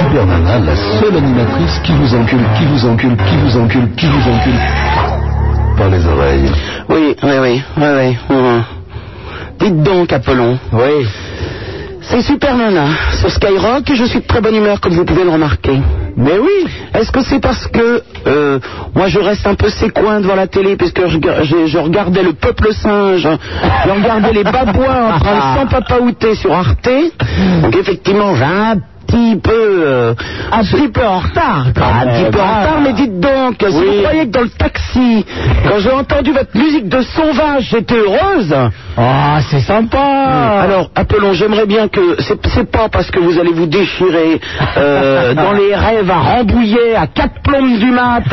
Super Nana, la seule animatrice qui vous encule, qui vous encule, qui vous encule, qui vous encule. Par les oreilles. Oui, oui, oui, oui, oui. mhm. Dites donc, Apollon. Oui. C'est Super Nana sur Skyrock et je suis de très bonne humeur, comme vous pouvez le remarquer. Mais oui Est-ce que c'est parce que euh, moi je reste un peu sécoin devant la télé puisque je, je- je regardais le peuple singe, je regardais les babouins en train Ah. de s'empapaouter sur Arte, donc effectivement j'ai un petit peu euh, Un petit peu en retard, quand un même. hein. petit peu en retard, mais dites donc, si Oui. vous croyez que dans le taxi, quand j'ai entendu votre musique de sauvage, j'étais heureuse. Ah, Oh, c'est sympa. Hmm. Alors, appelons, j'aimerais bien que. C'est c'est pas parce que vous allez vous déchirer euh, dans les rêves à Rambouillet, à quatre plombes du mat.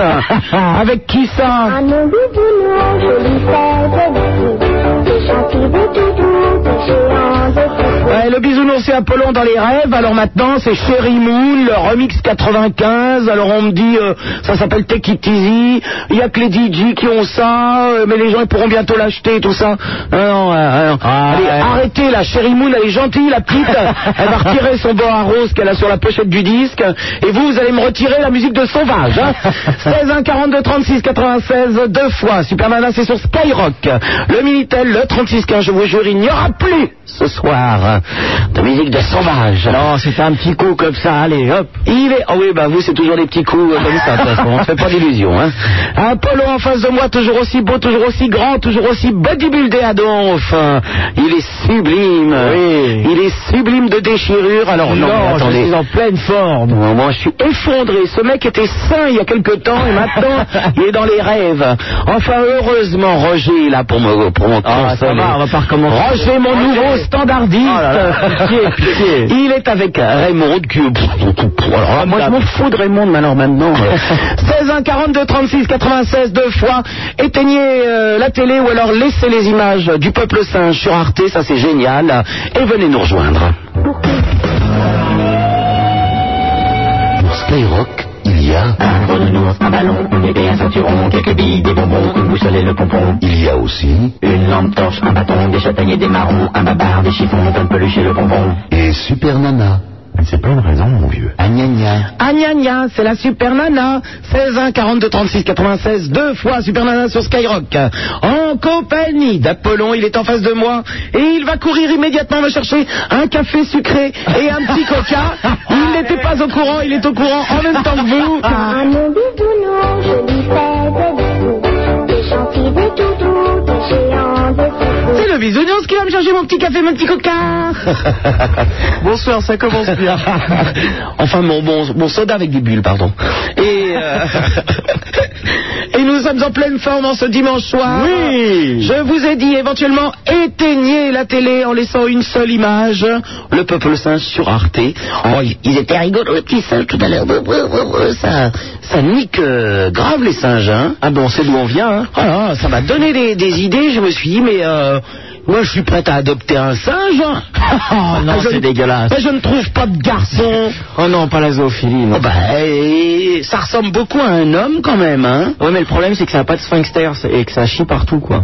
Avec qui ça Un oubli d'une jolie fête d'été, des gentils de doudou, des géants de coucou. Ouais, le bisounours c'est Apollon dans les rêves, alors maintenant c'est Sherry Moon, le remix 95, alors on me dit euh, ça s'appelle Take It Easy, il y a que les DJ qui ont ça, euh, mais les gens ils pourront bientôt l'acheter tout ça. Ah non, ah non. Ah, Allez, ouais. arrêtez la Sherry Moon, elle est gentille la petite, elle va retirer son bord à rose qu'elle a sur la pochette du disque, et vous vous allez me retirer la musique de Sauvage. Hein 16 1 42 36 96 deux fois, Super Nana c'est sur Skyrock, le Minitel, le 36 15, je vous jure il n'y aura plus ce soir hein. de musique de Sauvage. Non, c'était un petit coup comme ça, allez, hop. Il est... Oh oui, bah vous, c'est toujours des petits coups euh, comme ça, de toute façon. On ne fait pas d'illusions, hein. Apollo en face de moi, toujours aussi beau, toujours aussi grand, toujours aussi bodybuildé à donf. Il est sublime. Oui. Il est sublime de déchirure. Alors non, mais attendez. je suis en pleine forme. Moi, moi, je suis effondré. Ce mec était sain il y a quelque temps et maintenant, il est dans les rêves. Enfin, heureusement, Roger est là pour me pour me Ah, ça consoler. va, on va pas recommencer. Roger, mon Roger. nouveau standardiste. Oh là là, pitié, pitié. Il est avec euh, Raymond qui- Alors là, Ah, moi, je m'en fous de Raymond, mais alors maintenant... euh, 16 1 42 36 96 deux fois. Éteignez euh, la télé ou alors laissez les images du peuple singe sur Arte, ça c'est génial. Et venez nous rejoindre. Pour Skyrock, il y a. Un nounours, un ballon, une épée, un ceinturon, quelques billes, des bonbons, une boussole et le pompon. Il y a aussi. Une lampe torche, un bâton, des châtaigniers, des marrons, un babar, des chiffons, un peluche et le bonbon. Et Super Nana. C'est pas une raison, mon vieux. Ah, gna, gna. Ah gna gna, c'est la Super Nana. 16 1 42 36 96, deux fois Super Nana sur Skyrock. En compagnie d'Apollon, il est en face de moi et il va courir immédiatement me chercher un café sucré et un petit coca. Il n'était pas au courant, il est au courant en même temps que vous. Un oubli d'une jolie fête d'été, des gentils de doudou, des géants de coucou. C'est le bisounours qui va me chercher mon petit café, mon petit coca. Bonsoir, ça commence bien. enfin, mon, bon, mon soda avec des bulles, pardon. Et, euh, et nous sommes en pleine forme en ce dimanche soir. Oui. Je vous ai dit, éventuellement, éteignez la télé en laissant une seule image. Le peuple singe sur Arte. Oh, ils- ils étaient rigolos, les petits singes, tout à l'heure. Ça, ça nique euh, grave les singes, hein. Ah bon, c'est d'où on vient, hein. ça m'a donné des, des idées. Je me suis dit, mais... euh, moi, je suis prête à adopter un singe. hein. Oh non, Ah, je c'est ne- dégueulasse. mais je ne trouve pas de garçon. Oh non, pas la zoophilie, non. Oh bah, eh, ça ressemble beaucoup à un homme quand même, hein Ouais, mais le problème, c'est que ça n'a pas de sphincter et que ça chie partout, quoi.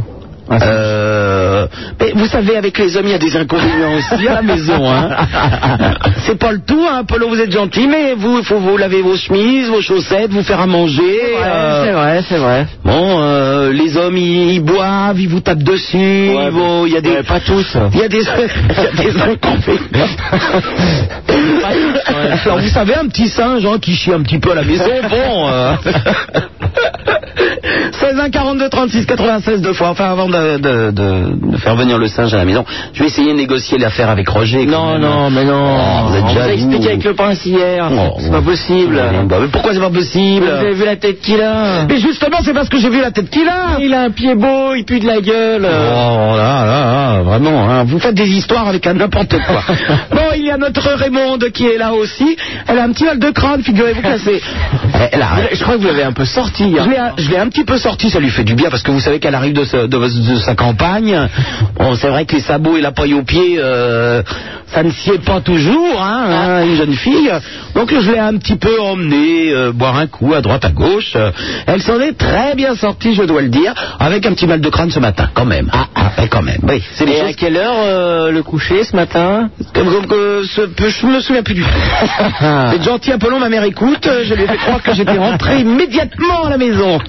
Ah, ça- Euh, mais vous savez, avec les hommes, il y a des inconvénients aussi à la maison. Hein. C'est pas le tout, hein, Polo, vous êtes gentil, mais vous, il faut vous laver vos chemises, vos chaussettes, vous faire à manger. Ouais, euh, C'est vrai, c'est vrai. Bon, euh, les hommes, ils, ils boivent, ils vous tapent dessus, ils vont- il y a des... Ouais, pas tous. Il y a des, il y a des inconvénients. Alors, vous savez, un petit singe hein, qui chie un petit peu à la maison, bon... euh, 16 1 42 36 96 deux fois. Enfin, avant de, de- de- de faire venir le singe à la maison, je vais essayer de négocier l'affaire avec Roger. quand Non, même. non, mais non. Oh, vous êtes On vous a jaloux. expliqué avec le prince hier. Oh, c'est pas possible. Bah, mais pourquoi c'est pas Vous possible avez vu la tête qu'il a Mais justement, c'est parce que j'ai vu la tête qu'il a. Il a un pied beau, il pue de la gueule. Oh là là, là, vraiment, hein, vous faites des histoires avec un n'importe quoi. bon, il y a notre Raymond qui est là aussi. Elle a un petit mal de crâne, figurez-vous qu'elle s'est- Elle a- Je crois que vous l'avez un peu sorti. hier. Je l'ai un- Je l'ai un petit peu sorti, ça lui fait du bien parce que vous savez qu'elle arrive de, sa- de- de sa campagne. Bon, c'est vrai que les sabots et la paille aux pieds, euh, ça ne sied pas toujours, hein, hein, une jeune fille. Donc je l'ai un petit peu emmenée euh, boire un coup à droite, à gauche. Euh, Elle s'en est très bien sortie, je dois le dire, avec un petit mal de crâne ce matin, quand Ah, même. Ah, ah, eh, quand même. Oui, c'est des Et à choses quelle heure euh, le coucher ce matin comme, comme- comme- euh, ce- je me souviens plus du tout. C'est gentil, Apollon, ma mère écoute. euh, Je lui ai fait croire que j'étais rentré immédiatement à la maison.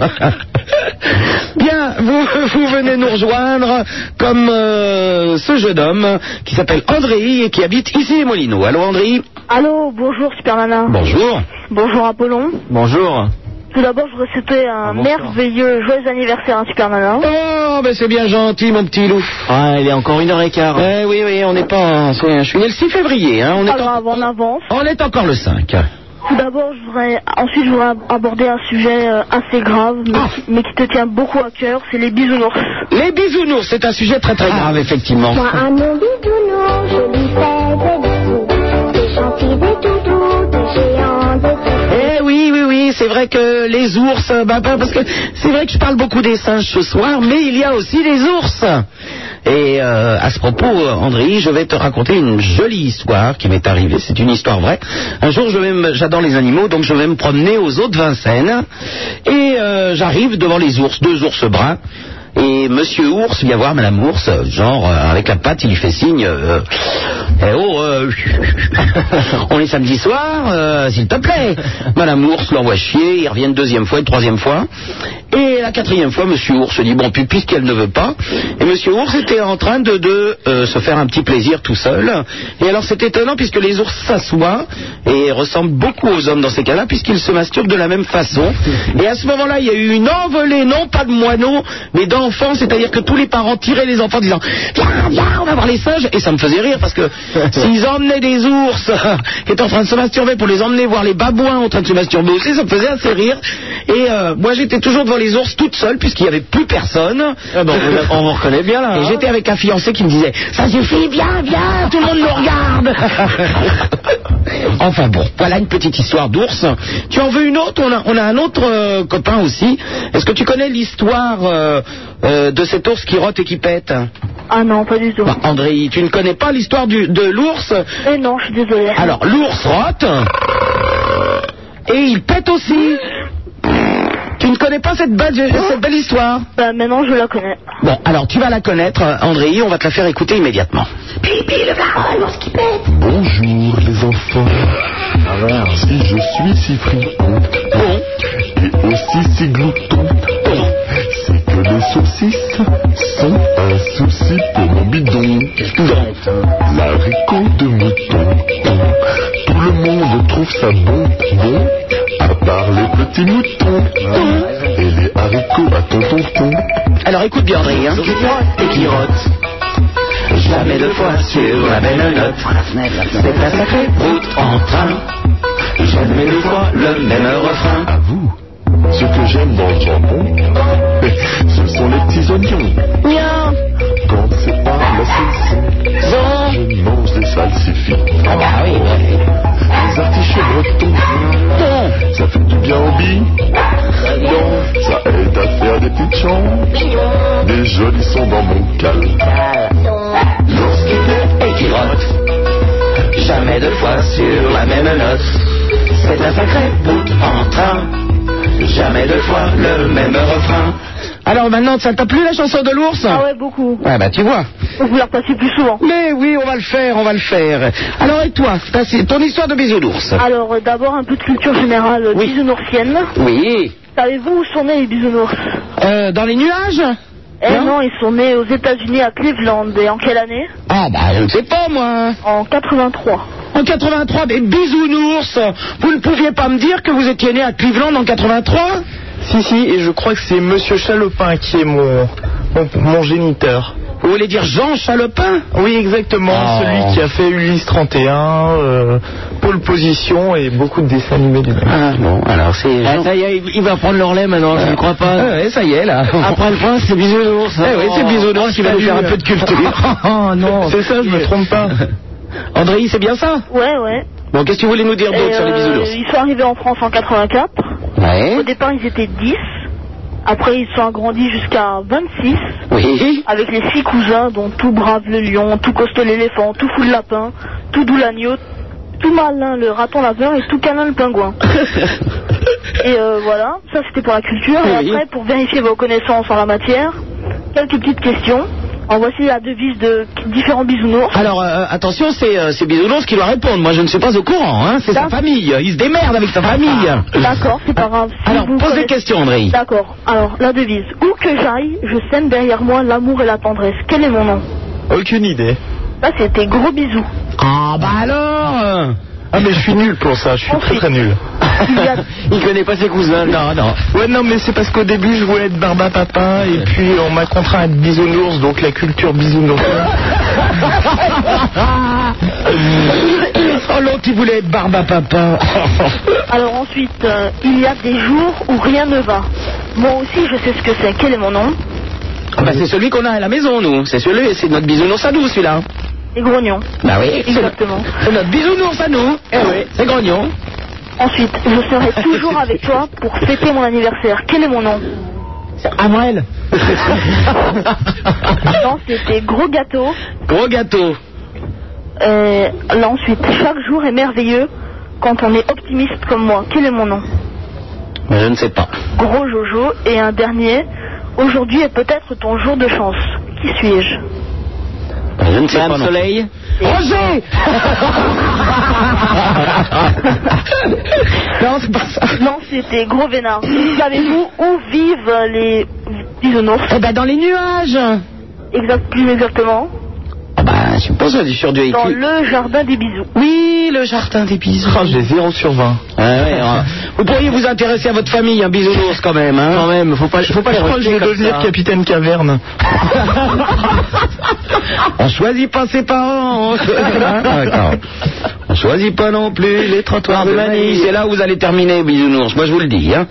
Bien, vous, vous venez nous rejoindre comme euh, ce jeune homme qui s'appelle André et qui habite ici les Molinos. Allô, André Allô, bonjour Supermana. Bonjour. Bonjour Apollon. Bonjour. Tout d'abord, je vous souhaite un bonsoir. merveilleux joyeux anniversaire à Supermana. Oh, ben c'est bien gentil, mon petit loup. Ah, il est encore une heure et quart. Eh oui, oui, on n'est pas... en- Je suis né le 6 février, hein. On est, en- Alors, avant en avance, on est encore le 5. tout d'abord, je voudrais, ensuite, je voudrais aborder un sujet euh, assez grave, mais, Ah. mais qui te tient beaucoup à cœur, c'est les bisounours. Les bisounours, c'est un sujet très très Ah. grave, ah, effectivement. Moi, à mon bisounours, je lui fais des bisous. Des gentils, des toutous, des géants, des petits. Eh oui, oui, oui, c'est vrai que les ours, euh, bah, bah, parce que c'est vrai que je parle beaucoup des singes ce soir, mais il y a aussi les ours. Et euh, à ce propos, euh, André, je vais te raconter une jolie histoire qui m'est arrivée. C'est une histoire vraie. Un jour, je vais me- j'adore les animaux, donc je vais me promener aux eaux de Vincennes. Et euh, j'arrive devant les ours, deux ours bruns. Et Monsieur Ours vient voir Madame Ours, euh, genre euh, avec la patte, il lui fait signe. euh, Eh oh, euh, on est samedi soir, euh, s'il te plaît. Madame Ours l'envoie chier, il revient une deuxième fois, une troisième fois. Et la quatrième fois, Monsieur Ours se dit, bon, puis puisqu'elle ne veut pas. Et Monsieur Ours était en train de, de, euh, se faire un petit plaisir tout seul. Et alors c'est étonnant puisque les ours s'assoient et ressemblent beaucoup aux hommes dans ces cas-là puisqu'ils se masturbent de la même façon. Et à ce moment-là, il y a eu une envolée, non pas de moineaux, mais d'enfants, c'est-à-dire que tous les parents tiraient les enfants en disant Viens, viens, on va voir les singes. Et ça me faisait rire parce que s'ils emmenaient des ours qui étaient en train de se masturber pour les emmener voir les babouins en train de se masturber aussi, ça me faisait assez rire. Et euh, moi, j'étais toujours devant les ours toute seule puisqu'il n'y avait plus personne. Ah on vous reconnaît bien là. hein. Et j'étais avec un fiancé qui me disait Ça suffit, bien, bien, tout le monde nous regarde Enfin bon, voilà une petite histoire d'ours. Tu en veux une autre on a, on a un autre euh, copain aussi. Est-ce que tu connais l'histoire euh, euh, de cet ours qui rote et qui pète Ah non, pas du tout. Bah, André, tu ne connais pas l'histoire du- de l'ours Eh non, je suis désolée. Alors, l'ours rote et il pète aussi. Tu ne connais pas cette belle, cette belle histoire Bah, maintenant, je la connais. Bon, alors tu vas la connaître, André, on va te la faire écouter immédiatement. Pipi, le varole, lorsqu'il pète. Bonjour les enfants. Si je suis si fripon Bon, et aussi si glouton, c'est que les saucisses sont un souci pour mon bidon. L'haricot de mouton, tout le monde trouve ça bon, bon, à part les petits moutons et les haricots à ton tonton. alors écoute bien, André. Hein. Qui rote et qui rote, jamais deux fois sur la belle note. C'est la sacrée route en train, jamais deux fois le même refrain. À vous, ce que j'aime dans le jambon, ce sont les petits oignons. Bien, Quand c'est pas la saison, bon. je mange des salsifis, Ah bah oui, ouais. des artichauts bretons. bon. Ça fait du bien aux billes. Ça aide à faire des petites chambres. Des jolis sons dans mon cal. Lorsqu'il pleut et qu'il rote, jamais deux fois sur la même note. C'est la sacrée route en train, jamais deux fois le même refrain. Alors maintenant, ça t'a plu la chanson de l'ours Ah ouais, beaucoup. Ouais, bah tu vois. Faut vous la repasser plus souvent. Mais oui, on va le faire, on va le faire. Alors et toi, t'as- c'est ton histoire de bisous d'ours Alors, euh, d'abord, un peu de culture générale euh, Oui. bisounoursienne. Oui. Savez-vous où sont nés les bisounours Euh, dans les nuages Eh Non. non, ils sont nés aux États-Unis à Cleveland. Et en quelle année Ah bah je ne sais pas moi. En 83. En 83, mais bisounours, vous ne pouviez pas me dire que vous étiez né à Cleveland en 83 Si, si, et je crois que c'est Monsieur Chalopin qui est mon, mon, mon géniteur. Vous voulez dire Jean Chalopin Oui, exactement, Oh. celui qui a fait Ulysse 31, euh, Pôle Position et beaucoup de dessins animés du même. Ah bon, alors c'est Jean... y est, il va prendre leur lait maintenant, je ne crois Ah ouais, ça y est là. Après le prince, c'est bisounours. Eh oui, c'est Bisounours qui va nous faire un peu de culture. Oh non, c'est ça, je me trompe pas. André, c'est bien ça Ouais, ouais. Bon, qu'est-ce que tu voulais nous dire Et, d'autre sur les euh, bisounours ils sont arrivés en France en 84. Au Ouais. départ, ils étaient 10. Après, ils sont agrandis jusqu'à 26. Oui. Avec les six cousins, dont tout brave le lion, tout costaud l'éléphant, tout fou le lapin, tout doux l'agneau, tout malin le raton laveur et tout câlin le pingouin. Et euh, voilà, ça c'était pour la culture. Et Oui. après, pour vérifier vos connaissances en la matière, quelques petites questions. En voici la devise de différents bisounours. Alors, euh, attention, c'est euh, c'est Bisounours qui doit répondre. Moi, je ne suis pas au courant. Hein. C'est sa D'accord. famille. Il se démerde avec sa famille. ah. D'accord, c'est pas grave. Si Ah, Alors, vous pose des connaissez- questions, André. D'accord. Alors, la devise. Où que j'aille, je sème derrière moi l'amour et la tendresse. Quel est mon nom Aucune idée. Ça, c'était gros bisous. Ah, bah alors euh. Ah, mais je suis nul pour ça, je suis très très nul. Il connaît pas ses cousins. Non, non. Ouais, non, mais c'est parce qu'au début, je voulais être Barba Papa, et puis on m'a contraint à être bisounours, donc la culture bisounours. oh, l'autre, il voulait être barbe à papa. Alors ensuite, euh, il y a des jours où rien ne va. Moi aussi, je sais ce que c'est. Quel est mon nom Ah, bah, c'est celui qu'on a à la maison, nous. C'est celui, c'est notre bisounours à nous, celui-là. Les grognons. Bah oui. c'est- Exactement. C'est notre bisounours à nous. Eh oui, c'est grognon. Ensuite, je serai toujours avec toi pour fêter mon anniversaire. Quel est mon nom Amrel. Non, c'était gros gâteau. Gros gâteau. Euh, là ensuite, chaque jour est merveilleux quand on est optimiste comme moi. Quel est mon nom Je ne sais pas. Gros Jojo et un dernier. Aujourd'hui est peut-être ton jour de chance. Qui suis-je Je ne sais pas. Soleil. Roger Non, c'est pas ça. Non, c'était Gros Vénard. Savez-vous où vivent les bisounours Eh ben, dans les nuages. exact, Plus exactement, Bah, je suppose que sur du dans le jardin des bisous. Oui, le jardin des bisous. Ah, j'ai 0 sur 20. Ouais, Ah ouais, alors, vous pourriez vous intéresser à votre famille, un bisounours quand même. Hein. Quand même, faut pas, faut Je crois que je vais devenir capitaine caverne. On choisit pas ses parents. On choisit, hein, d'accord. On choisit pas non plus les trottoirs de Manille. C'est là où vous allez terminer, bisounours. Moi, je vous le dis. Hein.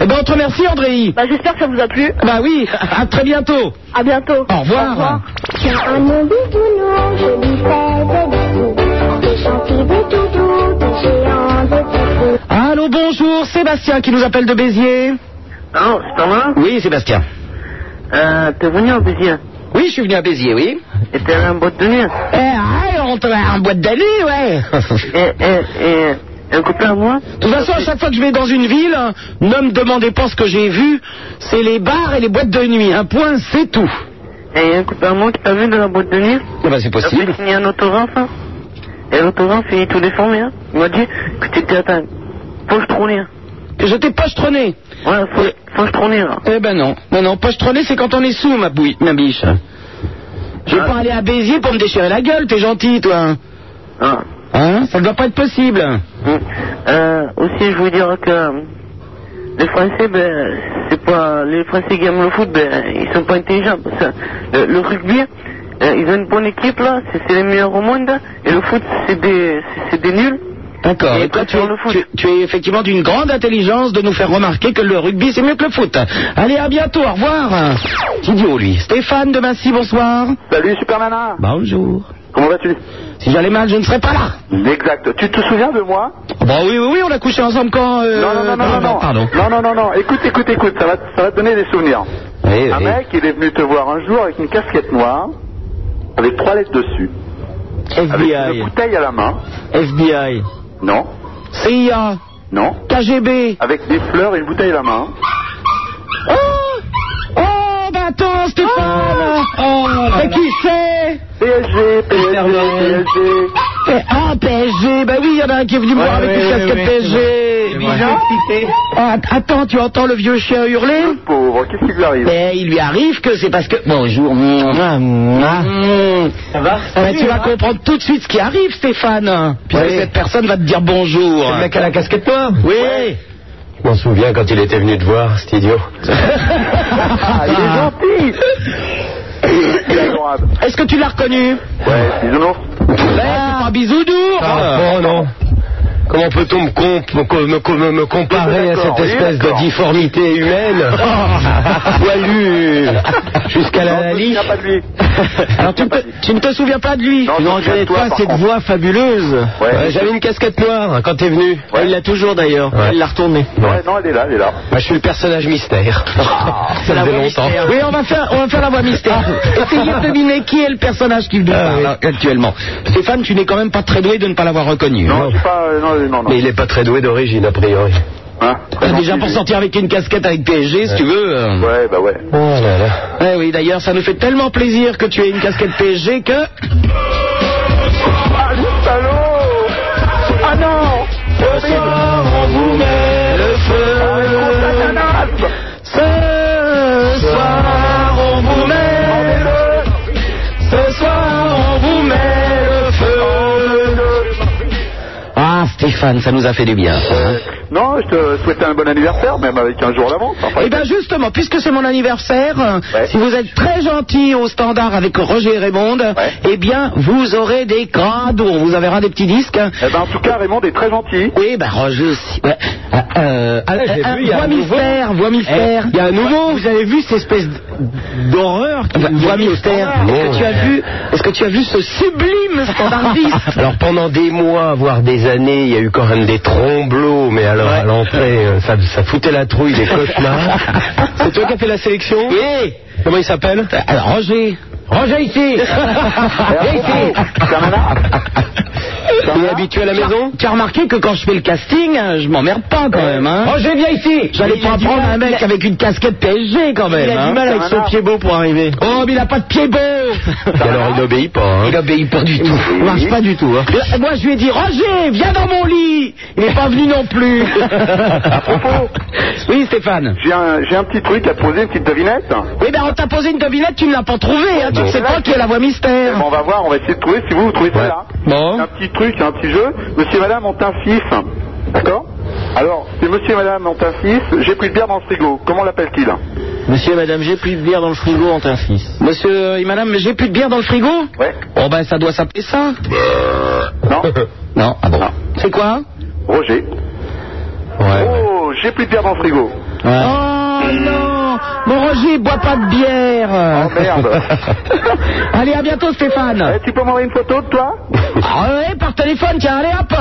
Eh ben, on te remercie, André. Bah, J'espère que ça vous a plu. Bah oui, à très bientôt. À bientôt. Au revoir. Au revoir. J'ai un mon bisounours, je lui fais des bisous. Des gentils, des toutous, des géants, des toutous. Allô, bonjour, Sébastien qui nous appelle de Béziers. Non, c'est pas moi. Oui, Sébastien. Euh, t'es venu en Béziers. Oui, je suis venu à Béziers, oui. Et t'es allé en boîte de nuit. Eh, ouais, on te en boîte de nuit, ouais. Et, et, et un copain à moi. De toute façon, à chaque fois que je vais dans une ville, hein, ne me demandez pas ce que j'ai vu, c'est les bars et les boîtes de nuit. Un point, c'est tout. Et un copain à moi qui t'a vu dans la boîte de nuit. Eh ben, c'est Après, il y a un autographe. Hein. Et l'autographe, il est tout déformé. Hein. Il m'a dit que t'étais à ta poche trônée. Hein. Je t'ai pochetronné. Ouais, poche, poche trônée. Là. Eh ben non, non, non, pochetronné, c'est quand on est sous, ma, bouille, ma biche. Je vais Ah. pas aller à Béziers pour me déchirer la gueule, t'es gentil, toi. Ah. Hein Ça ne doit pas être possible. Mm. Euh, aussi, je voulais dire que euh, les Français, ben, c'est pas les Français qui aiment le foot, ben, ils sont pas intelligents. parce que le, le rugby, euh, ils ont une bonne équipe là, c'est c'est les meilleurs au monde, et le foot, c'est des, c'est- c'est des nuls. D'accord. Et Et toi, tu, préfère le foot. tu- tu es effectivement d'une grande intelligence de nous faire remarquer que le rugby, c'est mieux que le foot. Allez, à bientôt, au revoir. Idiot, lui. Stéphane de Massy, bonsoir. Salut Supermana Bonjour. Comment vas-tu Si j'allais mal, je ne serais pas là. Exact. Tu te souviens de moi Bah oui, oui, oui, on a couché ensemble quand... euh, Non, non, non, non, non, non. Pardon. Non, non, non, non. Écoute, écoute, écoute, ça va, ça va te donner des souvenirs. Oui, Un oui. mec, il est venu te voir un jour avec une casquette noire, avec trois lettres dessus, avec FBI. une bouteille à la main. FBI. Non, CIA. non. KGB. Avec des fleurs et une bouteille à la main. Oh Oh, bah attends, Stéphane Oh, Mais qui c'est PSG, PSG, Éternel. PSG. Eh, Ah, PSG Bah oui, il y en a un qui est venu me voir Ouais, avec ouais, une casquette ouais, PSG. Bizarre. Ah, attends, tu entends le vieux chien hurler Le pauvre, qu'est-ce qui lui arrive Mais il lui arrive que c'est parce que. Bonjour. Mouah, mouah. Ça va Ah, mais hein. tu vas comprendre tout de suite ce qui arrive, Stéphane. Puisque Oui. cette personne va te dire bonjour. Le mec à la casquette noire Oui. Je m'en souviens quand il était venu te voir, cet idiot. Ah, il est gentil Il est adorable. Est-ce que tu l'as reconnu Ouais, bisounours. Ah, c'est pas bisounours. Oh non Comment peut-on me, comp- me co- me co- me- me comparer à D'accord, cette oui, espèce de d'accord. difformité humaine Poilue Jusqu'à la Je me liste souviens pas de lui. Alors, tu, ne te- tu ne te souviens pas de lui Non, je me souviens de toi, par contre. voix fabuleuse Ouais. Euh, J'avais une casquette noire quand t'es venu. Ouais. Il l'a toujours d'ailleurs. Elle l'a retournée. Ouais, non, elle est là, elle est là. Moi, je suis le personnage mystère. Ah, La Ça faisait voix longtemps. mystère. Oui, on va faire, on va faire la voix mystère. Ah. Essayez de deviner qui est le Ah, personnage Ah, qui nous parle actuellement. Stéphane, tu n'es quand même pas très doué de ne pas l'avoir reconnu. Non, je suis pas. euh, non, non, non. Mais il n'est pas très doué d'origine, a priori. Hein Ah, Déjà pour sortir avec une casquette avec PSG, si tu veux. euh. Ouais, bah ouais. Oh là là. Ouais, Eh oui, d'ailleurs, ça nous fait tellement plaisir que tu aies une casquette PSG que. Ah, le salaud Ah non Le Ah, feu. Ce soir, on vous met. Ce soir, on vous met le Oh, feu. Ah, Stéphane, ça nous a fait du bien. ça, hein. Non, je te souhaitais un bon anniversaire, même avec un jour d'avance. Enfin, Eh bien justement, puisque c'est mon anniversaire, euh, Ouais. si vous êtes très gentil au standard avec Roger et Raymond, eh bien vous aurez des cadeaux, on vous enverra des petits disques. eh ben, en tout cas, Raymond est très gentil. Oui, bah Roger aussi. Ouais. Euh, euh, j'ai euh, vu, il y a voix un nouveau. Eh, mystère, voix mystère. Il y a un nouveau, vous avez vu cette espèce d'horreur qui Voix nous a mis au mystère. standard. Est-ce que tu as vu Est-ce que tu as vu ce sublime Ah, standardiste Alors pendant des mois, voire des années, il y a eu quand même des tromblots, mais alors à l'entrée, euh, ça, ça foutait la trouille, des cauchemars. C'est toi qui as fait la sélection Oui. Comment il s'appelle Alors Roger. Euh, Roger ici Viens ici Il est habitué à la maison Tu as remarqué que quand je fais le casting, euh, je m'emmerde pas quand même. Hein Oh, Roger, viens ici J'allais pas prendre un mec avec une casquette PSG quand même. Il a hein. du mal avec son pied beau pour arriver. Oh, mais il a pas de pied beau Et alors il n'obéit pas, hein Il obéit pas du tout. Il marche pas du tout, hein Euh, Moi, je lui ai dit, Roger, viens dans mon lit. Il n'est pas venu non plus. oui, Stéphane. J'ai un, j'ai un petit truc à te poser, une petite devinette. Oui, ben, on t'a posé une devinette, tu ne l'as pas trouvée. Hein. Tu ne sais pas qui est la voix Eh ben, mystère. on va voir, on va essayer de trouver si vous, vous trouvez ça là. Bon. Un petit truc, un petit jeu. Monsieur et madame ont un fils. D'accord Alors, c'est monsieur et madame ont un fils. J'ai pris de bière dans le frigo. Comment l'appelle-t-il Monsieur et madame, j'ai pris de bière dans le frigo en un fils. Monsieur euh, et madame, j'ai plus de bière dans le frigo Ouais. Bon, ben, ça doit s'appeler ça. Non Non, ah bon. C'est quoi Roger. Oh, j'ai plus de bière dans le frigo. Oh non Mon Roger, bois pas de bière. Oh merde. Allez, à bientôt, Stéphane. Eh, tu peux m'envoyer une photo de toi Ah ouais, par téléphone, tiens, allez hop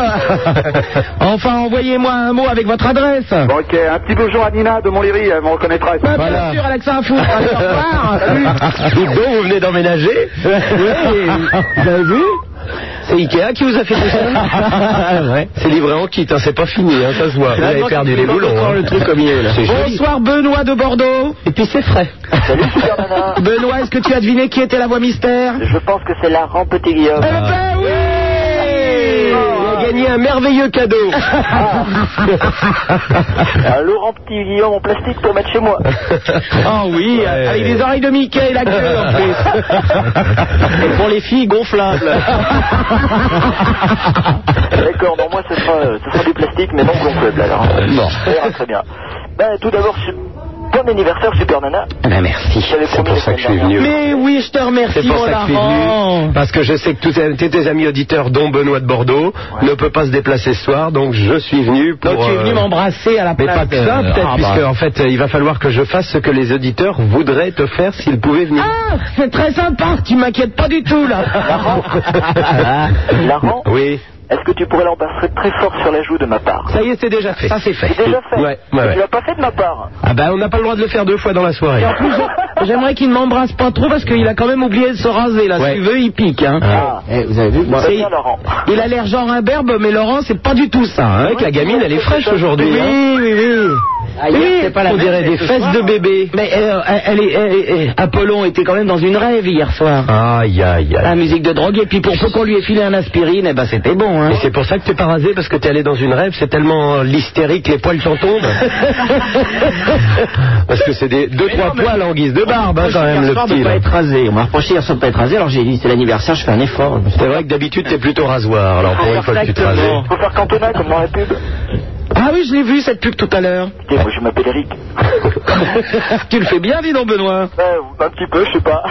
Enfin, envoyez-moi un mot avec votre adresse. Bon, ok. Un petit bonjour à Nina de Montlhéry. Elle me reconnaîtra. Ouais, Bien sûr, Alex Info. Allez, au revoir. Salut. Dites donc, vous venez d'emménager Vous avez vu C'est Ikea qui vous a fait tout ça C'est livré en kit, hein, c'est pas fini, hein, ça se voit. Vous avez perdu les boulons. hein. C'est joli. Bonsoir Benoît de Bordeaux. Et puis c'est frais. Salut, Super Nana. Benoît, est-ce que tu as deviné qui était la voix mystère Je pense que c'est la Petit Guillaume. Eh ben oui Il a gagné un merveilleux cadeau. Un Laurent Petit Guillaume en plastique pour mettre chez moi. Ah oui, avec des oreilles de Mickey et la queue en plus. Et pour les filles gonflables. D'accord, bon, moi ce sera, euh, ce sera du plastique, mais non gonflable alors. Euh, Bon. Ça ira très bien. Ben, tout d'abord, su- bon anniversaire, Super Nana. Ah, merci. J'avais C'est promis pour la ça que je suis semaine venu. Mais oui, je te remercie, C'est pour mon ça que je suis Laurent. venu, parce que je sais que tous tes- tous tes amis auditeurs, dont Benoît de Bordeaux, ne peut pas se déplacer ce soir, donc je suis venu pour... Donc tu es venu euh, m'embrasser à la mais place. pas que ça, euh, peut-être, ah, puisque bah. en fait, il va falloir que je fasse ce que les auditeurs voudraient te faire s'ils pouvaient venir. Ah, c'est très sympa, tu m'inquiètes pas du tout là. dernière. Laurent, Oui, est-ce que tu pourrais l'embrasser très fort sur la joue de ma part ça y est, c'est déjà fait. Ça c'est fait. C'est déjà fait. Ouais, ouais, Mais ouais. Tu l'as pas fait de ma part. Ah ben, on n'a pas le droit de le faire deux fois dans la soirée. J'aimerais qu'il ne m'embrasse pas trop parce qu'il a quand même oublié de se raser là. Ouais. Si tu veux, il pique. Hein. Ah. vous avez vu C'est bien, Laurent. Il a l'air genre imberbe, mais Laurent, c'est pas du tout ça. C'est Hein. vrai que la gamine, elle est fraîche aujourd'hui. Oui, hein. oui, oui. Oui, on dirait des fesses de bébé. Mais euh, elle est, elle est- elle est- Apollon était quand même dans une rêve hier soir. Aïe, aïe, La aïe. musique de drogue, et puis pour peu qu'on lui ait filé un aspirine, eh ben c'était bon. Hein. Et c'est pour ça que t'es pas rasé, parce que t'es allé dans une rêve, c'est tellement euh, l'hystérique, les poils t'en tombent. parce que c'est des deux, trois poils en guise de barbe, hein, quand même, le petit. là. rasé. On m'a reproché hier soir de pas être rasé, alors j'ai dit c'est l'anniversaire, je fais un effort. Ah, C'est vrai que d'habitude, t'es plutôt rasoir, alors pour une fois que tu te rasais. Exactement. Faut faire Cantona comme dans la pub. Ah oui, je l'ai vu cette pub tout à l'heure. Écoutez, moi je m'appelle Eric. tu le fais bien, dis donc, Benoît. Euh, un petit peu, je sais pas.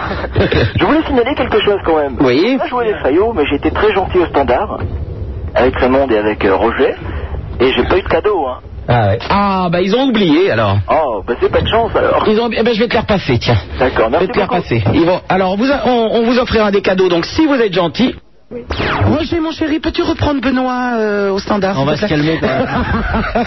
je voulais signaler quelque chose quand même. Oui. J'ai pas joué les faillots, mais j'ai été très gentil au standard. Avec Raymond et avec euh, Roger. Et j'ai pas eu de cadeau, hein. Ah ouais. Ah, bah ils ont oublié alors. Oh, bah c'est pas de chance alors. Ils ont... Eh ben, je vais te les repasser, tiens. D'accord, Je vais merci te les beaucoup. repasser. Ils vont... Alors, vous a- on, on vous offrira des cadeaux, donc si vous êtes gentil, Roger, mon chéri, peux-tu reprendre Benoît euh, au standard On va se calmer quand même. Ah,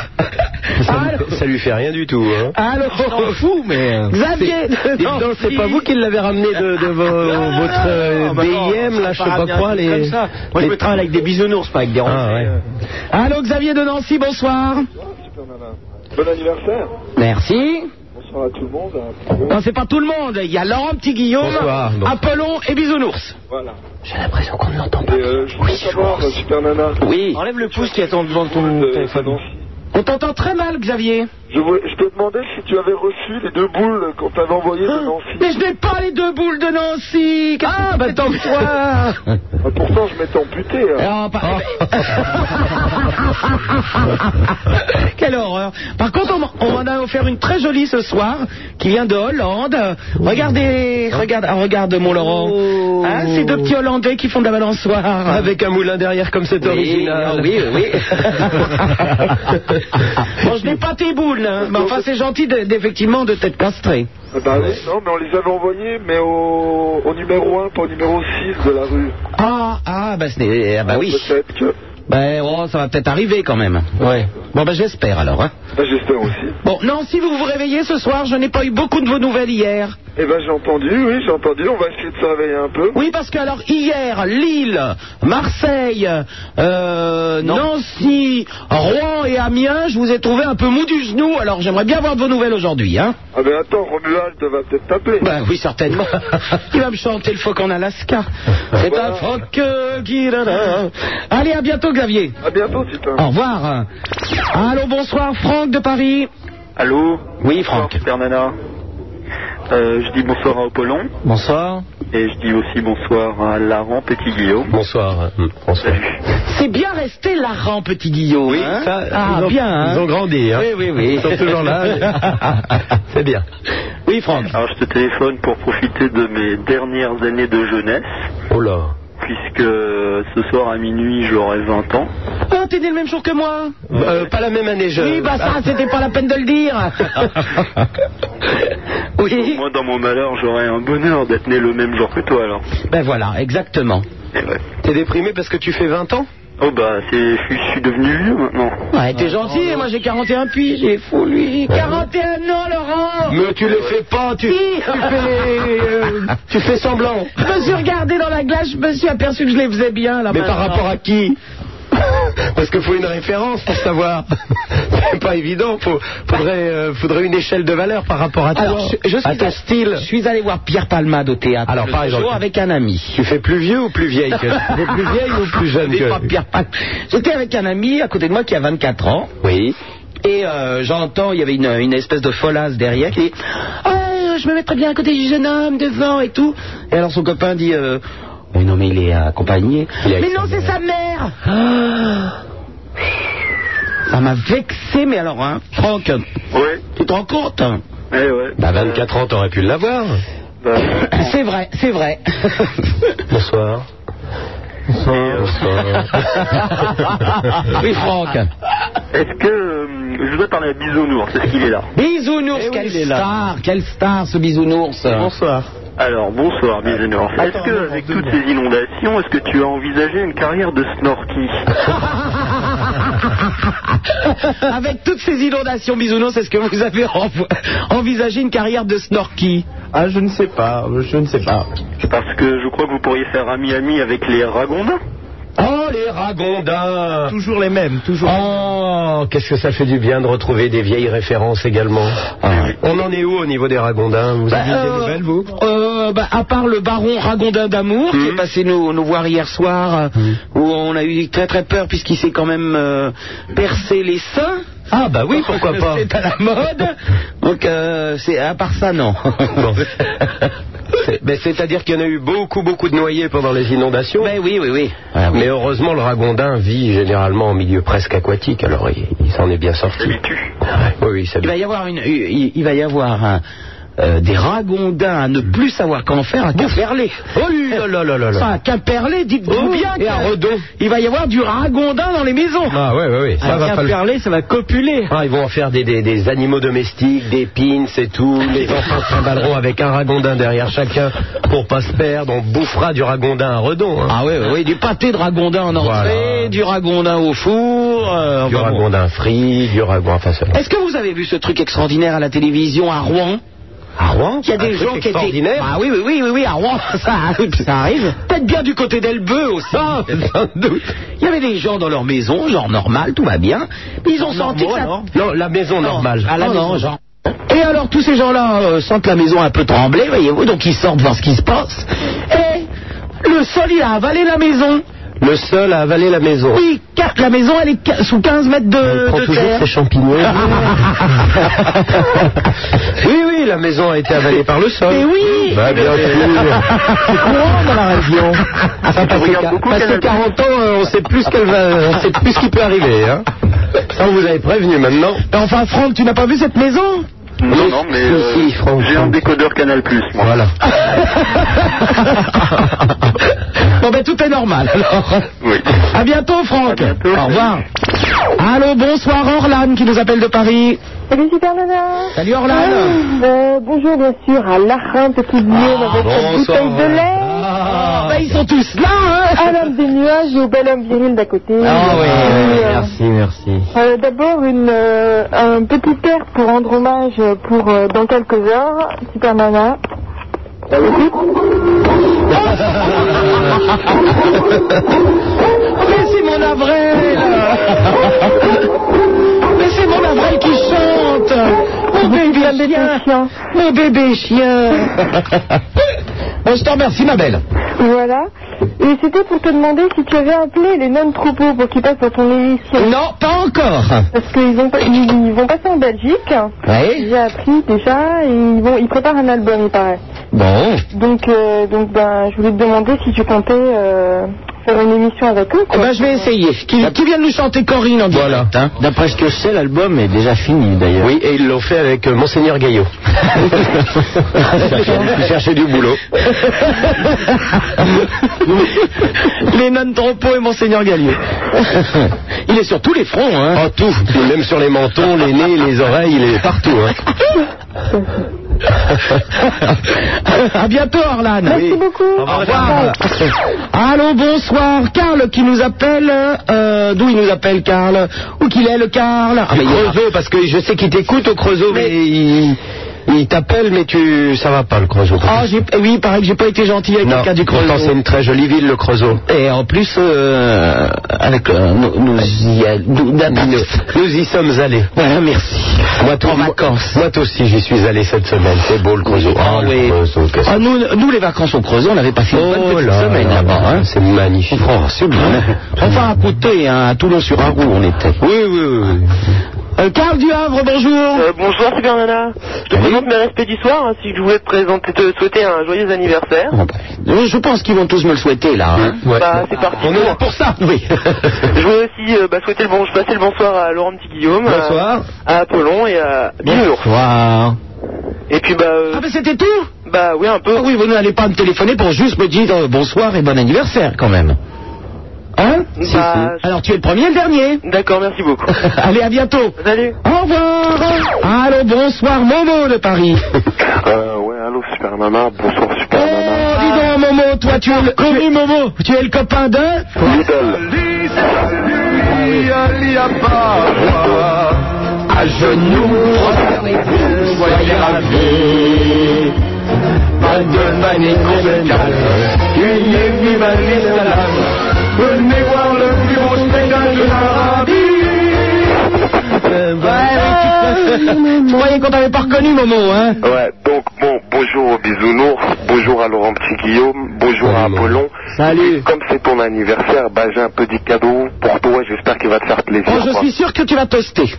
Ça, lui, ça lui fait rien du tout. Hein. Allô On s'en fout, Ah, mais. euh, Xavier Dites donc, c'est pas vous qui l'avez ramené de, de vos- votre euh, bah non, BIM, là, je sais ça pas bien quoi. Les... Comme ça. Moi, je les- me travaille avec des bisounours, pas avec des euh. Ah, ouais. Allô, Xavier de Nancy, bonsoir. Bon anniversaire. Merci. Bonsoir à tout le monde. Non, c'est pas tout le monde. Il y a Laurent, petit Guillaume, Bonsoir, bon. Apollon et Bisounours. Voilà. J'ai l'impression qu'on ne l'entend Et euh, je voulais savoir, euh, Super Nana, Oui. Enlève le pouce qui attend devant ton euh, téléphone. On t'entend très mal, Xavier. je, voulais- je te demandais si tu avais reçu les deux boules qu'on t'avait envoyées de Nancy. Mais je n'ai pas les deux boules de Nancy. Ah, bah tant toi. Ah, Pourtant, je m'étais amputé. Ah, hein. par- Quelle horreur. Par contre, on, m'en- on m'en a offert une très jolie ce soir qui vient de Hollande. Regardez, regarde, ah, regarde mon Laurent. Hein, ces deux petits Hollandais qui font de la balançoire. Avec un moulin derrière comme c'est original. oui, oui. bon, je n'ai pas tes boules, hein, mais enfin, c'est gentil de- d'effectivement de t'être castré. Ah bah oui, non, mais on les avait envoyés, mais au, au numéro 1, pas au numéro 6 de la rue. Ah, ah, bah, ce n'est- ah, bah oui. Peut-être que. Bah, oh, ça va peut-être arriver quand même. Ouais. Bon, bah, j'espère alors. Hein. Bah, j'espère aussi. Bon, non, si vous vous réveillez ce soir, je n'ai pas eu beaucoup de vos nouvelles hier. Eh ben, j'ai entendu, oui, j'ai entendu. On va essayer de se réveiller un peu. Oui, parce que alors hier, Lille, Marseille, euh, Nancy, Rouen et Amiens, je vous ai trouvé un peu mou du genou, alors j'aimerais bien avoir de vos nouvelles aujourd'hui, hein. Ah ben, attends, Romuald va peut-être t'appeler. Bah oui, certainement. Il va me chanter le phoque en Alaska. C'est un Voilà. phoque euh, qui... da, da. Allez, à bientôt, Xavier. À bientôt, Titan. Au revoir. Allô, bonsoir, Franck de Paris. Allô Oui, Franck. Super Nana. Euh, je dis bonsoir à Apollon. Bonsoir. Et je dis aussi bonsoir à Laurent Petit Guillaume. Bonsoir. euh, Bonsoir. C'est bien resté larrant, petit Guillaume. Oui, hein ça, ah, ils ont, bien. hein. Ils ont grandi. Hein. Oui, oui, oui. Ils sont toujours là. c'est bien. Oui, Franck. Alors, je te téléphone pour profiter de mes dernières années de jeunesse. Oh là. puisque ce soir à minuit j'aurai 20 ans. Oh, t'es né le même jour que moi. Euh, pas la même année, je. Oui, bah ça, c'était pas la peine de le dire. oui. Moi dans mon malheur j'aurai un bonheur d'être né le même jour que toi alors. Ben voilà, exactement. Eh ouais. Ah, T'es déprimé parce que tu fais 20 ans Oh bah c'est, je suis- je suis devenu vieux maintenant. Ouais, t'es gentil, hein, moi j'ai 41 puis j'ai fou lui. 41 ans, Laurent Mais tu le fais pas, tu, Si. tu fais, euh, tu fais semblant. Je me suis regardé dans la glace, je me suis aperçu que je les faisais bien là Mais par rapport à qui Parce qu'il faut une référence pour savoir. C'est pas évident. Faut, faudrait, euh, faudrait une échelle de valeur par rapport à toi, Alors, je, je suis à ton allé- style. Je suis allé voir Pierre Palmade au théâtre. Alors, le par exemple- jour avec un ami. Tu fais plus vieux ou plus vieille que T'es plus vieille ou plus jeune Je dis pas que Pierre Palmade. J'étais avec un ami à côté de moi qui a 24 ans. Oui. Et euh, j'entends, il y avait une, une espèce de folasse derrière qui dit Ah, je me mettrais bien à côté du jeune homme devant et tout. Et alors son copain dit euh, Oui, non, mais il est accompagné. Il est avec mais sa non, c'est sa mère Ah. Ça m'a vexé, mais alors, hein, Franck, Ouais. tu te rends compte Eh ouais. Bah, 24 ans, t'aurais pu l'avoir. Bah, C'est vrai, c'est vrai. Bonsoir. Bonsoir. oui, Franck. est-ce que euh, je dois parler à Bisounours Est-ce qu'il est là Bisounours, Eh oui, quelle il est là. star, quelle star ce bisounours. Bonsoir. Alors bonsoir Bisounours. Est-ce Attends, que non, avec deux toutes secondes. ces inondations, est-ce que tu as envisagé une carrière de snorky Avec toutes ces inondations, bisounours, est-ce que vous avez env- envisagé une carrière de snorky Ah, je ne sais pas, je ne sais pas. Parce que je crois que vous pourriez faire ami-ami avec les ragondins. Oh, les ragondins Toujours les mêmes, toujours. Oh, qu'est-ce que ça fait du bien de retrouver des vieilles références également. On en est où au niveau des ragondins Vous avez des nouvelles, vous Bah, Hmm. euh, bah, À part le baron Ragondin d'amour qui est passé nous, nous voir hier soir, euh, où on a eu très très peur puisqu'il s'est quand même euh, percé les seins. Ah, bah oui, pourquoi pas C'est à la mode. Donc, euh, c'est à part ça, non. Bon. C'est- ben, C'est-à-dire qu'il y en a eu beaucoup, beaucoup de noyés pendant les inondations. Ah Ben oui, oui, oui. Mais heureusement, le ragondin vit généralement en milieu presque aquatique, alors il, il s'en est bien sorti. Ah Habitué. Oui, oui, ça Il va y avoir une, il, il va y avoir un, euh, des ragondins à ne plus savoir qu'en faire à Quimperlé. Oh là là là là Ça, là. à Quimperlé, dites-vous Oh, Ben, bien et à que- Redon. il va y avoir du ragondin dans les maisons. Ah ouais, ouais, ouais. Ça va pas le- Perlé, ça va copuler. Ah, ils vont en faire des, des, des animaux domestiques, des pins et tout. Ah, Les enfants trimballeront avec un ragondin derrière chacun pour pas se perdre. On bouffera du ragondin à redon. hein. Ah oui, oui, du pâté de ragondin en entrée, Voilà. du ragondin au four. euh, du enfin bon. ragondin frit, du ragondin... Enfin, ça- Est-ce que vous avez vu ce truc extraordinaire à la télévision à Rouen À Rouen, Il y a des gens qui étaient. Ah oui, oui, oui, oui, oui, à Rouen, ça arrive. Ça arrive. Peut-être bien du côté d'Elbeux aussi. sans doute. Ah, Il y avait des gens dans leur maison, genre normal, tout va bien. Mais ils ont senti que ça. Non, la maison normale. Ah, la maison, genre. Et alors, tous ces gens-là euh, sentent la maison un peu trembler, voyez-vous, donc ils sortent voir ce qui se passe. Et le sol, il a avalé la maison. Le sol a avalé la maison. Oui, car la maison, elle est qu- sous 15 mètres Il de, prend de toujours terre. ses champignons. oui, oui, la maison a été avalée par le sol. Mais oui Bah, bien sûr. courant dans la région. Ça, passé, regarde beaucoup passé Canal+. 40 ans, euh, on sait plus ce qu'elle va, on sait plus ce qui peut arriver. Hein. Ça, on vous avait prévenu maintenant. Enfin, Franck, tu n'as pas vu cette maison Non, non, mais Si, euh, si, Franck, j'ai un Franck. décodeur Canal+. moi. Voilà. Bon, ben, tout est normal, alors. Oui. À bientôt, Franck. À bientôt. Au revoir. Allô, bonsoir, Orlan, qui nous appelle de Paris. Salut Super Nana Salut, Orlan. Ah. Euh, Bonjour bien sûr à Larin, petit Guillaume Ah, avec sa bonsoir. bouteille de lait, Ah, Ah, ben, ils sont tous là, hein. à l'homme des nuages et au bel homme viril d'à côté. Ah oui, Et, euh, merci, merci. Euh, D'abord, une, euh, un petit air pour rendre hommage euh, pour euh, dans quelques heures, Super Nana. Oh, Mais c'est mon Avril Mais c'est mon Avril qui chante Mon bébé chien Mon bébé chien Bon, je te remercie, ma belle. Voilà. Et c'était pour te demander si tu avais appelé les non troupeaux pour qu'ils passent dans ton émission. Non, pas encore. Parce qu'ils ont pas- ils, ils vont passer en Belgique. Ah Oui. J'ai appris déjà. Et ils, vont, ils préparent un album, il paraît. Bon. Donc, euh, donc ben, je voulais te demander si tu comptais euh, faire une émission avec eux. Eh Quoi. ben, je vais essayer. Qui, qui vient de nous chanter Corinne en direct Voilà. hein D'après ce que je sais, l'album est déjà fini d'ailleurs. Oui, et ils l'ont fait avec euh, Monseigneur Gaillot. Ils cherchaient du boulot. Les nonnes Trompeaux et Monseigneur Gallier. Il est sur tous les fronts, hein. En tout, même sur les mentons, les nez, les oreilles, il est partout. Hein. à bientôt, Orlan. Merci beaucoup. Au revoir. Allô, bonsoir. Karl qui nous appelle. euh, D'où il nous appelle, Karl Où qu'il est, le Karl Ah, mais il est là. Creusot, parce que je sais qu'il t'écoute au Creusot, mais, Mais- il, il t'appelle, mais tu, ça va pas le Creusot. Ah, j'ai- eh oui, il paraît que j'ai pas été gentil avec non, quelqu'un du pourtant c'est Creusot. une très jolie ville, le Creusot. Et en plus, euh, avec euh, nous, nous y a- Nous, nous- nous y sommes allés. Voilà, merci. Moi, tout- en moi- vacances. Moi, aussi, j'y suis allé cette semaine. C'est beau le Creusot. Ah le oui. Creusot, qu'est-ce Ah, nous, nous, les vacances au Creusot, on avait passé une bonne Oh petite là semaine là là-bas. là, hein. C'est magnifique. Hein Enfin, à côté, hein, à Toulon-sur-Arroux, on était. Oui, oui, oui. Euh, Karl du Havre, bonjour. Euh, bonsoir Super Nana. Je te présente mes respects du soir. hein, si je voulais te présenter, te souhaiter un joyeux anniversaire. Euh, Je pense qu'ils vont tous me le souhaiter, là. hein. Oh, bah. Ouais. Bah c'est parti. On est là Je pour ça, oui. voulais aussi euh, bah, souhaiter le bon, passer le bonsoir à Laurent Petit Guillaume, à- Bonsoir. à Apollon et à Binours. Bonsoir. Et puis bah euh, Ah, ben c'était tout bah oui un peu. Ah oui, vous n'allez pas me téléphoner pour juste me dire euh, bonsoir et bon anniversaire, quand même. Hein Si, si. Alors, tu es le premier et le dernier. D'accord, merci beaucoup. allez, à bientôt. Salut. Au revoir. Allô, bonsoir, Momo de Paris. Euh, ouais, allô, Super Nana. Bonsoir, Oh, Super Nana. dis donc, Momo, toi, tu es le... tu es- Tu es le copain de... Lidl. À genoux, soyez ravis. Pas de panique, on se calme. Ayez vu Valérie Salam. Venez voir le plus beau spectacle de Ah, l'Arabie. Tu croyais qu'on t'avait pas reconnu, Momo, hein Ouais, donc bon, bonjour aux bisounours, bonjour à Laurent Petit Guillaume, bonjour à Salut, Apollon. Salut. Comme c'est ton anniversaire, bah j'ai un petit cadeau pour toi, j'espère qu'il va te faire plaisir. Oh, je quoi. suis sûr que tu vas toaster.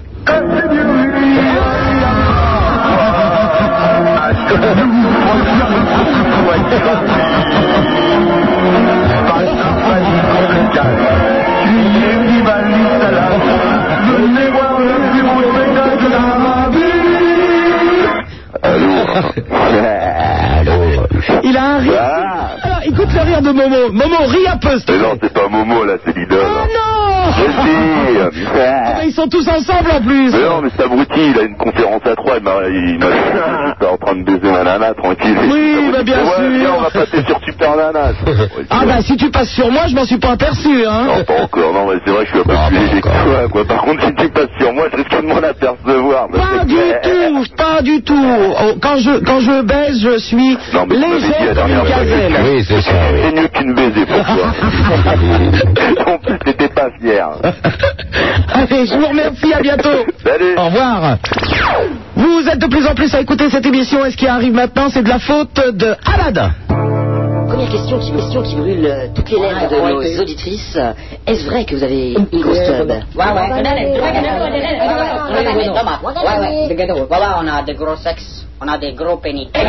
Allô, Ah, Momo, Momo, ris un peu. s'il te Mais plaît. non, Ah, c'est pas Momo là, c'est Lidl. Ah non Je sais, Ah, putain. mais Ils sont tous ensemble en plus. Mais non, mais cet abruti, il a une conférence à trois, il m'a il m'a dit qu'il était en train de baiser ma nana, tranquille. Oui, bah, bien ouais, sûr. viens, on va passer sur Super Nana. Ah bah si tu passes sur moi, je m'en suis pas aperçu. Hein. Non, pas encore, non, mais c'est vrai que je suis un peu plus léger que toi, quoi. Par contre, si tu passes sur moi, je risque de m'en apercevoir. mais Pas c'est du clair. tout, pas du tout. Oh, quand je quand je baise, je suis Non, mais tu m'avais dit la légère comme dernière une fois que gazelle. Oui, c'est ça. C'est mieux qu'une baiser pour toi. en plus, t'étais pas fier. Allez, je vous remercie, à bientôt. Salut. Au revoir. Vous êtes de plus en plus à écouter cette émission et ce qui arrive maintenant, c'est de la faute de Alad. Première question qui, question qui brûle euh, toutes les lèvres de nos auditrices. Euh, Est-ce vrai que vous avez une grosse tub on a des gros sexes, on a des gros pénis. Ah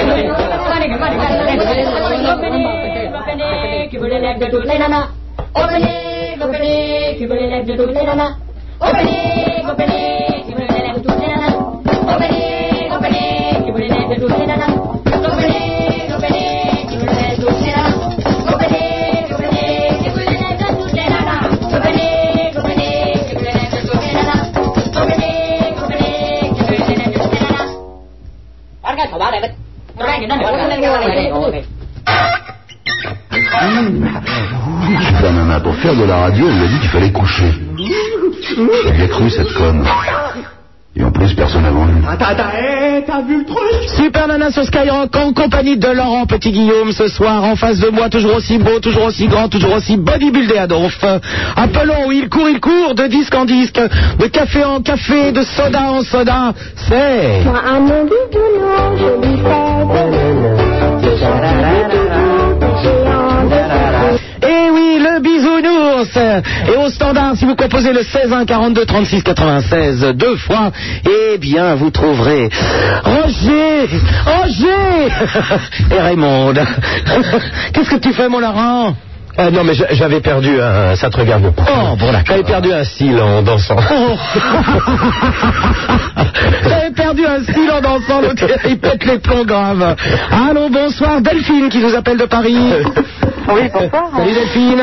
Super Nana, pour faire de la radio, elle lui a dit qu'il fallait coucher. Il a cru cette conne. Et en plus, personne avant lui. t'as vu le truc Super Nana sur Skyrock en compagnie de Laurent Petit Guillaume ce soir en face de moi, toujours aussi beau, toujours aussi grand, toujours aussi bodybuildé Adolphe. Appelons où il court, il court, de disque en disque, de café en café, de soda en soda. C'est. Moi, à mon bidoulon, je lui fais des bisous. Des gentils bidoulons, des géants de café. Eh oui, le bisounours Et au standard, si vous composez le 16 1 42 36 96 deux fois, eh bien, vous trouverez Roger Roger Et Raymond Qu'est-ce que tu fais, mon Laurent Ah non, mais j'a- j'avais perdu un. Ça te regarde pas. Oh, bon, d'accord. J'avais perdu un cil en dansant. Oh. J'avais perdu un style en dansant, l'autre il pète les plombs graves. Allô, bonsoir, Delphine qui nous appelle de Paris. Ah Oui, bonsoir. Ah, Salut Delphine.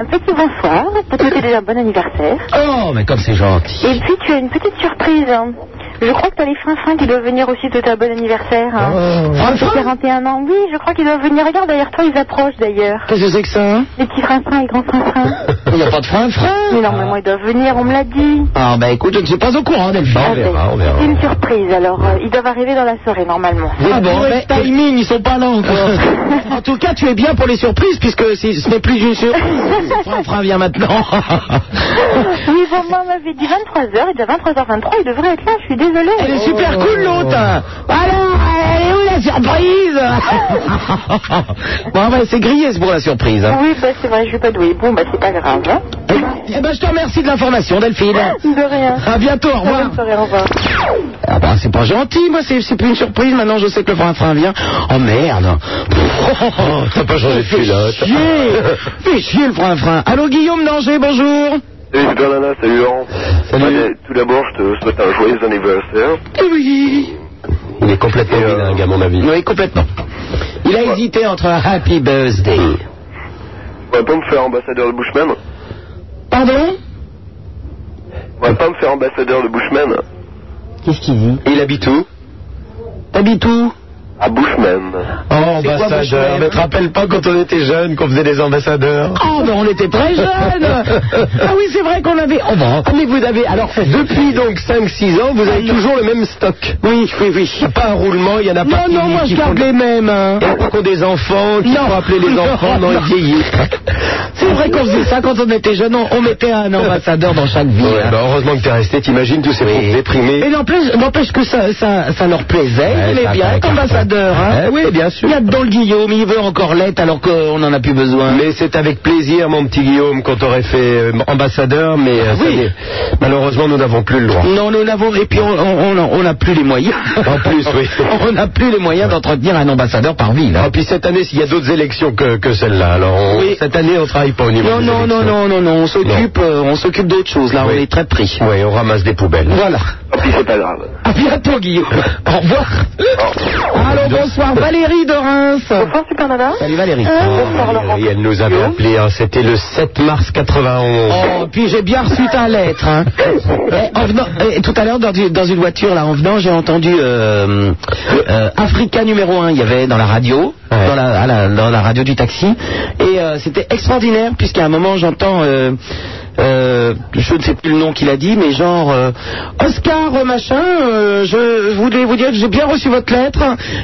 Un petit bonsoir pour te déjà un bon anniversaire. Oh, mais comme c'est gentil. Et puis tu as une petite surprise. hein. Je crois que tu as les frinfins qui doivent venir aussi de ta bon anniversaire. hein. Frinfrin Hein C'est 41 ans. Oui, je crois qu'ils doivent venir. Regarde derrière toi, ils approchent d'ailleurs. Qu'est-ce que c'est que ça hein Les petits frinfins, les grands frinfins. Il n'y a pas de frein, Ah. frein Mais normalement, ils doivent venir, on me l'a dit. Ah, bah écoute, je ne suis pas au courant, Delphine. Ah, ben, C'est une surprise, alors euh, ils doivent arriver dans la soirée normalement. Ah bon, mais timing, ils sont pas là encore. en tout cas, tu es bien pour les surprises, puisque c'est- ce n'est plus une surprise. Fran Fran vient maintenant. Oui, bon, moi, on m'avait dit 23h, il est 23h23, il devrait être là, je suis désolée. Elle est super cool, l'autre. Alors, elle est où la surprise Bon, ouais, c'est grillé, c'est pour la surprise. hein. Oui, bah, c'est vrai, je suis pas douée. Bon, bah, c'est pas grave. hein. Eh ben, je te remercie de l'information, Delphine. De rien. À bientôt, au revoir. Bonne soirée, au revoir. Ah bah c'est pas gentil, moi c'est c'est plus une surprise, maintenant je sais que le frein frein vient. Oh merde T'as pas changé de culotte. Fais chier Fais chier le frein frein Allô Guillaume Danger, bonjour Salut Super Nana, salut Laurent. Allez, Tout d'abord, je te souhaite un joyeux anniversaire. Oui Il est complètement bilingue, à mon avis. Oh. Oui, complètement. Il a hésité entre un happy birthday. Mm. Oh, On va pas me faire ambassadeur de Bushman. Pardon On va pas me faire ambassadeur de Bushman. Qu'est-ce qu'il dit Et il habite où T'habites où À Bushman. Oh, ambassadeur. Mais te rappelle pas quand on était jeunes qu'on faisait des ambassadeurs Oh, mais on était très jeunes Ah oui, c'est vrai qu'on avait... Oh, bah, mais vous avez... Alors, Depuis donc 5-6 ans, vous avez toujours le même stock. Oui, oui, oui. Il n'y a pas un roulement, il y en a pas Non, qui, non, moi qui je font garde le- les mêmes. hein. Il n'y en a pas qui ont des enfants, qui Non. font appeler les enfants, non, Non. ils vieillissent. C'est vrai qu'on faisait ça quand on était jeunes, on, on mettait un ambassadeur dans chaque ville. Ouais, bah, heureusement que t'es resté, t'imagines tous ces pauvres déprimés. Et n'empêche n'empêche que ça, ça, ça leur plaisait, Ouais, il est ça bien, fait un ambassadeur. Hein. Eh oui, bien sûr. Il y a dedans le Guillaume, il veut encore l'être alors qu'on n'en a plus besoin. Mais c'est avec plaisir, mon petit Guillaume, qu'on t'aurait fait euh, ambassadeur, mais euh, ça Ah Oui. y est, malheureusement, nous n'avons plus le droit. Non, nous n'avons... Et puis on on- on- on n'a plus les moyens. En plus, oui. on n'a plus les moyens d'entretenir un ambassadeur par ville. hein. Ah, puis cette année, s'il y a d'autres élections que, que celle-là, alors on- Oui. cette année, on travaille pas au niveau Non, des non, élections. non, non, non, non, on s'occupe, euh, on s'occupe d'autre chose. Là, on est très pris. Oui, on ramasse des poubelles. Voilà. Ah Tant pis, c'est pas grave. À bientôt, Guillaume. Au revoir. Allô, bonsoir, Valérie de Reims. Bonsoir, Super Nana. Salut, Valérie. Et Ah, elle nous avait appelé, hein, c'était le 7 mars 91. Oh, puis j'ai bien reçu ta lettre. hein. Eh, en venant- eh, tout à l'heure, dans, du- dans une voiture, là, en venant, j'ai entendu euh, euh, Africa numéro 1, il y avait dans la radio, dans, la, à la- dans la radio du taxi. Et euh, c'était extraordinaire, puisqu'à un moment, j'entends... euh, euh, je ne sais plus le nom qu'il a dit, mais genre euh, Oscar euh, machin, euh, je voulais vous dire que j'ai bien reçu votre lettre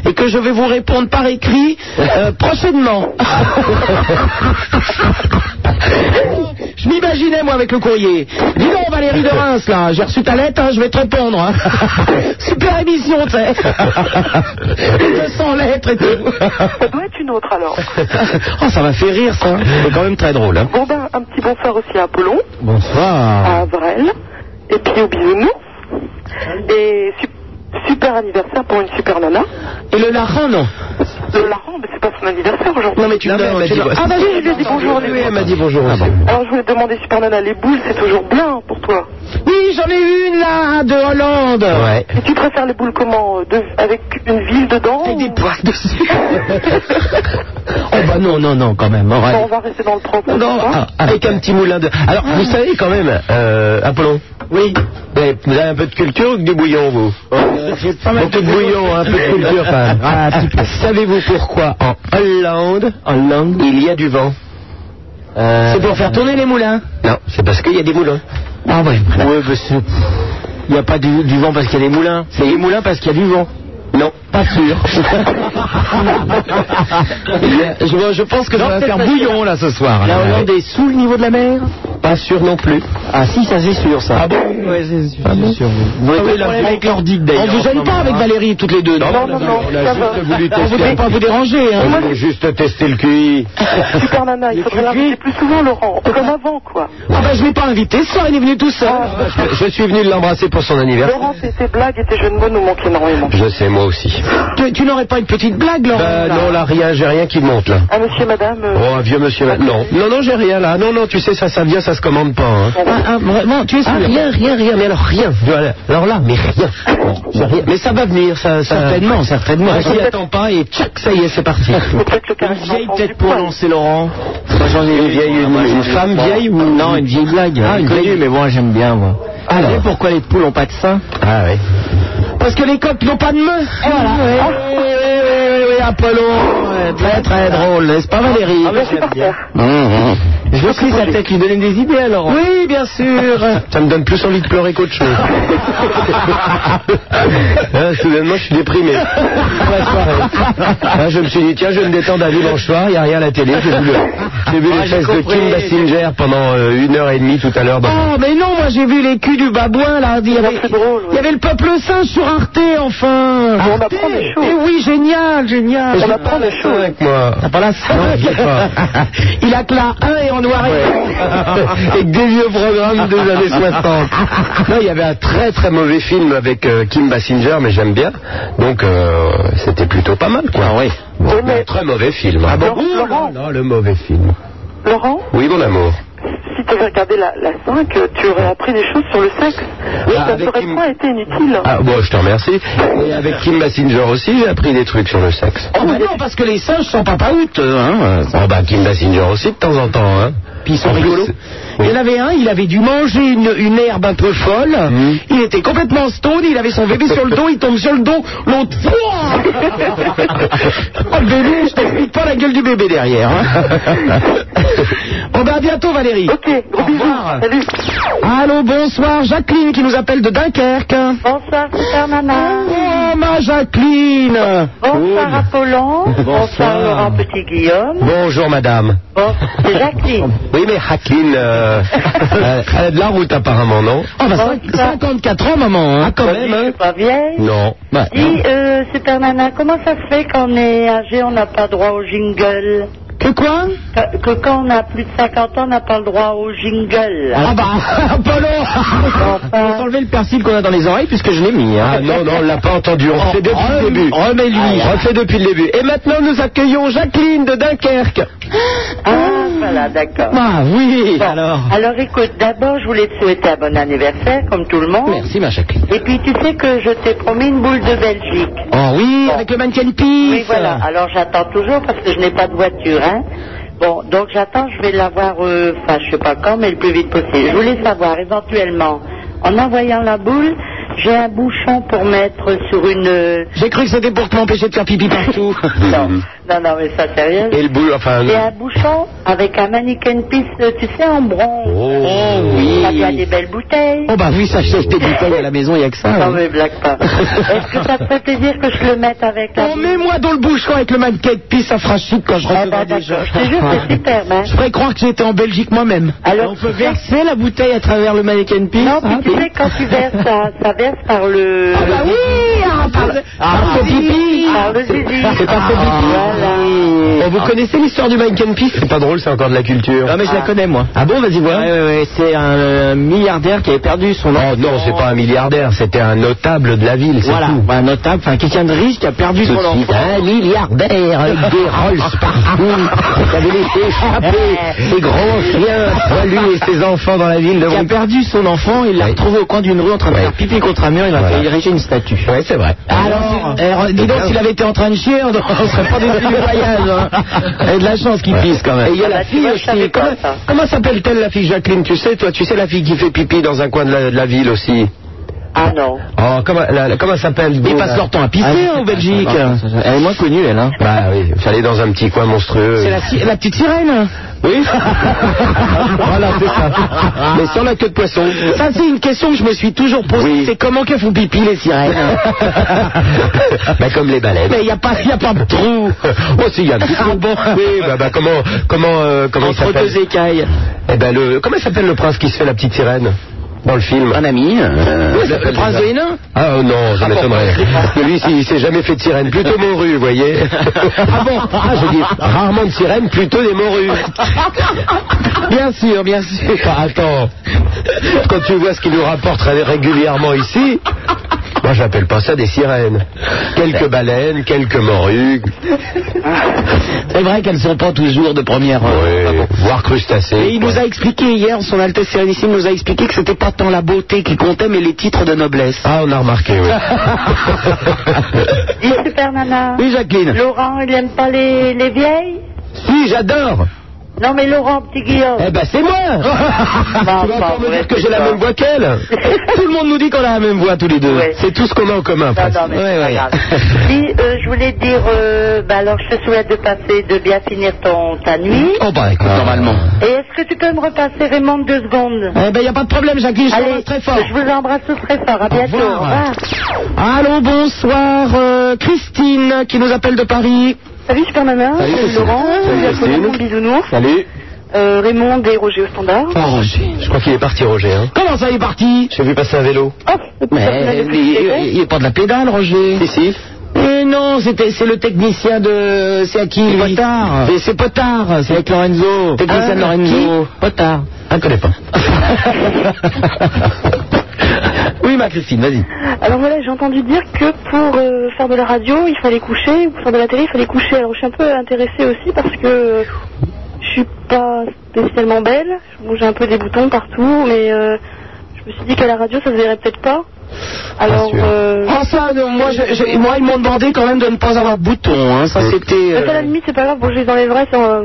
et que je vais vous répondre par écrit euh, prochainement. Je m'imaginais, moi, avec le courrier. Dis donc, Valérie de Reims, là, j'ai reçu ta lettre, hein, je vais te répondre. hein. Super émission, tu sais. 200 lettres et tout. Ça doit être une autre alors. Oh, ça m'a fait rire, ça. C'est quand même très drôle. Hein. Bon ben, un petit bonsoir aussi à Apollon, Bonsoir. à Avrel, et puis au bisounours. Et su- super anniversaire pour une super nana. Euh, Et le Laran, non Le Laran, mais c'est pas son anniversaire aujourd'hui. Non, mais tu Ah l'as, elle m'a dit bonjour. Ah bah oui, je lui ai dit bonjour. Oui, elle m'a dit bonjour aussi. Alors je voulais demander super nana, les boules, c'est toujours bien pour toi. Oui, j'en ai une, là, de Hollande. Ouais. Et tu préfères les boules comment euh, de- Avec une ville dedans Avec des poils dessus. Oh, bah non, non, non, quand même. ouais. on va rester dans le propre. Non, ah, avec un petit moulin de. Alors, vous savez quand même, euh, Apollon Oui. Vous avez, vous avez un peu de culture ou que du bouillon, vous Euh, Ah, Beaucoup de bouillon, un peu de culture, quand même. Ah, Savez-vous pourquoi en Hollande, Hollande, il y a du vent Euh, C'est pour faire tourner les moulins. Non, c'est parce qu'il y a des moulins. Ah ouais. Ouais, parce que il n'y a pas du, du vent parce qu'il y a des moulins. C'est les moulins parce qu'il y a du vent. Non, pas sûr. je, je pense que je vais faire bouillon, là, ce soir. La Hollande est sous le niveau de la mer Pas sûr non plus. Ah si, ça c'est sûr, ça. Ah bon Ouais, c'est sûr. Ah Vous avez le problème avec leur digue, d'ailleurs. On vous gêne pas avec Valérie toutes les deux. hein Non, non, non, non, On ça va. ne voudrait pas vous déranger. On Hein. voulait juste tester le QI. Super nana, il faudrait l'inviter plus souvent, Laurent. Comme avant, quoi. Ah bah je l'ai pas invité, ça, il est venu tout seul. Je, je suis venu l'embrasser pour son anniversaire. Laurent, tes tes blagues et tes jeux de mots nous manquent énormément. Je sais, moi aussi. Tu, tu n'aurais pas une petite blague, Laurent Euh, là non, là, rien, j'ai rien qui monte, là. Ah, monsieur, madame, euh, Oh, un vieux monsieur, là. Non, non, non, j'ai rien, là. Non, non, tu sais, ça, ça vient, ça se commande pas, hein. Ah, ah, vraiment, tu es sûr Ah, rien, rien, rien, mais alors rien. Voilà. Alors là, mais rien. J'ai rien. Mais ça va venir, ça. ça... Certainement, certainement. On s'y attend pas et tchac, ça y est, c'est parti. Une vieille tête pour lancer Laurent. Ah, une vieille, une, une femme vieille ou Non, une vieille blague. Ah, une connue, mais moi j'aime bien, moi. Alors. Vous savez pourquoi les poules n'ont pas de sein Ah ouais. Parce que les coqs n'ont pas de meuf. Voilà. Ah. Oui, oui, oui, oui, oui, Apollon. Ouais, Ah, Très, très drôle, n'est-ce Ah, pas, Valérie Mmh, Je veux que ça peut-être lui donner des idées, alors. Oui, bien sûr. Ça me donne plus envie de pleurer qu'autre chose. Hein, soudainement, je suis déprimé. Ouais, soirée. Hein, je me suis dit, tiens, je vais me détendre à dimanche soir, il n'y a rien à la télé. J'ai vu, le- j'ai Ah, vu les fesses de Kim Basinger pendant euh, une heure et demie tout à l'heure. Bah, dans- Oh, mais non, moi j'ai vu les culs du babouin là. Il y avait, il y avait le peuple singe sur Arte, enfin. Ah, on apprend des choses. Eh oui, génial, génial. On apprend des choses. Avec moi. T'as pas la cinq j'ai pas. Il a que la 1 et en noir et blanc. Avec des vieux programmes des années 60. Non, il y avait un très très mauvais film avec euh, Kim Basinger, mais j'aime bien. Donc euh, c'était plutôt pas mal, quoi. Ah oui. Très mauvais film. Ah bon Non, le mauvais film. Laurent, Oui, mon amour. si tu avais regardé la, la 5, euh, tu aurais appris des choses sur le sexe. Et ça Ah, avec n'aurait une- pas été inutile. Ah bon, je te remercie. Et avec Kim Basinger aussi, j'ai appris des trucs sur le sexe. Oh, bah non, parce que les singes sont pas Out, hein Oh bah Kim Basinger aussi de temps en temps, hein. Puis ils sont En plus, rigolos. Il y en avait un, il avait dû manger une, une herbe un peu folle. Il était complètement stone, il avait son bébé sur le dos, il tombe sur le dos, l'autre. Ouah oh, le bébé, je t'explique pas la gueule du bébé derrière. hein. bon ben à bientôt Valérie. Ok, gros bisous. Salut. Allô, bonsoir, Jacqueline qui nous appelle de Dunkerque. Bonsoir, super nana. Oh ma Jacqueline Bonsoir, Apollon. Bonsoir, Laurent Petit Guillaume. Bonjour madame. Bon, c'est Jacqueline. Eh Oui mais Jacqueline, euh, elle elle a de la route apparemment, non Oh, bah, cinq- 54 ans maman, hein, quand même. Je hein. suis pas vieille. Non. Bah, Dis, euh, super nana, comment ça se fait qu'on est âgé, on n'a pas droit au jingle hein. Que quoi que, que quand on a plus de 50 ans, on n'a pas le droit au jingle. Ah bah, Ah, Apollo Enfin, enlever le persil qu'on a dans les oreilles puisque je l'ai mis. hein. Ah non, non, on l'a pas entendu. On Oh, refait depuis rem- le début. remets-lui. On refait depuis le début. Et maintenant, nous accueillons Jacqueline de Dunkerque. Ah, voilà, d'accord. Ah oui, Bon. alors. Alors écoute, d'abord je voulais te souhaiter un bon anniversaire, comme tout le monde. Merci ma Jacqueline. Et puis tu sais que je t'ai promis une boule de Belgique. Oh oui, avec le mannequin Peace. Oui, voilà. Alors j'attends toujours parce que je n'ai pas de voiture, hein. Bon, donc j'attends, je vais l'avoir, euh, enfin je sais pas quand, mais le plus vite possible. Je voulais savoir, éventuellement, en envoyant la boule, j'ai un bouchon pour mettre sur une... euh, J'ai cru que c'était pour te m'empêcher de faire pipi partout. Non, non, mais ça, sérieux Mhm. Et le boule, enfin. J'ai un bouchon avec un mannequin piste, tu sais, en bronze. Oh, oui. Ça doit des belles bouteilles. Oh bah oui, ça je des bouteilles à la maison, il n'y a que ça. Non, oui. mais blague pas. Est-ce que ça te fait plaisir que je le mette avec la Eh Oh, mets-moi dans le bouchon avec le mannequin de pisse, ça fera chic Oh, quand Ah, bah, je recevrai des gens. ben, Je te jure, c'est super, hein. Je ferais croire que j'étais en Belgique moi-même. Alors, on peut verser la bouteille à travers le mannequin hein de pisse. Non, Ah, puis tu sais, quand tu verses, ça, ça verse par le. Ah, bah oui Par le, ah, c'est pipi. Par le zizi. C'est pas fait Ah, pipi. Oh, vous connaissez l'histoire du mannequin Peace C'est pas drôle, c'est encore de la culture. Non, mais je la connais, moi. Ah bon, vas-y voir. Ouais, ouais, ouais, c'est un euh, milliardaire qui avait perdu son Oh non, c'est pas un milliardaire, c'était un notable de la ville, c'est Voilà, tout. bah, notable, enfin quelqu'un de riche qui a perdu Tout son de suite, enfant. un milliardaire avec des Rolls partout, qui avait laissé échapper ses grands chiens poilus et ses enfants dans la ville de Eh. Qui a Bruxelles. perdu son enfant, il l'a retrouvé au coin d'une rue en train de faire pipi contre un mur, il a Voilà. fait ériger une statue. Ouais, c'est vrai. Oh. Alors, eh, dis donc, s'il avait été en train de chier, on ne serait pas déçu du voyage. hein. Et de la chance qu'il pisse quand même. Et il y a la fille aussi. Comment, comment s'appelle-t-elle la fille Jacqueline Tu sais, toi, tu sais la fille qui fait pipi dans un coin de la, de la ville aussi Ah non. Oh, comment, la- la- comment s'appelle Ah Ils passent leur temps à pisser hein, en Belgique. Elle est moins connue, elle. Hein. Bah oui, fallait dans un petit coin monstrueux. C'est la, si- la petite sirène. Oui Voilà, c'est ça. Mais sans la queue de poisson. Ça, c'est une question que je me suis toujours posée. C'est comment qu'elles font pipi, les sirènes hein. Bah, comme les baleines. Mais il n'y a, pas- y a pas de trou. Oh, si, il y a un petit trou. Oui, bah, bah, comment, comment, euh, comment il Entre s'appelle deux écailles. Eh ben, le, comment il s'appelle le prince qui se fait la petite sirène dans le film Un ami. euh, Le prince de Hénin Ah oh non, ça m'étonnerait. Mais Lui, il s'est jamais fait de sirène, plutôt morue, vous voyez. Ah bon Ah, je dis rarement de sirène, plutôt des morues. Bien sûr, bien sûr. Ah, attends, quand tu vois ce qu'il nous rapporte ré- régulièrement ici, moi j'appelle pas ça des sirènes. Quelques baleines, quelques morues, C'est vrai qu'elles ne sont pas toujours de première. heure. ouais, voire crustacées. Et il quoi. nous a expliqué hier, son Altesse Sérénissime nous a expliqué que c'était pas tant la beauté qui comptait, mais les titres de noblesse. Ah, on a remarqué, oui. Dis super, nana. Oui, Jacqueline. Laurent, il aime pas les, les vieilles Si, j'adore. Non, mais Laurent, petit Guillaume. Eh ben, c'est moi. Non, tu vas pas encore me vrai, dire que c'est j'ai la pas. même voix qu'elle. Tout le monde nous dit qu'on a la même voix tous les deux. Ouais. C'est tout ce qu'on a en commun. Non, presque. non, mais c'est Ouais, pas ouais. grave. Si, euh, je voulais dire, euh, bah, alors je te souhaite de passer, de bien finir ton, ta nuit. Oh bah écoute, normalement. Et est-ce que tu peux me repasser Raymond deux secondes Eh ben y a pas de problème, Jacqueline, je Allez, t'embrasse très fort. je vous embrasse tous très fort. À bientôt. revoir. Au revoir. Allô, bonsoir, euh, Christine qui nous appelle de Paris. Salut Super Nana, salut, Laurent, salut Jacqueline, mon bisounours, Salut. euh, Raymond et Roger au standard. Oh, Roger. Je crois qu'il est parti, Roger. Hein. Comment ça, il est parti J'ai vu passer un vélo. Oh, le Eh, petit personnage de Mais Petit Guillaume. il n'est pas de la pédale, Roger. Si, si. Mais non, c'était- c'est le technicien de. C'est à qui lui Potard. C'est- C'est Potard, c'est avec Lorenzo. Technicien Ah, de Lorenzo. Potard. Ah, je connais pas. oui, ma Christine, vas-y. Alors voilà, j'ai entendu dire que pour euh, faire de la radio, il fallait coucher, ou pour faire de la télé, il fallait coucher. Alors je suis un peu intéressée aussi parce que euh, je suis pas spécialement belle, Bon, j'ai un peu des boutons partout, mais euh, je me suis dit qu'à la radio, ça se verrait peut-être pas. Alors, sûr. euh, Ah, ça, non, moi, je- je- moi, ils m'ont demandé quand même de ne pas avoir de bouton. Hein. Ça, c'était. mais ça, à la euh, limite, c'est pas grave, bon, je les enlèverai sur un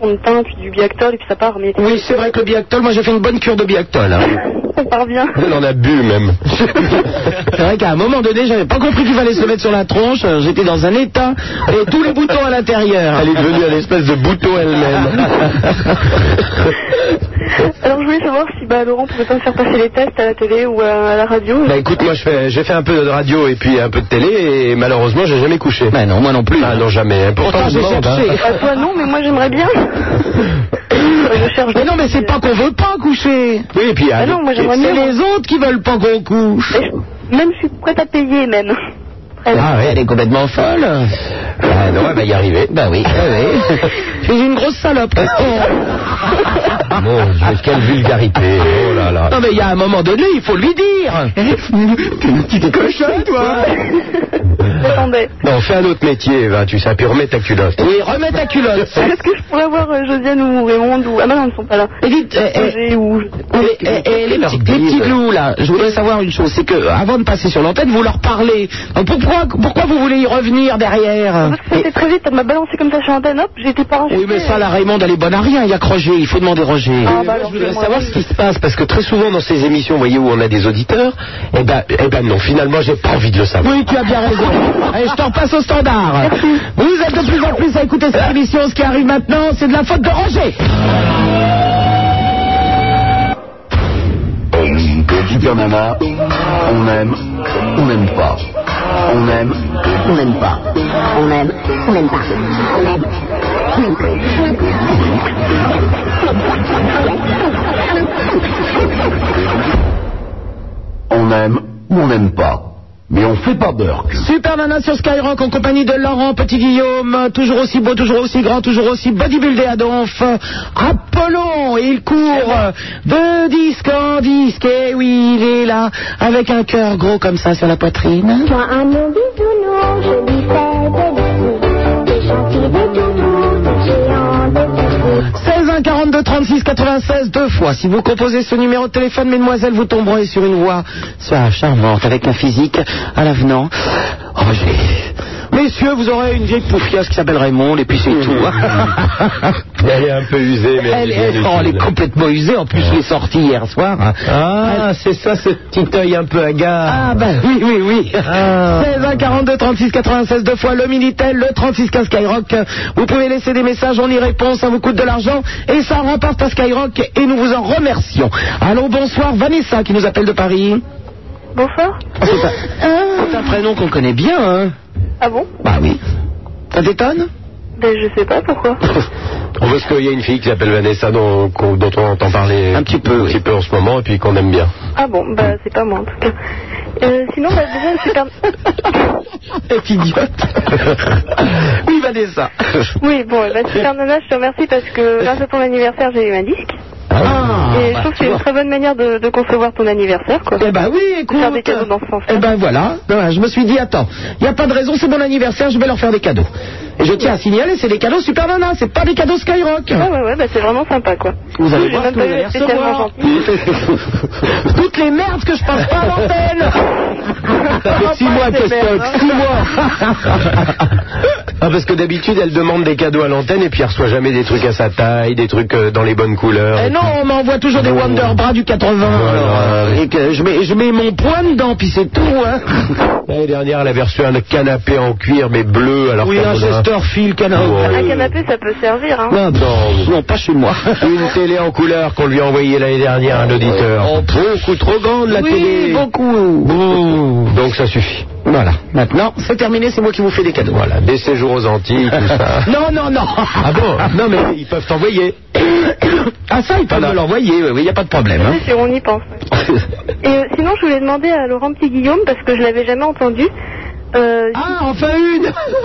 fond de teint, puis du Biactol, et puis ça part, mais Oui, c'est vrai que le Biactol, moi, j'ai fait une bonne cure de Biactol. hein. ça part bien. On en a bu, même. C'est vrai qu'à un moment donné, j'avais pas compris qu'il fallait se le mettre sur la tronche. euh, J'étais dans un état et tous les boutons à l'intérieur. Elle est devenue un espèce de bouton elle-même. Alors je voulais savoir si bah, Laurent pouvait pas me faire passer les tests à la télé ou à, à la radio. Bah écoute, moi je fais- j'ai fait un peu de radio et puis un peu de télé et malheureusement j'ai jamais couché. Mais non, moi non plus. Ah non jamais. hein. Pourtant, Pourtant, je j'ai demande, cherché. hein. Bah, toi non, mais moi j'aimerais bien. je cherche Mais non, mais c'est pas qu'on veut pas coucher. Oui et puis Ah non, moi j'aimerais C'est mieux. les autres qui veulent pas qu'on couche. Même je suis prête à payer, même. Très bien. Ah ouais, elle est complètement folle. Bah Ah non, elle va y arriver. Ben oui. Je suis une grosse salope. Oh. Mon Dieu, quelle vulgarité. Oh là là. Eh, Non, mais il y a un moment donné, il faut lui dire. T'es une petite cochonne, toi. Attendez. Non, fais un autre métier, Eva, tu sais, puis remets ta culotte. Oui, remets ta culotte. Est-ce que je pourrais voir euh, Josiane ou Raymond ou... Ah non, non, ils ne sont pas là. Et dites, euh, Roger ou... je sais pas. Et, et- et eh, les, petits, les petits loups, là, je voudrais savoir une chose, c'est que avant de passer sur l'antenne, vous leur parlez. Donc, Pourquoi, pourquoi vous voulez y revenir derrière Ça fait très vite, elle m'a balancé comme ça sur l'antenne, hop, j'ai été pas Oui, Ah, mais ça, la Raymond, elle est bonne à rien. Il y a que Roger, il faut demander Roger. Ah, bah, alors, Je voudrais c'est moi. savoir ce qui se passe parce que très souvent dans ces émissions, vous voyez où on a des auditeurs, eh ben, eh ben non, finalement, j'ai pas envie de le savoir. Oui, tu as bien raison. Allez, je te repasse au standard. Vous êtes de plus en plus à écouter cette émission. Ce qui arrive maintenant, c'est de la faute de Roger. Super Nana, on aime, on n'aime pas. On aime, on n'aime pas. On aime, on n'aime pas. On aime ou on n'aime pas. Mais on fait pas Burke. Super Nana sur Skyrock en compagnie de Laurent Petit Guillaume, toujours aussi beau, toujours aussi grand, toujours aussi bodybuildé à donf. Apollon, et il court de disque en disque. Et oui, il est là avec un cœur gros comme ça sur la poitrine. Moi, à mon bisounours, je lui fais des bisous. Des gentils, des doudous, des géants, des fous. 16 1 42 36 96 deux fois. Si vous composez ce numéro de téléphone, mesdemoiselles, vous tomberez sur une voix soit charmante avec un physique à l'avenant. Roger. Messieurs, vous aurez une vieille poufiasse qui s'appelle Raymond et puis c'est tout. Elle est un peu usée, mais Elle bien est, oh, elle est utile. complètement usée. En plus, je l'ai sortie hier soir. hein. Ah, c'est ça, ce petit œil un peu hagard. Ah. Ah ben oui, oui, oui. 16 1 42 36 96 deux fois le Minitel, le 36 15 Skyrock. Vous pouvez laisser des messages, on y répond, ça vous coûte de l'argent et ça remporte à Skyrock et nous vous en remercions. Allons, bonsoir Vanessa qui nous appelle de Paris. Bonsoir. Ah, C'est un, c'est un prénom qu'on connaît bien, hein Ah bon Bah oui. Ça t'étonne Ben, je sais pas pourquoi. On veut qu'il y a une fille qui s'appelle Vanessa dont, qu'on- dont on entend parler un petit peu, en ce moment et puis qu'on aime bien. Ah bon, bah c'est pas moi en tout cas. Euh, sinon, bah, déjà, le super... Cette Oh, idiote. oui, Vanessa. Oui, bon, eh ben, super nana, je te remercie parce que grâce à ton anniversaire, j'ai eu un disque. Ah. Ah. et bah, je trouve que c'est une très bonne manière de, de concevoir ton anniversaire, quoi. Eh ben oui, écoute. Faire des cadeaux dans ce sens-là. Eh ben voilà, Voilà, je me suis dit, attends, il n'y a pas de raison, c'est mon anniversaire, je vais leur faire des cadeaux. Et je tiens à signaler, c'est des cadeaux Super Nana, c'est pas des cadeaux Skyrock. Ouais, ouais, ouais, bah, c'est vraiment sympa, quoi. Vous allez J'ai voir même que pas vous eu allez à être spécialement recevoir. gentil. Toutes les merdes que je passe pas à l'antenne. Ça fait Ah, 6 mois qu'elle stocke, hein. 6 mois Ah, parce que d'habitude, elle demande des cadeaux à l'antenne et puis elle reçoit jamais des trucs à sa taille, des trucs euh, dans les bonnes couleurs. Eh non, on m'envoie toujours des Wonder Bra du 80. alors, euh, et que je mets, je mets mon poing dedans, puis c'est tout. Hein. L'année dernière, elle avait reçu un canapé en cuir, mais bleu, alors Oui, qu'on un en a- Chesterfield, canard. Un canapé, ça peut servir, hein. Non, non, non, pas chez moi. Une télé en couleur qu'on lui a envoyée l'année dernière à un auditeur. beaucoup trop grande, la oui, télé. beaucoup. Donc ça suffit. Voilà, maintenant, c'est terminé, c'est moi qui vous fais des cadeaux. Voilà, des séjours aux Antilles, tout ça. Non, non, non. Ah bon Non, mais ils peuvent t'envoyer. Ah ça, ils peuvent me l'envoyer, oui, oui, il n'y a pas de problème. hein. Oui, c'est- on y pense. ouais. Et euh, sinon, je voulais demander à Laurent Petit Guillaume parce que je l'avais jamais entendu. Euh, Ah, enfin une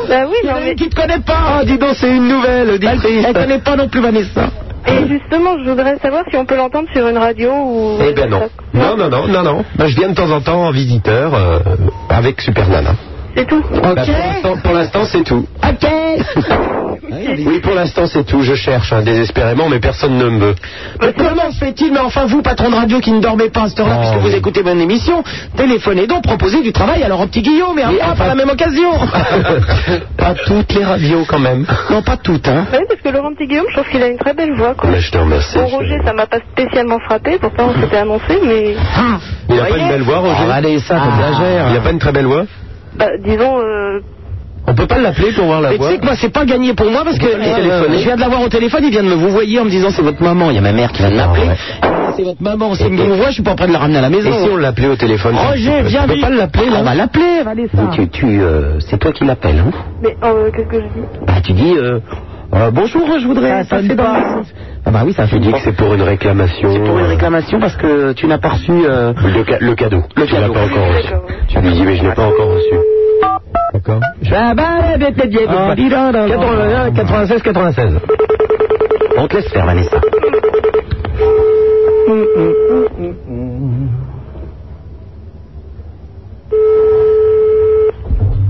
Bah oui, Il y en non, a mais- une qui te connaît pas Ah, dis donc, c'est une nouvelle auditrice. Elle connaît pas non plus Vanessa. Et justement, je voudrais savoir si on peut l'entendre sur une radio ou. Eh ben non. Non, non, non, non, non. Moi, je viens de temps en temps en visiteur euh, avec Super Nana. C'est tout. Bah, pour l'instant- pour l'instant, c'est tout. Ok Oui, pour l'instant, c'est tout. Je cherche hein, désespérément, mais personne ne me veut. Mais comment se fait-il Mais enfin, vous, patron de radio qui ne dormez pas à cette Oh. heure-là, puisque vous écoutez mon émission, téléphonez donc, proposez du travail alors au petit Guillaume et à moi par la même occasion Ah, Pas toutes les radios, quand même. Non, pas toutes, hein Oui, parce que Laurent Petit Guillaume, je trouve qu'il a une très belle voix, quoi. Mais je te remercie. Bon, Roger, ça m'a pas spécialement frappé, pourtant on s'était annoncé, mais. Ah. Il n'a pas une belle voix, Roger Ah. Allez, ça, t'exagères. Il n'a pas une très belle voix Bah, disons. euh, On peut pas l'appeler pour voir la Mais tu voix sais que moi, c'est pas gagné pour moi parce que euh, lui téléphoner. je viens de l'avoir au téléphone, il vient de me vous voyez en me disant c'est votre maman. Il y a ma mère qui vient de Ah m'appeler. C'est votre maman, c'est me voit, je suis pas prêt de la ramener à la Et maison. si on l'appelait au téléphone Roger, viens, On peut vite. pas l'appeler, Ah, là On va l'appeler, Vanessa. Tu, tu, euh, c'est toi qui m'appelles, hein Mais euh, qu'est-ce que je dis Bah, tu dis, euh, euh, bonjour, je voudrais. Ça sonne pas. Ah bah oui, ça Tu fait dis que c'est pour une réclamation. pour une réclamation parce que tu n'as pas reçu. euh, Le, ca- le cadeau. Le tu l'as cadeau. pas encore reçu. D'accord. Tu lui dis, mais je n'ai pas encore reçu. D'accord. Ah, dis donc, donc, 81, 96, 96. On te laisse faire, Vanessa.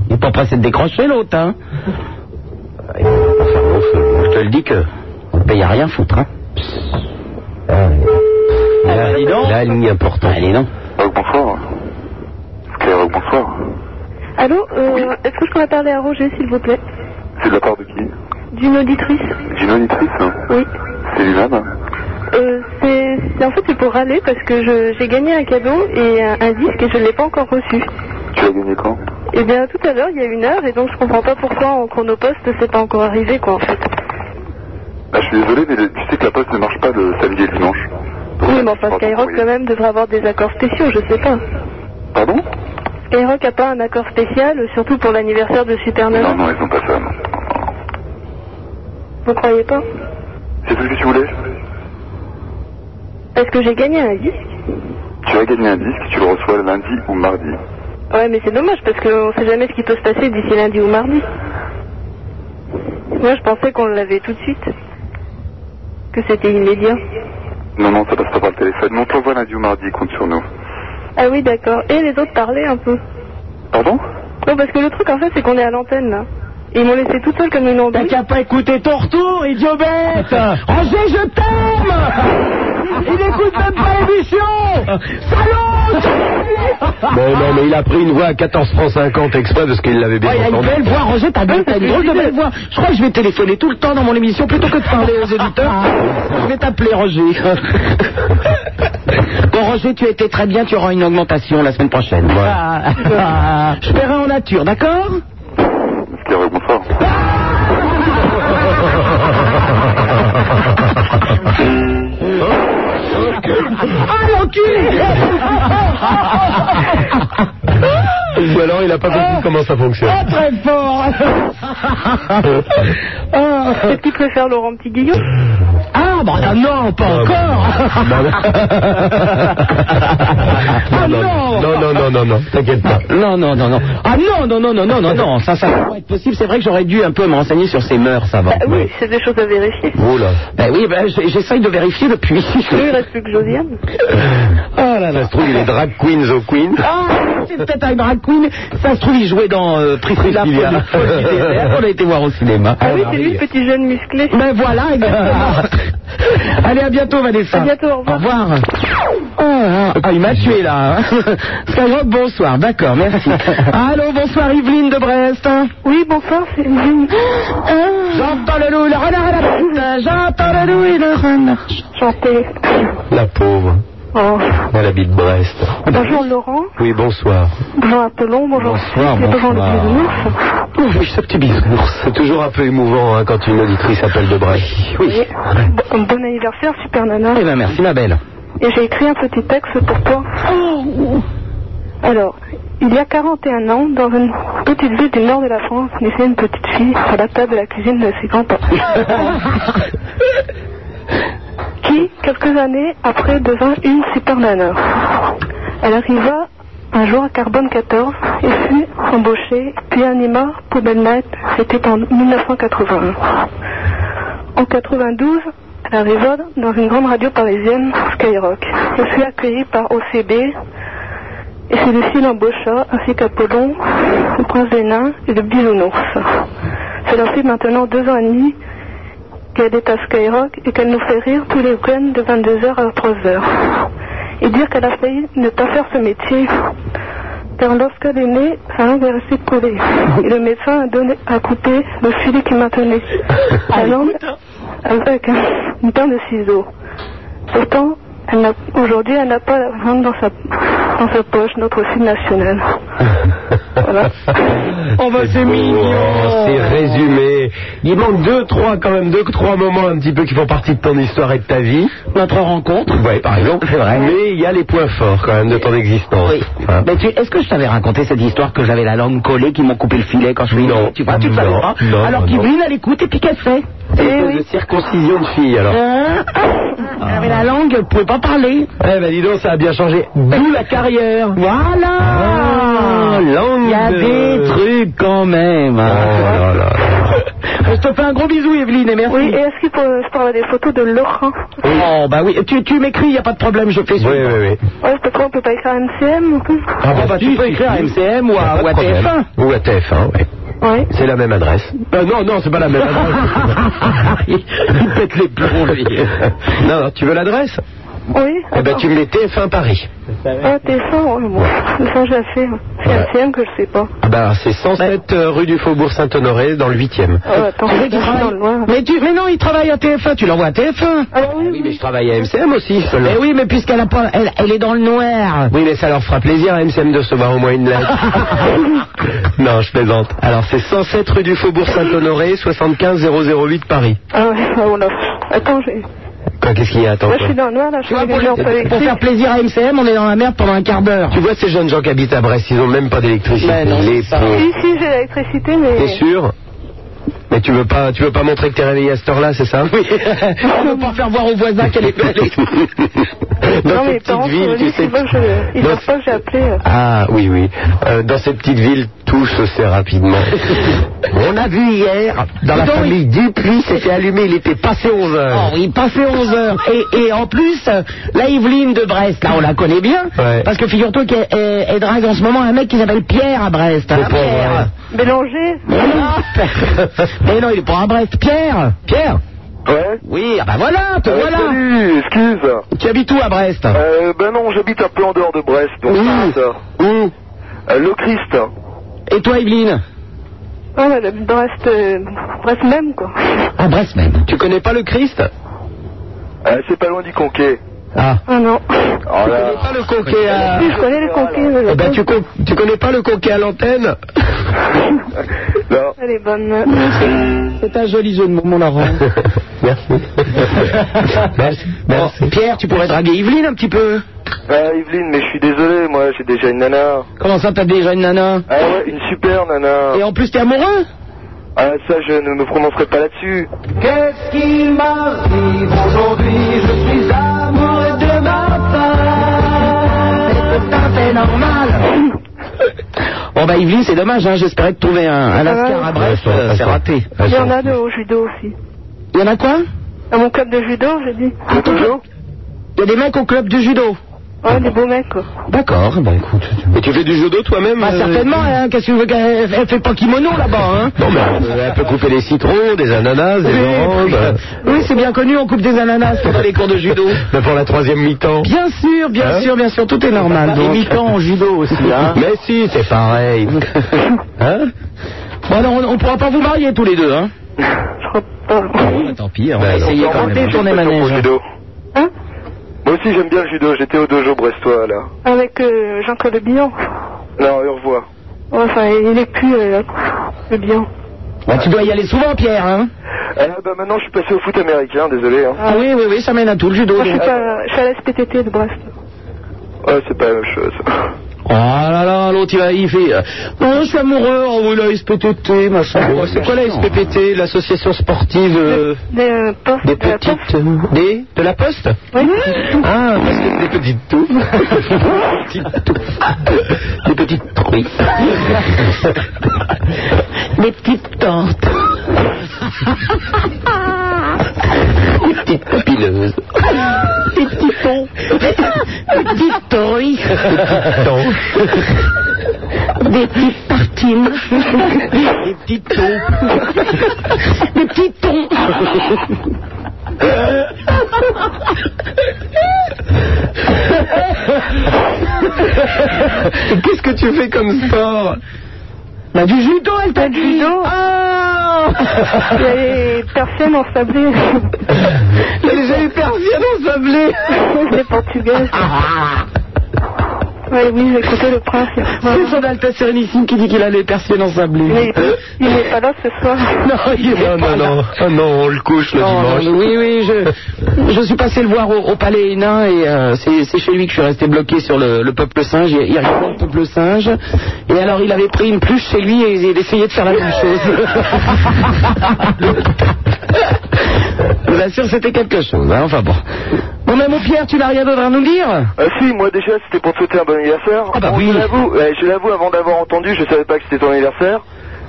Il est pas pressé de décrocher l'autre, hein Je te le dis que on ne paye à rien foutre. Hein. Ah, Là, la ligne importante. Allez, non. bonsoir. Claire, bonsoir. Allô, euh, est-ce que je pourrais parler à Roger, s'il vous plaît C'est de la part de qui D'une auditrice D'une auditrice hein Oui. C'est lui-même Euh, c'est, c'est- en fait, c'est pour râler parce que je, j'ai gagné un cadeau et un, un disque et je ne l'ai pas encore reçu. Tu as gagné quand Eh bien, tout à l'heure, il y a une heure et donc je comprends pas pourquoi en chronopost, c'est pas encore arrivé, quoi, en fait. Ah, Je suis désolé, mais le- tu sais que la poste ne marche pas le samedi et le dimanche. Oui, mais enfin, Skyrock, quand même, devrait avoir des accords spéciaux, je sais pas. Pardon Skyrock a pas un accord spécial, surtout pour l'anniversaire de Supernova Non, non, ils ont pas ça. non. Vous croyez pas C'est tout ce que tu voulais Parce que j'ai gagné un disque. Tu as gagné un disque, tu le reçois le lundi ou mardi. Ouais, mais c'est dommage parce qu'on sait jamais ce qui peut se passer d'ici lundi ou mardi. Moi, je pensais qu'on l'avait tout de suite. Que c'était immédiat. Non, non, ça passe pas par le téléphone. Mais on t'envoie lundi ou mardi, compte sur nous. Ah oui, d'accord. Et les autres parlaient un peu. Pardon Non, parce que le truc, en fait, c'est qu'on est à l'antenne, là. Ils m'ont laissé toute seule comme une ondule. T'as qu'à pas écouter ton retour, idiot bête Roger, je t'aime Il écoute même pas l'émission Bon, non, mais il a pris une voix à 14 francs 50 exprès parce qu'il l'avait bien Ouais, il a une entendu. belle voix, Roger, t'as bien- t'as une drôle de belle voix. Je crois que je vais téléphoner tout le temps dans mon émission plutôt que de parler aux éditeurs. Je vais t'appeler, Roger. Bon, Roger, tu as été très bien, tu auras une augmentation la semaine prochaine. Je paierai en nature, d'accord Ah, Ou alors il a pas compris comment ça fonctionne. Très fort Ah, Est-ce qu'il préfère Laurent Petit Guillot Ah, bah non, pas encore Non, non, non, non, non, non, non, t'inquiète pas. Ah, Non, non, non, non. Ah non, non, non, non, non, non, non, ça, ça va pas être possible. C'est vrai que j'aurais dû un peu me renseigner sur ces mœurs avant. Ah Euh, Oui, c'est des choses à vérifier. Oh là. Ben oui, ben j'- j'essaye de vérifier depuis. Lui, il reste plus que Josiane. Ah là là. Ça se trouve, il est drag queens au queen. Oh Ah, c'est peut-être un drag queen. Ça se trouve, il jouait dans euh, Priscilla. Priscilla. Folie- Folie du désert. On a été voir au cinéma. Ah oui, c'est lui, le petit jeune musclé. Ben voilà, exactement. Allez, à bientôt, Vanessa. À bientôt, au revoir. Ah, ah, ah, il m'a tué là. hein. Skyrock, bonsoir. D'accord, merci. Allô, bonsoir Yveline de Brest. Oui, bonsoir, c'est J'entends le loup, le renard et la bête. J'entends le loup et le renard. Chanter. La pauvre. Oh. Elle habite Brest. Bonjour Laurent, Oui, bonsoir. bonjour Apollon, bonjour Bonsoir, Cyric et bonjour le bonsoir. bisounours. Oh, oui, ce petit bisounours. C'est toujours un peu émouvant hein, quand une auditrice appelle de Brest. Oui. Bon, bon anniversaire, super nana. Eh ben merci, ma belle. Et j'ai écrit un petit texte pour toi. Oh. Alors, il y a 41 ans, dans une petite ville du nord de la France, naissait une petite fille à la table de la cuisine de ses grands-parents. qui, quelques années après, devint une super nana. Elle arriva un jour à Carbone 14 et fut embauchée, puis anima Poubelle Night, c'était en 1981. En 92, elle arriva dans une grande radio parisienne, Skyrock, et fut accueillie par OCB, et celui-ci l'embaucha, ainsi qu'Apollon, le prince des nains et le bisounours. Cela fait maintenant deux ans et demi qu'elle est à Skyrock et qu'elle nous fait rire tous les week-ends de 22h à 3h. Et dire qu'elle a failli ne pas faire ce métier, car lorsqu'elle est née, sa langue est restée collée. Et le médecin a, donné, a coupé le filet qui maintenait sa langue avec un, une paire de ciseaux. Pourtant, elle n'a- aujourd'hui, elle n'a pas la langue dans sa, dans sa poche, notre film national. Oh bah c'est mignon, c'est résumé. Il manque deux, trois quand même, deux, trois moments un petit peu qui font partie de ton histoire et de ta vie. Notre rencontre. Oui, par exemple, c'est vrai. Bah, Mais il y a les points forts quand même de ton existence. Hein. Enfin, Ben, tu- Est-ce que je t'avais raconté cette histoire que j'avais la langue collée, qu'ils m'ont coupé le filet quand je suis Non. Tu vois, tu ne savais Non, pas. non, Alors non, qu'Yveline, elle écoute et puis qu'elle fait. Eh de circoncision de filles, alors. Mais la langue, vous pouvez pas parler. Eh ben dis donc, ça a bien changé. D'où la carrière. Voilà. langue. Il y a des trucs quand Oh même. Je te fais un gros bisou, Evelyne, et merci. Oui, et est-ce que euh, je parle des photos de Laurent Oh, bah oui, tu, tu m'écris, il n'y a pas de problème, je fais ça. Oui, oui, oui. Ouais, parce qu'on peut pas écrire à MCM ou quoi Ah bah, tu peux écrire à MCM ou à, ou à TF1. Ou à TF1, ouais. Ouais. C'est la même adresse. Ah non, non, c'est pas la même adresse. il pète les plombs, lui. non, non, tu veux l'adresse Oui. Eh ben, tu me mets TF1 Paris. Ah, t'es sans, ouais, bon, ça j'ai fait. C'est Ouais. MCM que je sais pas. Ah bah, c'est 107 euh, rue du Faubourg Saint-Honoré, dans le 8e. Ah, attends, Mais, tu je suis travailles- dans le noir. Ah mais tu- mais non, il travaille à TF1, tu l'envoies à TF1. Ah oui, mais je travaille à MCM aussi. Mais oui, mais puisqu'elle a pas- elle, elle est dans le noir. Oui, mais ça leur fera plaisir à MCM de recevoir au moins une lettre. non, je plaisante. Alors, c'est 107 rue du Faubourg Saint-Honoré, 75 008 Paris. Ah ouais, ah, on a- Attends, j'ai- Quoi, qu'est-ce qu'il y a Attends. là je suis dans le noir, là je suis dans le noir, on peut Pour l'écrire. faire plaisir à MCM, on est dans la merde pendant un quart d'heure. Tu vois ces jeunes gens qui habitent à Brest, ils ont même pas d'électricité. Mais non, Les pauvres. Si, si, j'ai l'électricité, mais. T'es sûr Mais tu veux pas, tu veux pas montrer que t'es réveillé à cette heure-là, c'est ça Oui. on peut pas faire voir aux voisins qu'elle est belle. Dans Non, mes ces petites parents sont villes, tu venus, sais. ils veulent que je- ils dans savent pas que j'ai appelé. euh. Ah oui, oui. Euh, dans ces petites villes, tout se sait rapidement. On a vu hier, dans la Donc, famille Dupuis, c'était allumé, il était passé 11 heures. Oh, il passait 11 heures. Et, et en plus, euh, la Yveline de Brest, là, on la connaît bien. Ouais. Parce que figure-toi qu'elle elle- elle drague en ce moment un mec qui s'appelle Pierre à Brest. Hein, pauvre, Pierre. euh, Bélanger Mais Ah. non. Mais Eh non, il est pas à Brest. Pierre Pierre Ouais. Oui, ah bah voilà, te Euh, voilà. Salut, excuse. Tu habites où à Brest Euh, ben non, j'habite un peu en dehors de Brest, donc Où c'est ça. Où Euh, le Christ. Et toi, Yveline Ouais, mais le Brest, euh, Brest même, quoi. À Brest même. Tu connais pas le Christ Euh, c'est pas loin du Conquet. Ah. Ah non. Oh Tu là. connais pas le coquet à... Si, je connais euh, les conquis. Eh ben, tu, con- tu connais pas le coquet à l'antenne Non. Elle est ah, bonne. C'est un joli jeu de mots, mon Laurent. Merci. Merci. Merci. Bon, Pierre, tu pourrais draguer Yveline un petit peu. Ah, Yveline, mais je suis désolé, moi, j'ai déjà une nana. Comment ça, t'as déjà une nana Ah ouais, une super Euh. nana. Et en plus, t'es amoureux Ah, ça, je ne me prononcerai pas là-dessus. Qu'est-ce qui m'arrive aujourd'hui Je suis amoureux de ma femme. C'est tout à fait normal. Bon bah Yveline, c'est dommage, hein, j'espérais te trouver un, un Lascar à Brest, Ouais, euh, c'est raté. Elles Il y sont- en a deux au judo aussi. Il y en a quoi À mon club de judo, j'ai dit. Le dojo Il y a des mecs au club du judo. Ouais, des beaux mecs, quoi. D'accord, bah écoute. tu- Et tu fais du judo toi-même Bah euh, certainement, hein, qu'est-ce que tu veux qu'elle elle fait pas kimono là-bas, hein Non, mais euh, elle peut couper des citrons, des ananas, des oui, oranges. euh, oui, c'est bien connu, on coupe des ananas pendant les cours de judo. mais pour la troisième mi-temps. Bien sûr, bien Hein sûr, bien sûr, tout est normal. Et mi-temps en judo aussi, hein. Mais si, c'est pareil. hein Bon alors, on, on pourra pas vous marier tous les deux, hein Je crois pas. Ah, Tant pis, on Ben va essayer Alors, quand moi même. aussi, j'aime pas trop le judo. Hein Moi aussi, j'aime bien le judo. J'étais au dojo brestois, là. Avec euh, Jean-Claude Billon. Non, au revoir. Ouais, Enfin, il est plus euh, le Billon. Bah, tu dois y aller souvent, Pierre, hein Ah, bah maintenant, je suis passé au foot américain, désolé. Hein. Ah oui, oui, oui, ça mène à tout, le judo. Moi, je suis, donc. pas, je suis à la SPTT de Brest. Ouais, c'est pas la même chose. Oh là là, l'autre il, va- il fait. euh, Non, je suis amoureux, oh oui, la SPTT, machin. Oh, c'est quoi la SPPT, l'association sportive euh, Des euh, postes des de la poste. petites. euh, Des, de la Poste Oui. Ah, parce que des petites touffes. des petites touffes. Des petites truies. Des petites tentes. Des petites papilleuses. Des petits tons. Des petites tories. Des petites tartines. Des petits tons. Des petits tons. Qu'est-ce que tu fais comme sport Bah, du judo, elle t'a dit. judo. Ah Il y a les persiennes en sablé. J'ai eu persienne ensablée. des portugaises. Ouais, oui, écoutez le prince. il y a- C'est son Altesse Sérénissime qui dit qu'il a les persiennes ensablées. Mais il n'est pas là ce soir. Non, il est Non, pas non, là. non. Ah non, on le couche le Oh, Non, dimanche. non, oui, oui, je, je suis passé le voir au, au palais Hénin et euh, c'est c'est chez lui que je suis resté bloqué sur le, le peuple singe. Il, il regardait le peuple singe et alors il avait pris une pluche chez lui et il essayait de faire la même chose. Je vous assure, c'était quelque chose. hein, Enfin bon. Bon, mais mon Pierre, tu n'as rien d'autre à nous dire Euh, si, moi déjà, c'était pour te souhaiter un bon anniversaire. Ah bah Bon, oui. Je l'avoue, euh, je l'avoue, avant d'avoir entendu, je savais pas que c'était ton anniversaire.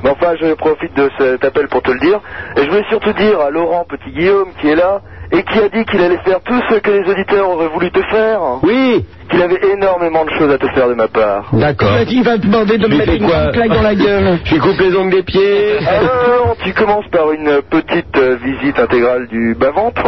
Mais enfin, je profite de cet appel pour te le dire. Et je voulais surtout dire à Laurent Petit Guillaume qui est là et qui a dit qu'il allait faire tout ce que les auditeurs auraient voulu te faire. Oui. Qu'il avait énormément de choses à te faire de ma part. D'accord. Il va te demander de me mettre une grande claque dans la gueule. Je lui coupe les ongles des pieds. Alors, tu commences par une petite euh, visite intégrale du bas-ventre.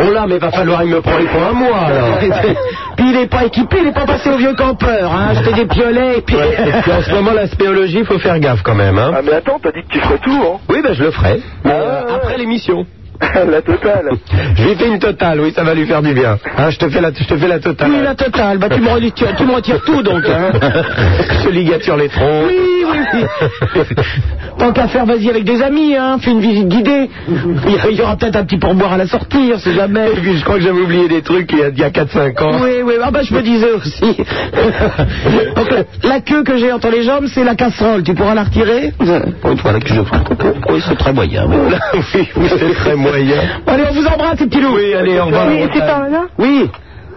Oh là, mais va falloir, il me prend les pour un mois alors. Puis il n'est pas équipé, il n'est pas passé au vieux campeur. Hein. Acheter des piolets et puis. Ouais, et puis en ce moment, la spéologie, il faut faire gaffe quand même. Hein. Ah mais attends, t'as dit que tu ferais tout, hein Oui, ben je le ferai. Mais, euh, après l'émission. la totale. Je lui fais une totale, oui, ça va lui faire du bien. Hein, je, te fais la, je te fais la totale. Oui, la totale. Bah, tu me, retires, tu me retires tout donc. Hein. je te ligature les troncs. Oui, oui, oui. Tant qu'à faire, vas-y avec des amis, hein. Fais une visite guidée. Il y aura peut-être un petit pourboire à la sortie, on sait jamais. Et puis, je crois que j'avais oublié des trucs il y a, il y a 4-5 ans. Oui, oui, ah bah je me disais aussi. Donc, la- la queue que j'ai entre les jambes, c'est la casserole. Tu pourras la retirer Pour une fois, là, que je Oui, c'est très moyen. oui, oui, c'est très moyen. Allez, on vous embrasse, les petits loups. Oui, allez, au revoir. Oui, c'est Roxane. par là Oui.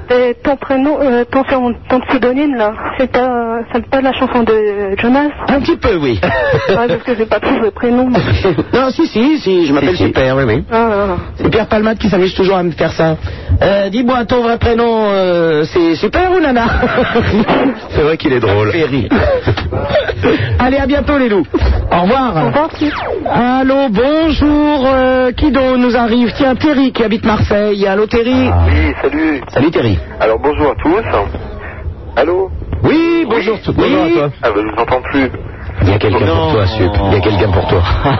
Et ton prénom, euh, ton, surnom- ton pseudonyme là, c'est pas, c'est pas la chanson de Jonas Un petit peu, oui. Ouais, parce que j'ai pas trouvé le prénom. Non, si, si, si, je m'appelle Super, oui, oui. Ah, C'est Pierre Palmade qui s'amuse toujours à me faire ça. Euh, Dis-moi, ton vrai prénom, euh, c'est Super ou Nana C'est vrai qu'il est drôle. Allez, à bientôt, les loups. Au revoir. au revoir. tu- Allô, bonjour. euh, qui donc nous arrive Tiens, Terry qui habite Marseille. Allô, Terry. Oui, salut. Salut, Terry. Alors bonjour à tous. Allô Oui, bonjour. tout- bonjour à toi. Ah bah je vous entends plus. Il y a quelqu'un pour toi, Sup. Il y a quelqu'un pour toi.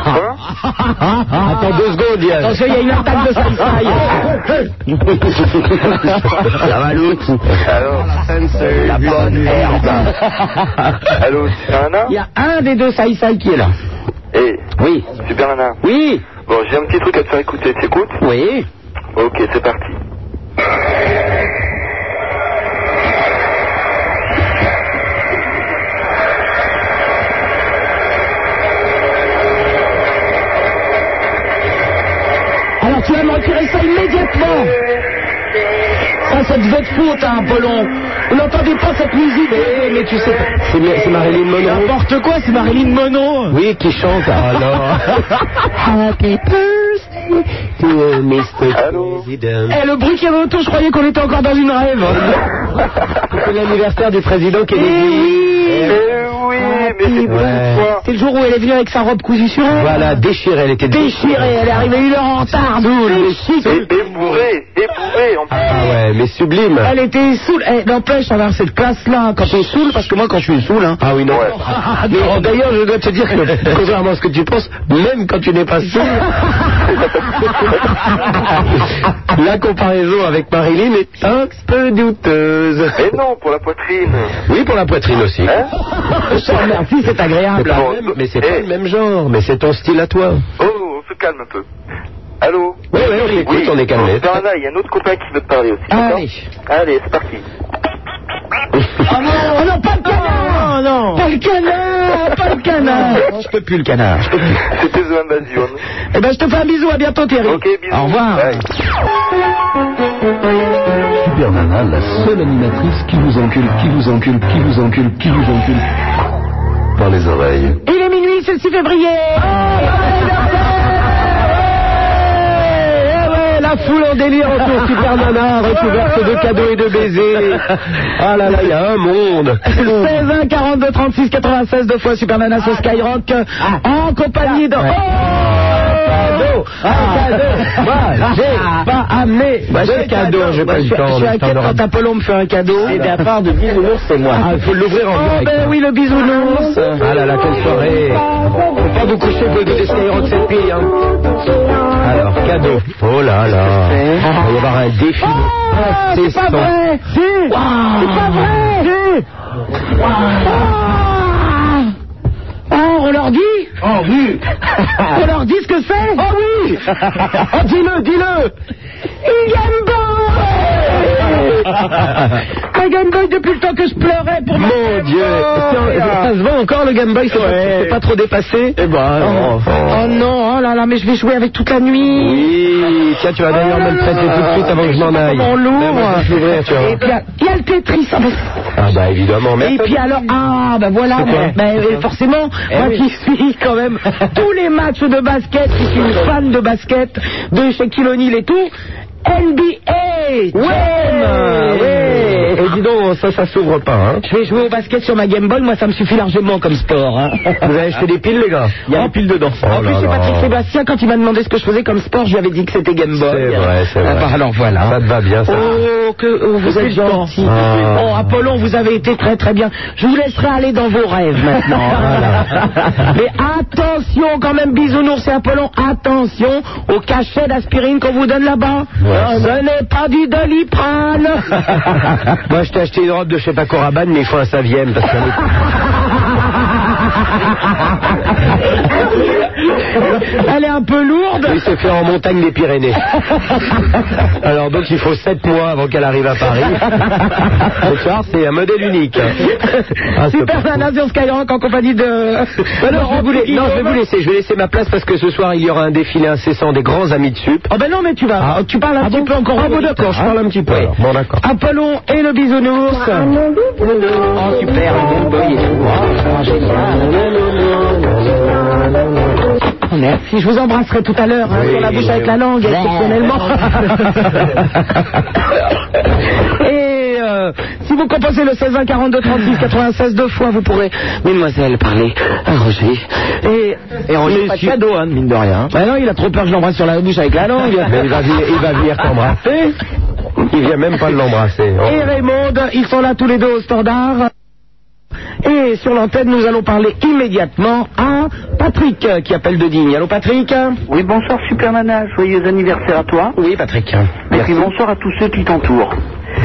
Attends deux secondes, Yann. Attention, il y a une attaque de Sansaï. Ça va, Luc Alors La bonne herbe. Allô, Super Nana Il y a un des deux Saïsaï qui est là. Eh, Oui. Super Nana. Oui. Bon, j'ai un petit truc à te faire écouter, t'écoutes Oui. Ok, c'est parti. Alors tu vas me retirer ça immédiatement. Ça, c'est de votre faute, hein, Apollon. Vous n'entendez pas cette musique Eh, Mais tu sais pas. C'est ma- c'est Marilyn Monroe. N'importe quoi, c'est Marilyn Monroe. Eh. Oui, qui chante. hein. Alors. Happy birthday to Mr. Allô President. Eh, le bruit qu'il y avait autour, je croyais qu'on était encore dans une rêve. C'est l'anniversaire du président Kennedy. Eh oui. Eh oui, mais c'est pour Ouais. toi. C'est le jour où elle est venue avec sa robe cousue sur elle. Voilà, déchirée, elle était Déchirée, elle est arrivée une heure en retard. C'est chic. Et, et bourré, et bourré en plus. Ah ouais, mais sublime. Elle était saoule. Eh, N'empêche, avoir cette classe-là, quand on est saoule, parce que moi, quand je suis saoule, hein. Ah oui, non. Ouais. Ah, mais, oh, D'ailleurs, je dois te dire que, contrairement à ce que tu penses, même quand tu n'es pas seul, la comparaison avec Marilyn est un peu douteuse. Et non, pour la poitrine. Eh, Oui, pour la poitrine aussi. Hein Merci, c'est C'est agréable. pas le même- mais c'est pas Eh. le même genre, mais c'est ton style à toi. Oh, on se calme un peu. Allô Oui, oui, on écoute, on est calmé. Super Nana, il y a un autre copain qui veut te parler aussi. d'accord Allez. Allez, c'est parti. Oh non, oh non, pas le canard non, Pas le canard Pas le canard je peux plus le canard. C'était The Ambazion. Eh ben, je te fais un bisou, à bientôt, Thierry. Ok, bisous. Au revoir. Bye. Super Nana, la seule animatrice qui vous encule, qui vous encule, qui vous encule, qui vous encule. Par les oreilles. Il est minuit, c'est le 6 février. Oh, bon anniversaire Eh ouais, La foule en délire autour du Super Nana, recouverte de cadeaux et de baisers. Ah là là, il y a un monde. 16 1 42 36 96 deux fois Super Nana Ah. sur Skyrock en compagnie de. Oh Ah, cadeau. Moi, j'ai pas amené de cadeau, j'ai pas eu le temps, Je suis le temps inquiète de Eh ben, quand rendre. Apollon me fait un cadeau. Et d'un part de bisounours, c'est moi. Ah, il faut l'ouvrir en Oh direct. ben oui, le bisounours. Ah là là, quelle soirée. Faut pas vous coucher pour écouter Skyrock cette fille, hein. Alors, cadeau. Oh là là. Il va y avoir un défi. Ah, c'est pas vrai Si C'est pas vrai Si Ah Oh, on leur dit Ah Oh oui On leur dit ce que c'est Ah, Oh oui Oh, Dis-le, dis-le Il gagne Boy Pagan Boy depuis le temps que je pleurais pour ma Mon Dieu Oh, C'est en- là. Ça se vend encore le Game Boy, c'est pas- Ouais. c'est pas, trop dépassé Eh ben, Oh. Oh non, oh là là, mais je vais jouer avec toute la nuit. Oui, tiens, tu vas Ah, d'ailleurs me le prêter tout de suite avant que je m'en aille. Mon lourd. Ben, moi, je vais l'ouvrir, tu vois. Ah, Et puis, il y a le Tetris. Ah, bah, Ah bah évidemment, mais... Et puis alors, ah ben voilà, C'est quoi moi, ben, euh, forcément, Eh moi oui. qui suis quand même tous les matchs de basket, qui suis une fan de basket, de Shaquille O'Neal et tout, NBA Ouais, ouais. Et dis donc, ça, ça s'ouvre pas, hein Je vais jouer au basket sur ma Game Boy, moi ça me suffit largement comme sport. hein. Vous avez acheté des Oh piles, les gars Ah, Il y a des piles dedans. En plus, c'est Patrick Sébastien, quand il m'a demandé ce que je faisais comme sport, je lui avais dit que c'était Game Boy. Ah, bah, C'est vrai, c'est vrai. alors voilà. Ça te va bien, ça. Oh, que oh, vous êtes gentil. Ah. Oh, Apollon, vous avez été très très bien. Je vous laisserai aller dans vos rêves maintenant. Mais attention quand même, bisounours et Apollon, attention au cachet d'aspirine qu'on vous donne là-bas. Ouais. Ce n'est pas du doliprane. Moi, je t'ai acheté une robe de chez Paco Rabanne, mais il faut un savième, parce qu'elle est... Elle est un peu lourde. Il se fait en montagne des Pyrénées. Alors, donc, il faut 7 mois avant qu'elle arrive à Paris. Ce soir, c'est un modèle unique. Ah, c'est Super Nana sur Skyrock en compagnie de. Ah non, je vais vous la- non, je vais vous laisser. Je vais laisser ma place parce que ce soir, il y aura un défilé incessant des grands amis de SUP. Oh ben non, mais tu vas. Tu parles un petit peu encore. Ah bon, d'accord, je parle un petit peu. alors. Bon, d'accord. Apollon et le bisounours. Oh super, le Game Boy et tout. Oh, hein. génial. Oh, Merci, je vous embrasserai tout à l'heure hein, sur la bouche avec la langue, exceptionnellement. Et euh, si vous composez le 16 1 42 36 96 deux fois, vous pourrez, mademoiselle, parler à Roger. Et, Et Roger, Mais pas de si- cadeau, hein, mine de rien. Bah non, il a trop peur que je l'embrasse sur la bouche avec la langue. Mais il va venir- il va venir t'embrasser. Il vient même pas de l'embrasser. Oh. Et Raymond, ils sont là tous les deux au standard. Et sur l'antenne, nous allons parler immédiatement à Patrick euh, qui appelle de Digne. Allô Patrick Oui, bonsoir Supermana, joyeux anniversaire à toi. Oui, Patrick. Et puis bonsoir à tous ceux qui t'entourent.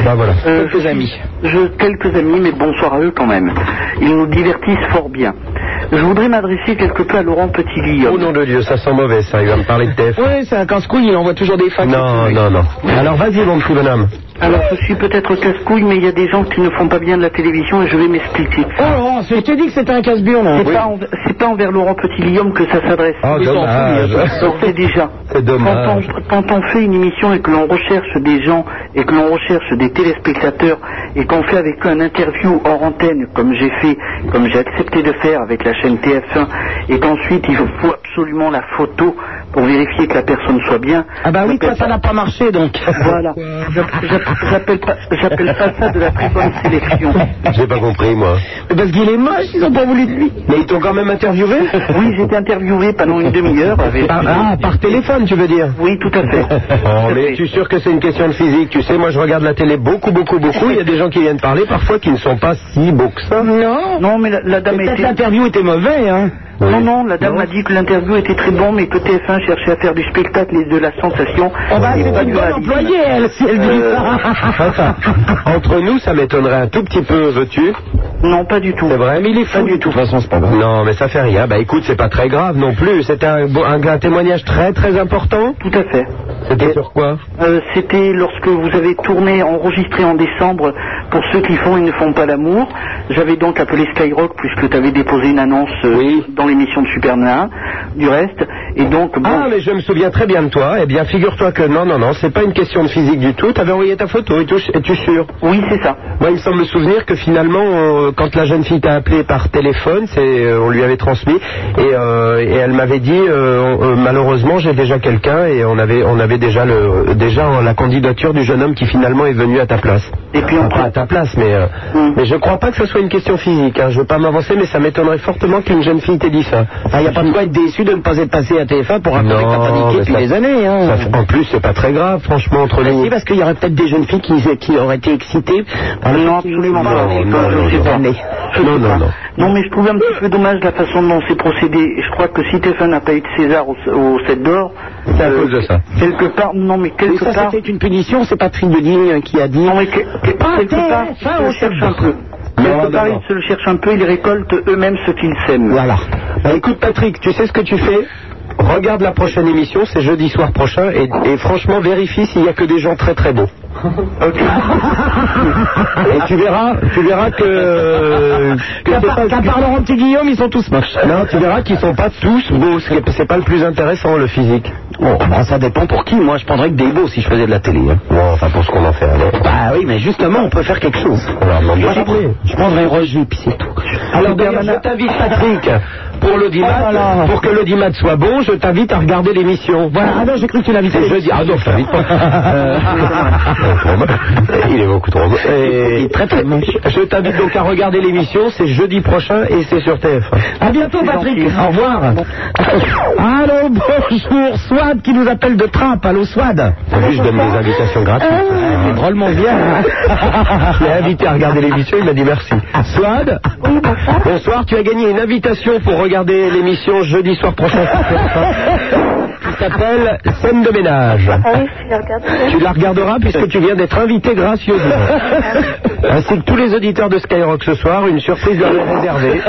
Bah voilà. quelques amis. Je, quelques amis, mais bonsoir à eux quand même. Ils nous divertissent fort bien. Je voudrais m'adresser quelque peu à Laurent Petit-Guillaume. Au nom de Dieu, ça sent mauvais, ça. Il va me parler de TF. Oui, c'est un casse-couille, il envoie toujours des fax. Non, non, non. Alors vas-y, mon petit bonhomme. Alors je suis peut-être casse-couille, mais il y a des gens qui ne font pas bien de la télévision et je vais m'expliquer. Oh, oh, je t'ai dit que c'était un casse-burne. C'est pas, env- c'est pas envers Laurent Petit-Guillaume que ça s'adresse. Oh, Mais dommage. bon, on sait déjà. C'est Ah. Quand dommage. on, quand on fait une émission et que l'on recherche des gens et que l'on recherche des téléspectateurs et qu'on fait avec eux un interview hors antenne comme j'ai fait, comme j'ai accepté de faire avec la chaîne TF1 et qu'ensuite il faut absolument la photo pour vérifier que la personne soit bien. Ah bah oui, toi, ça n'a pas marché donc. Voilà. J'app- j'app- J'appelle pas, j'appelle pas ça de la très bonne sélection. J'ai pas compris, moi. Parce qu'il est moche, ils ont pas voulu de lui. Mais ils t'ont quand même interviewé Oui, j'ai été interviewé pendant une demi-heure. avec- Par- ah, par téléphone, tu veux dire Oui, tout à fait. Oh, mais tu es sûr que c'est une question de physique Tu sais, moi, je regarde la télé beaucoup, beaucoup, beaucoup. Il y a des gens qui viennent parler parfois qui ne sont pas si beaux que ça. Non. Non, mais la, la dame Peut-être était... l'interview était mauvaise, hein. Non, non, la dame m'a dit que l'interview était très bon, mais que TF1 cherchait à faire du spectacle et de la sensation. Oh bah, Et c'est pas une du bonne réalisme. employée, elle, si elle dit ça. Enfin, Euh, entre nous, ça m'étonnerait un tout petit peu, veux-tu Non, pas du tout. C'est vrai, mais il est fou. du tout. De toute façon, c'est pas grave. Non, mais ça fait rien. Bah écoute, c'est pas très grave non plus. C'était un, bon- un- un témoignage très, très important. Tout à fait. C'était sur quoi Euh, C'était lorsque vous avez tourné, enregistré en décembre pour ceux qui font et ne font pas l'amour. J'avais donc appelé Skyrock puisque tu avais déposé une annonce euh, dans l'émission de Super Nana, du reste. Et donc, bon, Ah, mais je me souviens très bien de toi. Eh bien, figure-toi que non, non, non, c'est pas une question de physique du tout. T'avais envoyé ta photo, et tout, es-tu sûr oui, c'est ça. Moi, il me semble souvenir que finalement, euh, quand la jeune fille t'a appelé par téléphone, c'est, euh, on lui avait transmis, et, euh, et elle m'avait dit, euh, euh, malheureusement, j'ai déjà quelqu'un, et on avait, on avait déjà, le, déjà la candidature du jeune homme qui finalement est venu à ta place. Et puis on Enfin, pas à ta place, mais, euh, Hum. mais je crois pas que ce soit une question physique. Hein. Je veux pas m'avancer, mais ça m'étonnerait fortement qu'une jeune fille t'ait dit ça. Il n'y Ah, a pas de quoi être déçu de ne pas être passé à TF1 pour raconter que t'as paniqué mais depuis ça- des années. Hein. ça fait- en plus, c'est pas très grave, franchement, entre Mais nous. Bah, si, parce qu'il y aurait peut-être des jeunes filles qui, qui auraient été excitées. par le- Ah, Non, absolument pas. non, Je non, sais non, non. pas. Je sais Non, non, pas. non. Non, mais je trouvais un petit peu dommage la façon dont c'est procédé. Et Je crois que si TF1 n'a pas eu de César au, au 7 d'or, C'est à cause de ça. quelque part, non, mais quelque Mais ça, part, c'était une punition, c'est Patrick de Digne qui a dit. Ah, non, mais que- que- quelque part, ils se le cherchent un peu. Quelque Ah, part, ils se le cherchent un peu, ils récoltent eux-mêmes ce qu'ils sèment. Voilà. Bah, écoute, Patrick, tu sais ce que tu fais Regarde la prochaine émission, c'est jeudi soir prochain, et, et franchement, vérifie s'il n'y a que des gens très très beaux. et tu verras, tu verras que. que c'est pas- Qu'à part Laurent Petit Guillaume, ils sont tous moches. Non, tu verras qu'ils sont pas tous beaux. ce qui est- C'est pas le plus intéressant, le physique. Bon, bah, ça dépend pour qui. Moi, je prendrais que des beaux si je faisais de la télé. hein. enfin, pour ce qu'on en fait. Bah oui, mais justement, on peut faire quelque chose. Moi, je, prends- je prendrais Roger, puis c'est tout. Alors, d'ailleurs, je t'invite, Patrick, pour Ah, l'audimat, pour que l'audimat soit bon, je t'invite à regarder l'émission. Voilà. Ah non, j'ai cru que tu l'invitais. C'est jeudi. Ah non, je t'invite pas. Euh, Il est beaucoup trop beau. Il est très très moche. Je t'invite donc à regarder l'émission, c'est jeudi prochain et c'est sur TF. À bientôt, Patrick. Au revoir. Allô, bonjour, Swad qui nous appelle de Trappes. Allô, Swad. Lui, je donne des invitations gratuites. C'est drôlement bien. hein. Je l'ai invité à regarder l'émission, il m'a dit merci. Swad bonsoir. tu as gagné une invitation pour regarder l'émission jeudi soir prochain sur TF1, qui s'appelle Scène de ménage. Ah Tu la regarderas puisque tu viens d'être invité gracieusement. Ainsi que tous les auditeurs de Skyrock ce soir, une surprise leur est réservée.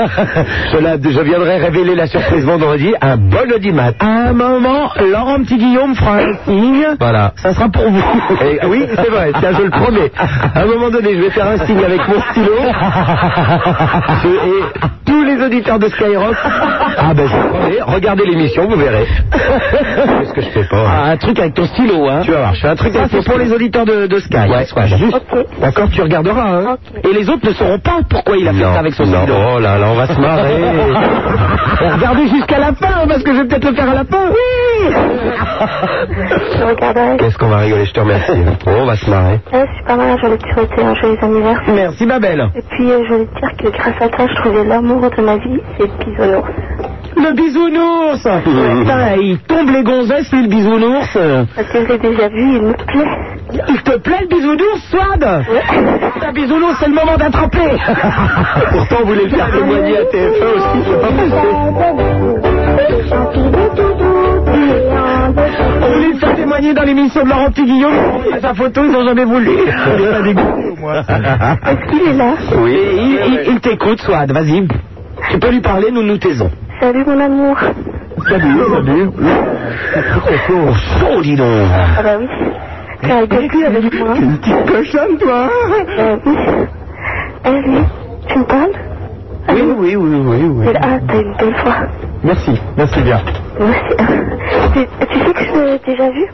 Cela, je viendrai révéler la surprise vendredi, un bon audimat. À un moment, Laurent Petit Guillaume fera un signe. Voilà. Ça sera pour vous. Et Eh, oui, c'est vrai, tiens, je le promets. À un moment donné, je vais faire un signe avec mon stylo. Je- et tous les auditeurs de Skyrock, ah ben je le promets, regardez l'émission, vous verrez. Qu'est-ce que je fais pas hein. Ah, un truc avec ton stylo, hein. Tu vas voir, je fais un truc Ça, avec mon c'est pour stylo. les auditeurs de, de Sky. hein, Ouais, Swad. juste. D'accord, tu regarderas, hein. Et les autres ne sauront pas Ah, pourquoi il a fait ça avec son Non, stylo. oh là là, on va se marrer. Regardez jusqu'à la fin, parce que je vais peut-être le faire à la fin. Oui Qu'est-ce qu'on va rigoler, je te remercie. Oh, on va se marrer. Ouais, super Nana, j'allais te souhaiter un joyeux anniversaire. Merci, ma belle. Et puis, euh, je voulais te dire que grâce à toi, je trouvais l'amour de ma vie et le bisounours. Le bisounours Putain, il tombe les gonzesses, lui, le bisounours Parce que je l'ai déjà vu, il me plaît. Il te plaît, le bisounours, Swad Putain, bisounours, c'est le moment d'attraper Oh. Pourtant, on voulait le faire témoigner à TF1 aussi, c'est pas On voulait le faire témoigner dans l'émission de Laurent Petit Guillaume, ils ont fait sa photo, ils n'ont jamais voulu. Il est pas dégoûté, au moins. Est-ce qu'il est là Oui, il, il- il t'écoute, Swad, Euh. vas-y. Tu peux lui parler, nous nous taisons. Salut mon amour. Salut, salut. Oh, dis donc. Ah bah oui. T'as rigolé avec moi. T'es une petite cochonne, toi. Euh, oui. Allez, tu me parles Oui, oui, oui, oui, oui. Ah, t'as une belle voix. Merci, merci bien. Merci. Tu, tu sais que je l'ai déjà vu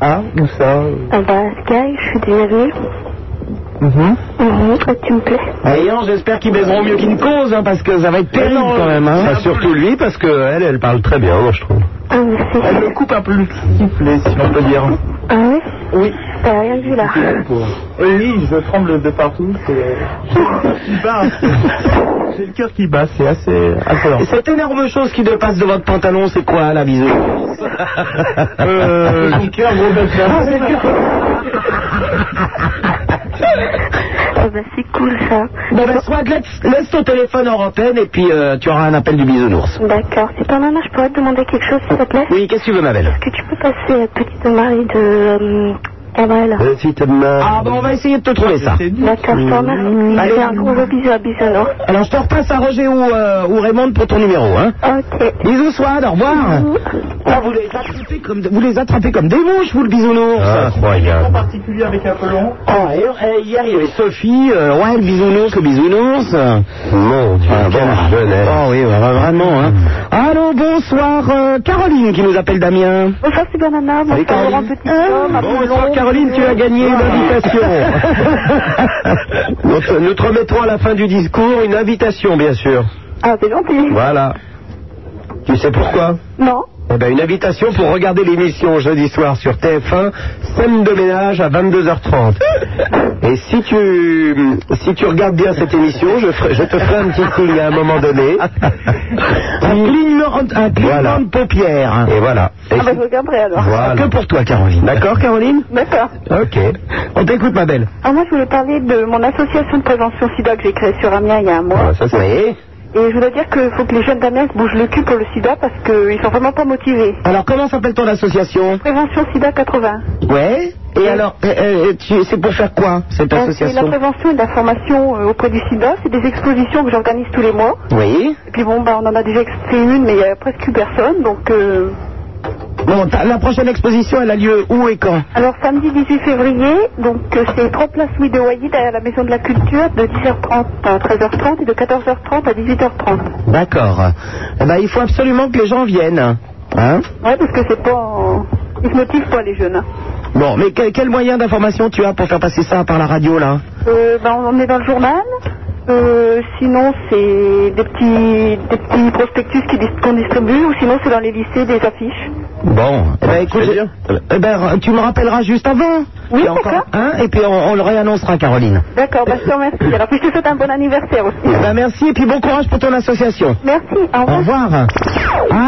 Ah, où ça Ah bah, Sky, je suis déjà venue. Mhm, et tu me plais. Ayant, j'espère qu'ils baiseront mieux qu'ils ne causent, hein, parce que ça va être terrible quand même. Hein. Enfin, bah, surtout lui, parce qu'elle, elle parle très bien, moi, je trouve. Ah, merci. Elle me coupe un peu le sifflet, si on peut dire. Ah oui Oui. T'as rien vu là Oui, je tremble de partout. C'est J'ai le cœur qui bat, c'est assez. Et cette énorme chose qui dépasse de votre pantalon, c'est quoi la bisou Euh, mon cœur, gros Ah, c'est bien. Ah bah, c'est cool ça. Bon ben soit laisse, laisse ton téléphone en antenne et puis euh, tu auras un appel du bisounours. D'accord. Super Nana, je pourrais te demander quelque chose, s'il te plaît Oui, qu'est-ce que tu veux ma belle Est-ce que tu peux passer à Petite Marie de euh, Gabriel Ah ben on va essayer de te trouver ça. D'accord, je te remercie. Allez. Je fais un gros gros bisou à Bisounours. Alors je te repasse à Roger ou, euh, ou Raymond pour ton numéro. Hein. Ok. Bisous Swad, au revoir. Ah, vous, les attrapez comme, vous les attrapez comme des mouches, vous le bisounours. Ah. Incroyable. particulier avec Apollon. Ah, et, euh, hier il y avait Sophie, euh, ouais le bisounours, le bisounours. Mon Dieu, Ah, quelle bon. jeunesse. Ah oui, bah, bah, vraiment. Hein. Allô, bonsoir, euh, Caroline qui nous appelle Damien. Bonsoir Super Nana, bonsoir Laurent Petit Homme. Bonsoir Caroline, tu as gagné une invitation. nous, te- nous te remettrons à la fin du discours une invitation, bien sûr. Ah, c'est gentil. Voilà. Tu sais pourquoi Non Eh ben, une invitation pour regarder l'émission jeudi soir sur TF1, scène de ménage à 22h30. Et si tu, si tu regardes bien cette émission, je, ferai- je te ferai un petit signe à un moment donné. Un clignement, un clignement Voilà. de paupières. Et voilà. Et Ah bah, je regarderai alors. voilà. Que pour toi, Caroline. D'accord, Caroline D'accord. Ok. On t'écoute, ma belle. Ah, moi, je voulais parler de mon association de prévention sida que j'ai créée sur Amiens il y a un mois. Ah, ça, c'est... Et je voulais dire qu'il faut que les jeunes d'Amiens se bougent le cul pour le sida parce qu'ils sont vraiment pas motivés. Alors, comment s'appelle ton association Prévention sida 80. Ouais. Et alors, euh, euh, tu- c'est pour faire quoi, cette Euh, C'est la association prévention et la formation euh, auprès du sida. C'est des expositions que j'organise tous les mois. Oui. Et puis bon, bah, on en a déjà fait une, mais il y a presque plus personne. Donc, euh, Bon, ta- la prochaine exposition, elle a lieu où et quand Alors samedi 18 février, donc euh, c'est 3 places Louis de Wailly derrière la Maison de la Culture de 10h30 à 13h30 et de 14h30 à 18h30. D'accord. Eh ben, il faut absolument que les gens viennent. Hein Ouais, parce que c'est pas... en- Ils se motivent pas les jeunes. hein. bon, mais que- quel moyen d'information tu as pour faire passer ça par la radio, là Euh, ben, on est dans le journal. Euh, sinon, c'est des petits, des petits prospectus qui dis- qu'on distribue, ou sinon, c'est dans les lycées des affiches. Bon, eh ben, écoute, eh ben, tu me rappelleras juste avant. Oui, encore hein, Et puis on, on le réannoncera, Caroline. D'accord, bah, je te remercie. Alors, puis je te souhaite un bon anniversaire aussi. Eh ben, merci et puis bon courage pour ton association. Merci, au revoir. Au revoir.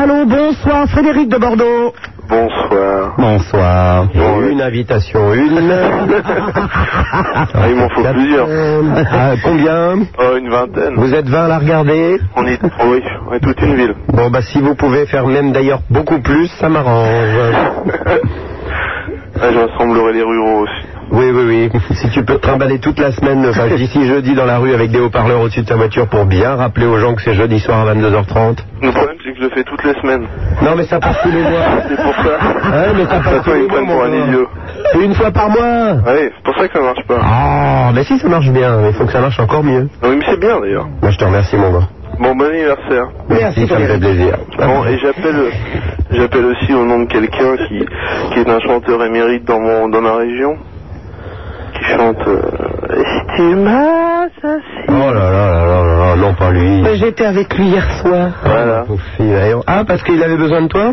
Allô, bonsoir, Frédéric de Bordeaux. Bonsoir. Bonsoir. Une invitation, une. Ah, il m'en faut plusieurs. Euh, Ah, combien Oh, une vingtaine. Vous êtes 20 à la regarder On est, oh oui, on est toute une ville. Bon, bah si vous pouvez faire même d'ailleurs beaucoup plus, ça m'arrange. Ah, je rassemblerai les ruraux aussi. Oui, oui, oui. Si tu peux te trimballer toute la semaine, enfin, d'ici jeudi dans la rue avec des haut-parleurs au-dessus de ta voiture pour bien rappeler aux gens que c'est jeudi soir à 22h30. Le problème, c'est que je le fais toutes les semaines. Non, mais ça passe tous les mois. C'est pour ça. Ouais, mais ça De passe toute façon, tous les ils me mois. prennent pour mon un gars. idiot. C'est une fois par mois. Ouais, c'est pour ça que ça marche pas. Ah, mais si ça marche bien, mais il faut que ça marche encore mieux. Non, Ah mais c'est bien d'ailleurs. Moi, je te remercie, mon gars. Bon, bon anniversaire. Merci, ça me fait plaisir. Ah. Bon, et j'appelle, euh, j'appelle aussi au nom de quelqu'un qui, qui est un chanteur émérite dans mon, dans ma région, qui chante. euh, Oh là là là là là là, non, pas lui. J'étais avec lui hier soir. Voilà. Ah, parce qu'il avait besoin de toi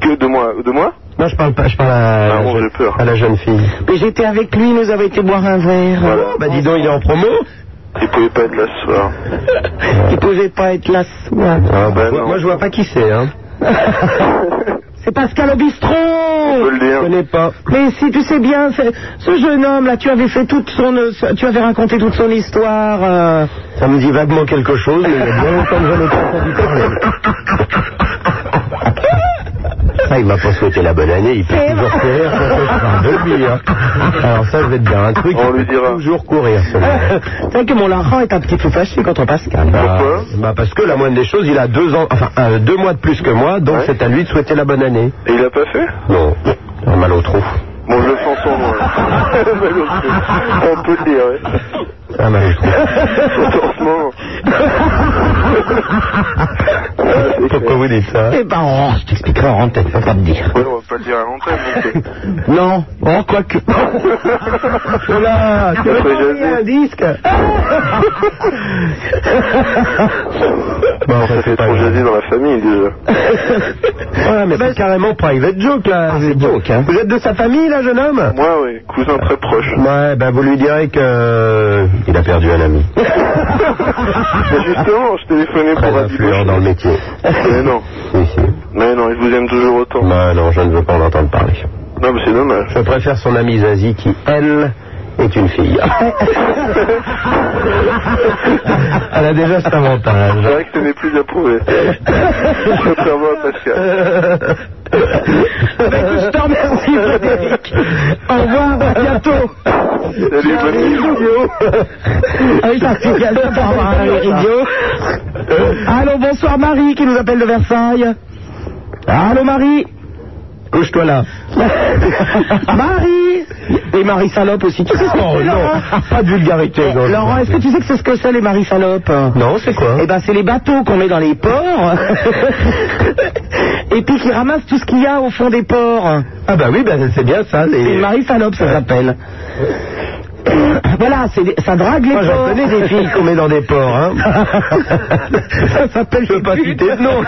Que de moi, de moi Non, je parle pas, je parle à, Ah, bon, la, j'ai jeune- à la jeune fille. Mais j'étais avec lui, nous avons été boire un verre. Ah, Bah dis donc, il est en promo Il pouvait pas être là ce soir. Il pouvait pas être là ce soir. Ah, ben bah, moi, moi, je vois pas qui c'est, hein. C'est Pascal Obistro Je connais pas. Mais si tu sais bien, c'est- ce jeune homme là, tu avais fait toute son, euh, tu avais raconté toute son histoire. euh. Ça me dit vaguement quelque chose, mais il y a bien longtemps que j'en ai pas entendu parler. Ça, Ah, il m'a pas souhaité la bonne année, il peut toujours courir quand on parle de lui, hein. Alors ça, je vais te dire un truc, on lui dira. toujours courir, celui-là. C'est vrai que mon Laurent est un petit peu fâché contre Pascal. Bah, bah, parce que la moindre des choses, il a deux ans, enfin euh, deux mois de plus que moi, donc c'est à lui de souhaiter la bonne année. Et il a pas fait Non, un mal au trou. Bon, je le sens son moi. Bah, euh, On peut le dire, ouais. Un mal au trou. Surtout en ce moment. Pourquoi vous dites ça Eh ben, oh, je t'expliquerai en antenne, faut pas me dire. Ouais, on va pas le dire à l'antenne, mais c'est- Non, oh, quoique. Oh Ah, là, tu Après, veux je t'envoyer un disque Bon, ça fait pas on jasait dans la famille déjà. Ouais, mais Ben, c'est carrément private joke là. joke, hein. Vous êtes de sa famille là, jeune homme Moi, oui, cousin très proche. Ouais, ben vous lui direz que euh, il a perdu un ami. Mais justement, je téléphonais Très pour Adi influent dans le métier. Mais non. Si, si. Mais non, il vous aime toujours autant. Bah non, je ne veux pas en entendre parler. Non, mais c'est dommage. Je préfère son amie Zazie qui, elle, est une fille. elle a déjà cet C'est avantage. vrai que ce n'est plus approuvé. Contrairement à Pascal. Bah, écoute, Je te remercie, Frédéric. Au revoir, à bientôt. Salut, bonne nuit. Ah oui, parce qu'il y a le temps, hein, idiot. Allô, bonsoir Marie qui nous appelle de Versailles. Allô Marie. Ah, Couche-toi là. Marie Et Marie Salope aussi. Tu sais ce que Oh c'est, Laurent Eh, non, pas de vulgarité. dans le- Laurent, est-ce que tu sais que c'est ce que c'est les Marie Salopes Non, c'est quoi Eh ben, c'est les bateaux qu'on met dans les ports et puis qui ramassent tout ce qu'il y a au fond des ports. Ah bah oui, ben c'est bien ça. C'est les- une Marie Salope, ça s'appelle. voilà, c'est- ça drague les Moi j'en ports. connais des filles qu'on met dans des ports. Hein. ça s'appelle Je veux pas citer de nom.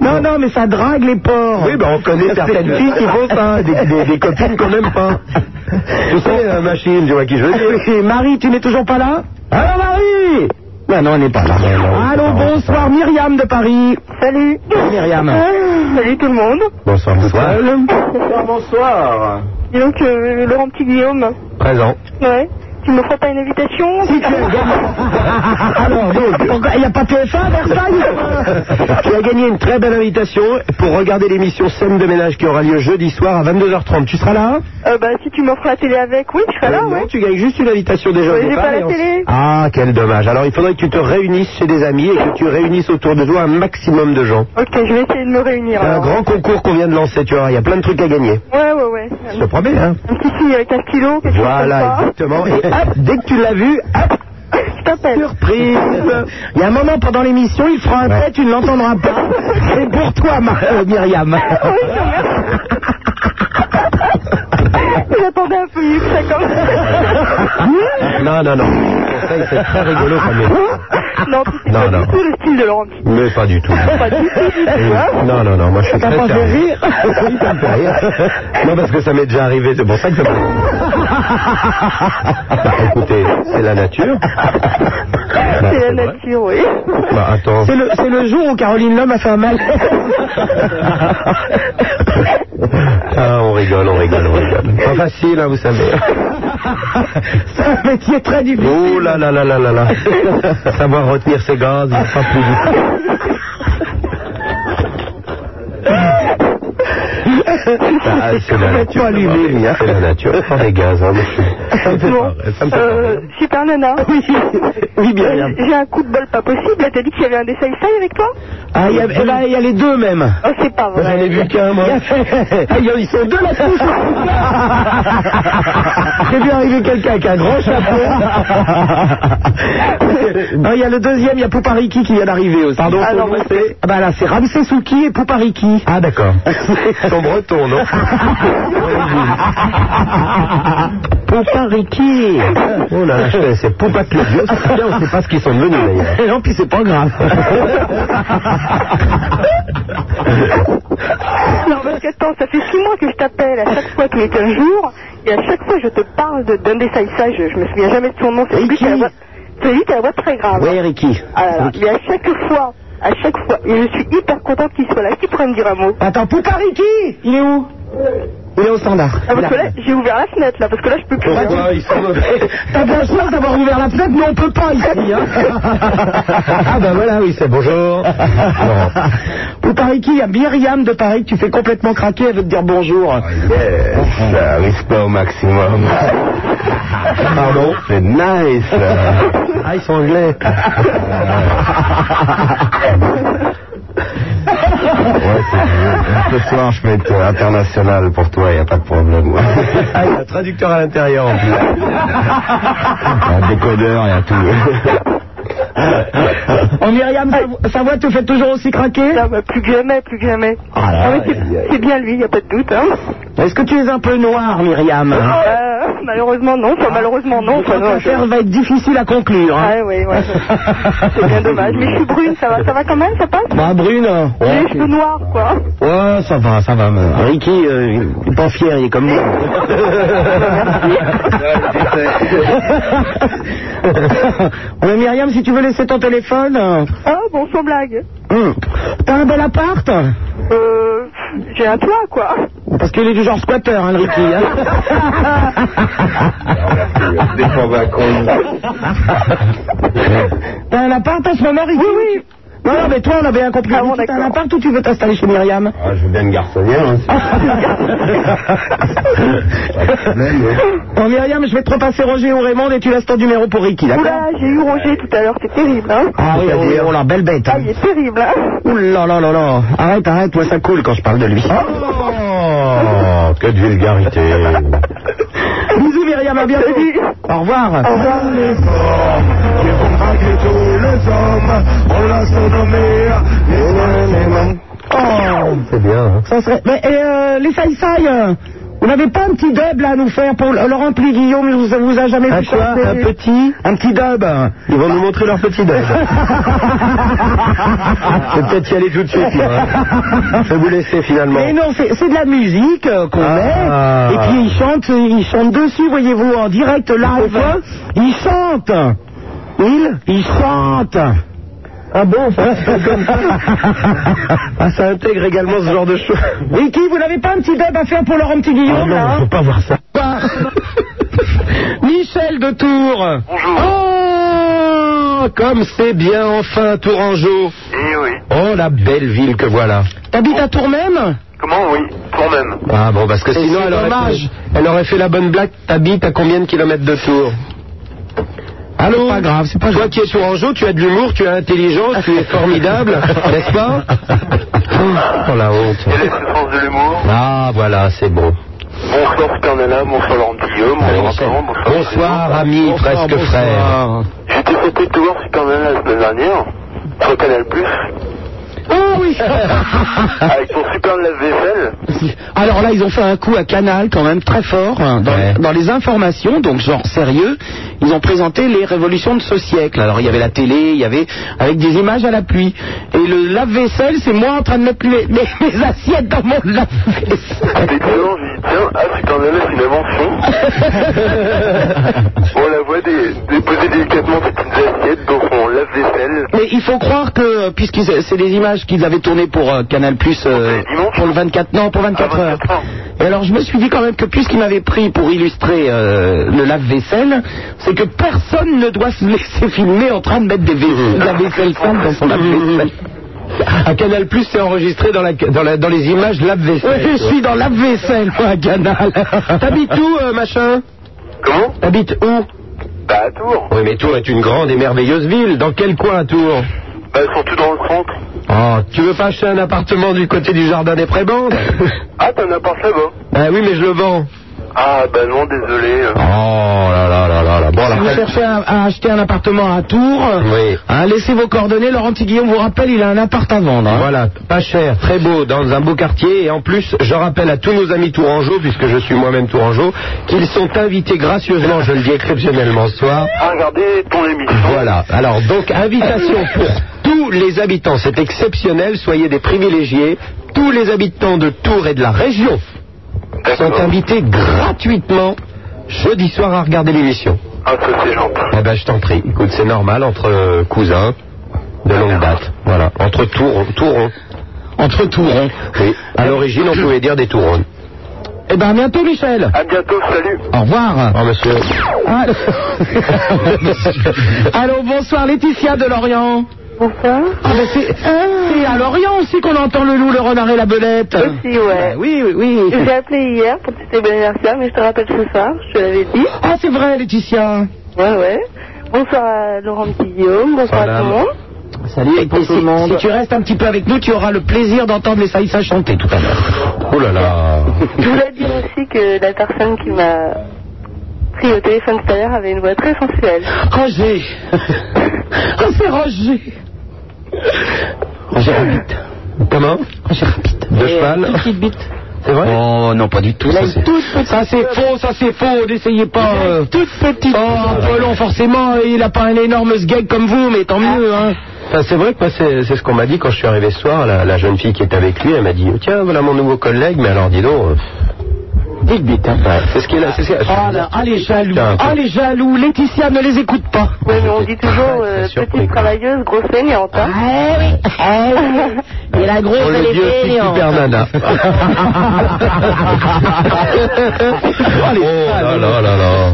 Non, non, mais ça drague les porcs. Oui, ben on connaît certaines filles qui font ça, des, des- des copines qu'on n'aime pas. Tu sais, la machine, tu vois qui je veux dire. Oui, Marie, tu n'es toujours pas là Alors Marie Non, non, elle n'est pas là. Allô, bonsoir, Myriam de Paris. Ah, Euh, Salut. Myriam. Salut tout le monde. Bonsoir, bonsoir. Bonsoir, bonsoir. Dis donc, euh, Laurent Petit Guillaume. Présent. Ouais. Tu me feras pas une invitation Euh, Si tu es gamin. ah, Alors, donc, pourquoi- Oh, bah, il n'y a pas TF1 à Versailles Tu as gagné une très belle invitation pour regarder l'émission Scène de ménage qui aura lieu jeudi soir à 22h30. Tu seras là Euh, bah, si tu m'offres la télé avec, Ah oui, je serai là, Euh, non, ouais. tu gagnes juste une invitation déjà. au Ouais, j'ai départ pas la et on- télé. Ah, quel dommage. Alors, il faudrait que tu te réunisses chez des amis et que tu réunisses autour de toi un maximum de gens. Ok, je vais essayer de me réunir. Un alors. grand concours qu'on vient de lancer, tu vois. Il y a plein de trucs à gagner. Ouais, ouais, ouais. Je te promets, hein. Un petit signe avec un stylo, quelque Voilà, chose comme ça. exactement. Et hop, dès que tu l'as vu, hop, Je t'appelle. Surprise Il y a un moment pendant l'émission, il fera un trait, tu ne l'entendras pas. C'est pour toi, Mar- euh, Myriam. J'attendais un peu mieux que ça quand même. Non, non, non. Je conseille, C'est très rigolo comme émission. non, puis c'est Non, pas non. du tout le style de Laurent Petit. Mais pas du tout. Pas du tout, hein. du tout. Oui. Non, non, non, moi je suis T'as très pas fait sérieux. rire Oui, ça me fait rire. Non, parce que ça m'est déjà arrivé, c'est pour ça que ça me fait rire. Bah, écoutez, c'est la nature. Bah, C'est la nature, oui. bah, attends. C'est le, c'est le jour où Caroline Lhomme a fait un mal. Ah, on rigole, on rigole, on rigole. Pas facile, hein, vous savez. C'est un métier très difficile. Oh là là là là là là. Savoir retenir ses gaz, il sera plus vite. Ah, c'est la nature. hein. C'est la nature. Pas les gaz, hein, monsieur. Ça me fait pas rire, ça me fait pas rire. Euh, super Nana. Oui, oui Myriam. J'ai un coup de bol pas possible. Là, T'as dit qu'il y avait un dessin essai avec toi Ah, il y a, eh ben, il y a les deux même. Oh, c'est pas vrai. J'en ai vu qu'un, moi. Ils sont deux là-dessous. J'ai vu arriver quelqu'un avec un grand chapeau. Non, Il y a le deuxième, il y a Poupariki qui vient d'arriver aussi. Pardon, ah, non, c'est... Ah, bah là, c'est Ramsesouki et Poupariki. Ah, d'accord. Son breton, non Poupariki. Oh là là, je fais- c'est Poupa Claudio. C'est bien, on ne sait pas ce qu'ils sont devenus d'ailleurs. Et non, puis c'est pas grave. Non, parce que attends, ça fait six mois que je t'appelle à chaque fois tous les 15 jours, et à chaque fois je te parle de- d'un des Saïsa, je, je me souviens jamais de son nom, c'est lui qui a la voix, c'est lui qui a la voix très grave. Oui, Ricky. Ah là là, mais à chaque fois, à chaque fois, et je suis hyper contente qu'il soit là, est-ce qu'il pourrait me dire un mot Attends, Poupariki, il est où Il est au standard. ah, parce que là, j'ai ouvert la fenêtre, là, parce que là, je peux plus. Pourquoi ils sont Ah, mauvais T'as bien chance d'avoir ouvert la fenêtre, mais on peut pas ici. Hein. Ah, ben voilà, oui, c'est bonjour. Laurent. Pour Paris qui, il y a Myriam de Paris que tu fais complètement craquer, elle veut te dire bonjour. Ah, Yes, ça risque Ah, pas au maximum. Pardon C'est nice. Ah, ils sont anglais. Ouais, c'est- ce soir, je peux être international pour toi, il n'y a pas de problème. Ah, il y a un traducteur à l'intérieur en plus. un décodeur, il y a tout. Ah, Oh Myriam, sa, vo- sa voix te fait toujours aussi craquer Non, mais Ah, bah, plus que jamais, plus que jamais. Ah là, Ah, mais c'est- c'est bien lui, il n'y a pas de doute. Hein. Est-ce que tu es un peu noire, Myriam Euh, malheureusement, non, Ah, enfin, malheureusement, non. Enfin, Cette non je- affaire va être difficile à conclure. hein. Ah, ouais, ouais. C'est bien dommage. Mais je suis brune, ça va, ça va quand même, ça passe Bah, Brune, hein. J'ai les cheveux noirs, quoi. Ouais, ça va, ça va. mais Ricky, euh, il est pas fier, il est comme moi. Oh, Mais Myriam, si tu veux laisser ton téléphone. euh, Ah, bon, sans blague. hum. T'as un bel appart Euh, j'ai un toit, quoi. Parce qu'il est du genre squatter, hein, le Ricky. hein. T'as un appart à ce moment, Ricky Oui, oui. Non, non, mais toi, on a bien compris. Ah bon, Ricky, T'as un d'accord. appart ou tu veux t'installer chez Myriam Ah, je veux bien une garçonnière. Hein, Bon, Myriam, je vais te repasser Roger ou Raymond et tu laisses ton numéro pour Ricky, d'accord Oula, j'ai eu Roger tout à l'heure, c'est terrible, hein. Ah oui, oh, oh la belle bête. Ah, il est terrible, hein. Ouh là là là là. Arrête, arrête, moi ça coule quand je parle de lui. Oh, que de vulgarité. Bisous Myriam, à bientôt. Au revoir. Au revoir. Oh, c'est bien. hein. ça serait. Mais, et euh, les Saïsaï, euh, vous n'avez pas un petit dub là à nous faire pour le- Laurent Pli Guillaume, il vous, vous a jamais Un vu quoi chanter. Un petit Un petit dub. Ils vont nous montrer leur petit deuil. Je vais peut-être y aller tout de suite. moi, hein. Je vais vous laisser finalement. Mais non, c'est c'est de la musique euh, qu'on Ah. met. Et puis ils chantent, ils chantent dessus, voyez-vous, en direct live. Ils chantent. Ils Ils chantent. Ah bon Ah, ça intègre également ce genre de choses. Ah Et qui, vous n'avez pas un petit dub à faire pour Laurent Petit Guillaume là faut pas voir ça. Michel de Tours. Bonjour. Oh Ah, comme c'est bien enfin Tourangeau. Eh Oh, la belle ville que voilà. T'habites à Tours même Comment oui, toi-même. Ah bon, parce que Et sinon c'est elle aurait, dommage. fait, elle aurait fait la bonne blague. T'habites à combien de kilomètres de Tours Allô pas grave, c'est pas Toi qui es Tourangeau, tu as de l'humour, tu es intelligent, tu es formidable, n'est-ce pas Oh la honte. de l'humour. Ah voilà, c'est beau. Bonsoir Supernana, bonsoir Laurent Guillaume, bonsoir Laurent, bonsoir. Bonsoir, ami, presque Oh, frère. J'étais sauté de te voir Supernana la semaine dernière, sur Canal Plus, Oh oui Ah. avec ton super lave-vaisselle. Alors là, ils ont fait un coup à Canal quand même très fort hein, dans, dans les informations, donc genre sérieux. Ils ont présenté les révolutions de ce siècle. Alors il y avait la télé, il y avait avec des images à l'appui. Et le lave-vaisselle, c'est moi en train de mettre mes, mes- mes assiettes dans mon Ah, lave-vaisselle. Tiens, ah Supernana, c'est une invention. On la voit dé- déposer délicatement ses petites assiettes dans son lave-vaisselle. Mais il faut croire que, euh, puisque c'est c'est des images qu'ils avaient tournées pour euh, Canal Plus pour le 24, non, pour 24 heures. Et alors je me suis dit quand même que puisqu'ils m'avaient pris pour illustrer euh, le lave-vaisselle, c'est que personne ne doit se laisser filmer en train de mettre des vais- de la vaisselle sale dans son lave-vaisselle. À Canal Plus, c'est enregistré dans, la, dans, la- dans les images lave-vaisselle. Ouais, je suis dans lave-vaisselle, moi, à Canal. T'habites où, euh, machin Comment T'habites où Bah, à Tours. Oui, mais Tours est une grande et merveilleuse ville. Dans quel coin, à Tours Bah, surtout dans le centre. Oh, tu veux pas acheter un appartement du côté du jardin des prébendes Ah, t'en as pensé là-bas Ben oui, mais je le vends. Ah, bah non, désolé. euh. Oh là là là là là. Bon, Si alors, vous cherchez à, à acheter un appartement à Tours, hein, laissez vos coordonnées. Laurent Petit Guillaume vous rappelle, il a un appart à vendre. hein. Voilà, pas cher, très beau, dans un beau quartier. Et en plus, je rappelle à tous nos amis tourangeaux, puisque je suis moi-même tourangeau, qu'ils sont invités gracieusement, je le dis exceptionnellement ce soir. Ah, regardez ton émission. Voilà, alors donc invitation pour tous les habitants, c'est exceptionnel, soyez des privilégiés. Tous les habitants de Tours et de la région sont invités gratuitement jeudi soir à regarder l'émission. Ah, ça c'est gentil. Eh ben, je t'en prie. Écoute, c'est normal entre euh, cousins de longue date. Voilà. Entre tourons. tourons. Entre hein. tourons. Oui. À l'origine, on pouvait dire des tourons. Eh ben, à bientôt, Michel. À bientôt, salut. Au revoir. Oh, monsieur. Allô, Allô, bonsoir, Laetitia de Lorient. Bonsoir. c'est Ah. c'est à Lorient aussi qu'on entend le loup, le renard et la belette. Ben, Aussi, ouais. oui, oui, Ah, oui. J'ai appelé hier pour te souhaiter bon anniversaire, mais je te rappelle ce soir, je te l'avais dit. Ah, c'est vrai, Laetitia. Ouais, ouais. Bonsoir à Laurent Petit Guillaume, bonsoir à tout le monde. Bah, Salut Et pour si, tout le monde. si tu restes un petit peu avec nous, tu auras le plaisir d'entendre les Saïssa chanter tout à l'heure. Oh là là. Je voulais dire aussi que la personne qui m'a pris au téléphone tout à l'heure avait une voix très sensuelle. Roger Ah, c'est Roger. Roger Rabbit. Comment Roger Rabbit. De euh, cheval petite bite. C'est vrai Oh non, pas du tout. Ça, c'est- Ça c'est faux, ça c'est faux, n'essayez pas. euh, toute petite. Oh, Apollon, forcément, il a pas un énorme sgeg comme vous, mais tant mieux, hein. Enfin, c'est vrai que moi, c'est c'est ce qu'on m'a dit quand je suis arrivé ce soir. La, la jeune fille qui est avec lui, elle m'a dit oh, Tiens, voilà mon nouveau collègue, mais alors dis donc. Big bite, hein. Ouais, c'est ce qu'il a. c'est ce qu'il a- Ah là, ah, les jaloux, ah les jaloux, Laetitia ne les écoute pas. Oui, mais on dit toujours euh, petite travailleuse, grosse fainéante. Hein. eh Ah oui, Et la grosse, On le dit aussi hein. super nana. oh là là là là.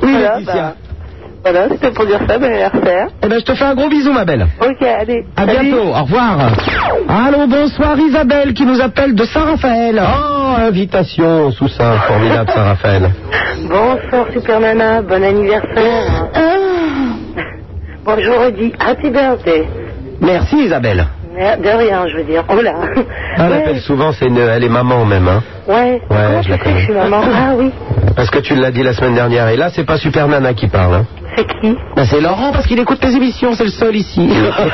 voilà, bah, voilà, c'était pour dire ça, bon anniversaire. Eh ben, je te fais un gros bisou, ma belle. Ok, allez. À salut. bientôt, au revoir. Allô, bonsoir Isabelle qui nous appelle de Saint-Raphaël. Oh, invitation, sous ça, formidable Saint-Raphaël. Bonsoir Super Nana, bon anniversaire. Ah. Bonjour Eddy, happy birthday. Merci Isabelle. Mais De rien, je veux dire. Oh là. Elle l'appelle souvent, c'est une- elle est maman même. Hein. Ouais, Ah, Ouais, je la je connais. suis maman. Ah oui, Parce que tu l'as dit la semaine dernière, et là, c'est pas Super Nana qui parle. Hein. c'est qui Ben, c'est Laurent parce qu'il écoute tes émissions, c'est le seul ici.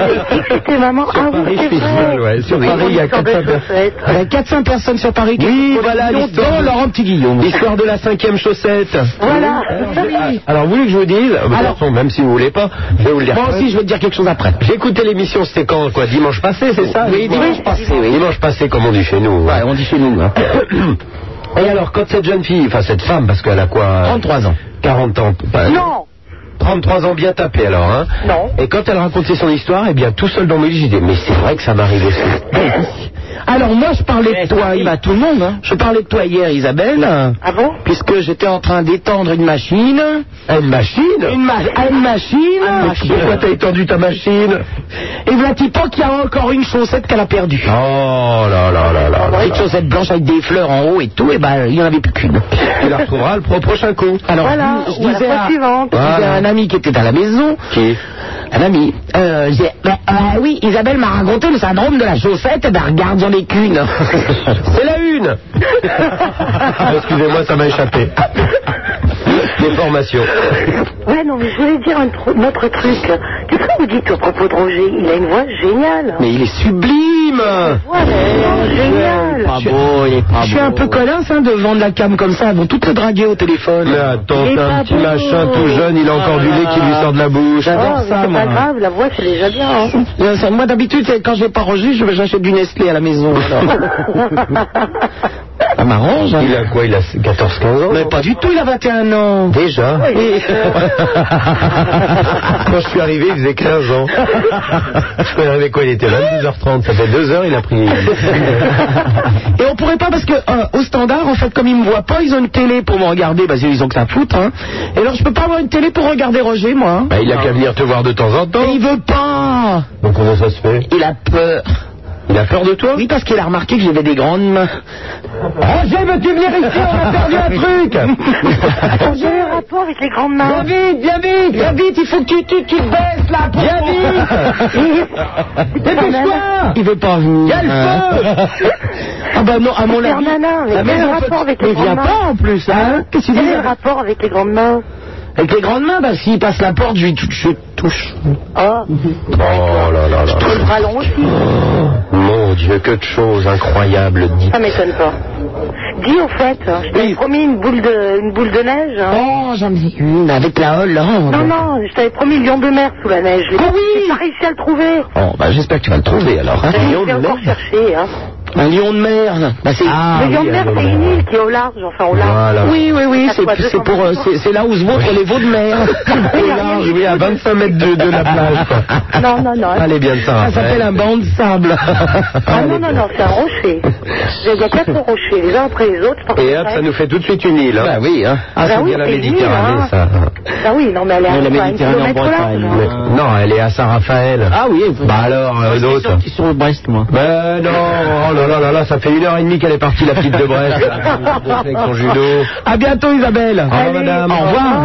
C'était maman. Ah oui, c'est vrai. ouais. Sur Paris, il y a 400 personnes. Il y a 400 personnes sur Paris qui Oui, écoutent voilà l'émission l'histoire. dont Laurent Petit Guillaume. L'histoire de la cinquième chaussette. Voilà. ah, Alors, vous voulez que je vous dise, euh, de toute façon, même si vous voulez pas, je vais vous le dire. Moi aussi, je vais te dire quelque chose après. J'ai écouté l'émission, c'était quand, quoi Dimanche passé, c'est ça Oui, dimanche passé, oui. Dimanche passé, comme on dit chez nous. Ouais, on dit chez nous. hein. Et alors, quand cette jeune fille, enfin cette femme, parce qu'elle a quoi euh, 33 ans. 40 ans. pas- 33 ans bien tapé alors, hein Non. Et quand elle racontait son histoire, eh bien, tout seul dans mes lits, j'ai dit, mais c'est vrai que ça m'arrive aussi. Alors moi, je parlais de toi. Il va tout le monde. hein. Je parlais de toi hier, Isabelle. Ah bon Puisque j'étais en train d'étendre une machine. Une machine Une, ma- une machine. Pourquoi t'as étendu ta machine Et voilà-t-il pas qu'il y a encore une chaussette qu'elle a perdue Oh là là là là. Une petite chaussette blanche avec des fleurs en haut et tout, et ben il n'y en avait plus qu'une. Tu la retrouveras le pro- prochain coup. Alors, je dis- je disais à, je disais à un ami qui était à la maison. Un ami. Euh, j'ai- ben, ah oui, Isabelle m'a raconté le syndrome de la chaussette. Ben regarde, j'en ai qu'une. C'est la une Excusez-moi, ça m'a échappé. Des formations. Ouais, non, mais je voulais dire un, tru- un autre truc. Qu'est-ce que vous dites au propos de Roger Il a une voix géniale. Mais il est sublime Géniale Ah, Oh, Pas beau, il est pas Je suis un peu colasse hein, de vendre la cam comme ça. Elles vont toutes le draguer au téléphone. Mais attends, Il est c'est un pas petit beau. machin tout jeune, il a encore du lait qui lui sort de la bouche. J'adore Oh, mais ça, c'est moi. pas grave, la voix c'est déjà bien. hein. Euh, ça, Moi d'habitude, c'est quand je vais pas Roger, je- j'achète du Nestlé à la maison. Ça m'arrange. Il a quoi Il a 14-15 ans hein. Mais pas du tout, il a 21 ans. Déjà Oui. Quand je suis arrivé, il faisait 15 ans. Je suis arrivé quoi Il était 22h30. Ça fait 2 heures, il a pris. Et on pourrait pas parce que euh, au standard, en fait, comme ils me voient pas, ils ont une télé pour me regarder, parce qu'ils ont que ça à foutre. Hein. Et alors, je peux pas avoir une télé pour regarder Roger, moi. hein. Bah, il a qu'à venir te voir de temps en temps. Mais il veut pas. Donc comment ça se fait Il a peur. Il a peur de toi Oui, parce qu'il a remarqué que j'avais des grandes mains. Roger, veux-tu venir ici On a perdu un truc J'ai un rapport avec les grandes mains. Viens vite, viens vite, viens vite, il faut que tu, tu, tu te baisses là pour Viens vite Dépêche-toi Il veut pas venir. Il y a le feu Ah bah non, à mon Super avis. nana, mais Ah, quel je rapport peux- avec les Il vient grandes pas mains en plus, hein Qu'est-ce que tu Quel dis est le rapport avec les grandes mains Avec les grandes mains, bah s'il passe la porte, je lui tou- je touche. Oh Oh, là là là. le bras long aussi. Mon Dieu, que de choses incroyables dites. Ça m'étonne pas. Dis au fait, je t'avais promis une boule de, une boule de neige. hein. Oh, j'en ai une avec la hein. Hollande. Non, non, je t'avais promis lion de mer sous la neige. Ah oui J'ai pas réussi à le trouver. Oh, bah j'espère que tu vas le trouver alors. hein. Je vais encore chercher. Hein. Un lion de mer. Bah, c'est... le lion de mer, c'est une île qui est au large, enfin au large. Oui, oui, oui, Ça c'est, fait c'est 200 pour, euh, c'est, c'est là où se montrent les veaux de mer. Au large, oui, à 25 mètres de, de la plage. quoi. Non, non, non. Allez bien de ça. Ça s'appelle un banc de sable. Ah non, non, non, c'est un rocher. Il y a quatre rochers, les uns après les autres. parce Et que hop, ça- ça nous fait tout de suite une île. Hein. Bah oui, hein. Ah, c'est Bah oui, bien la c'est une île, Méditerranée, hein. ça. Ah oui, non, mais elle est à Mais la quoi, une Méditerranée en kilomètre Bretagne, large, mais- hein. Euh, Non, elle est à Saint-Raphaël. Ah oui. Bah alors, euh, l'autre. Qui sur le Brest, moi. Ben non, oh là là là là, ça fait une heure et demie qu'elle est partie, la petite de Brest. Avec son judo. À bientôt, Isabelle. Au revoir, madame. Au revoir.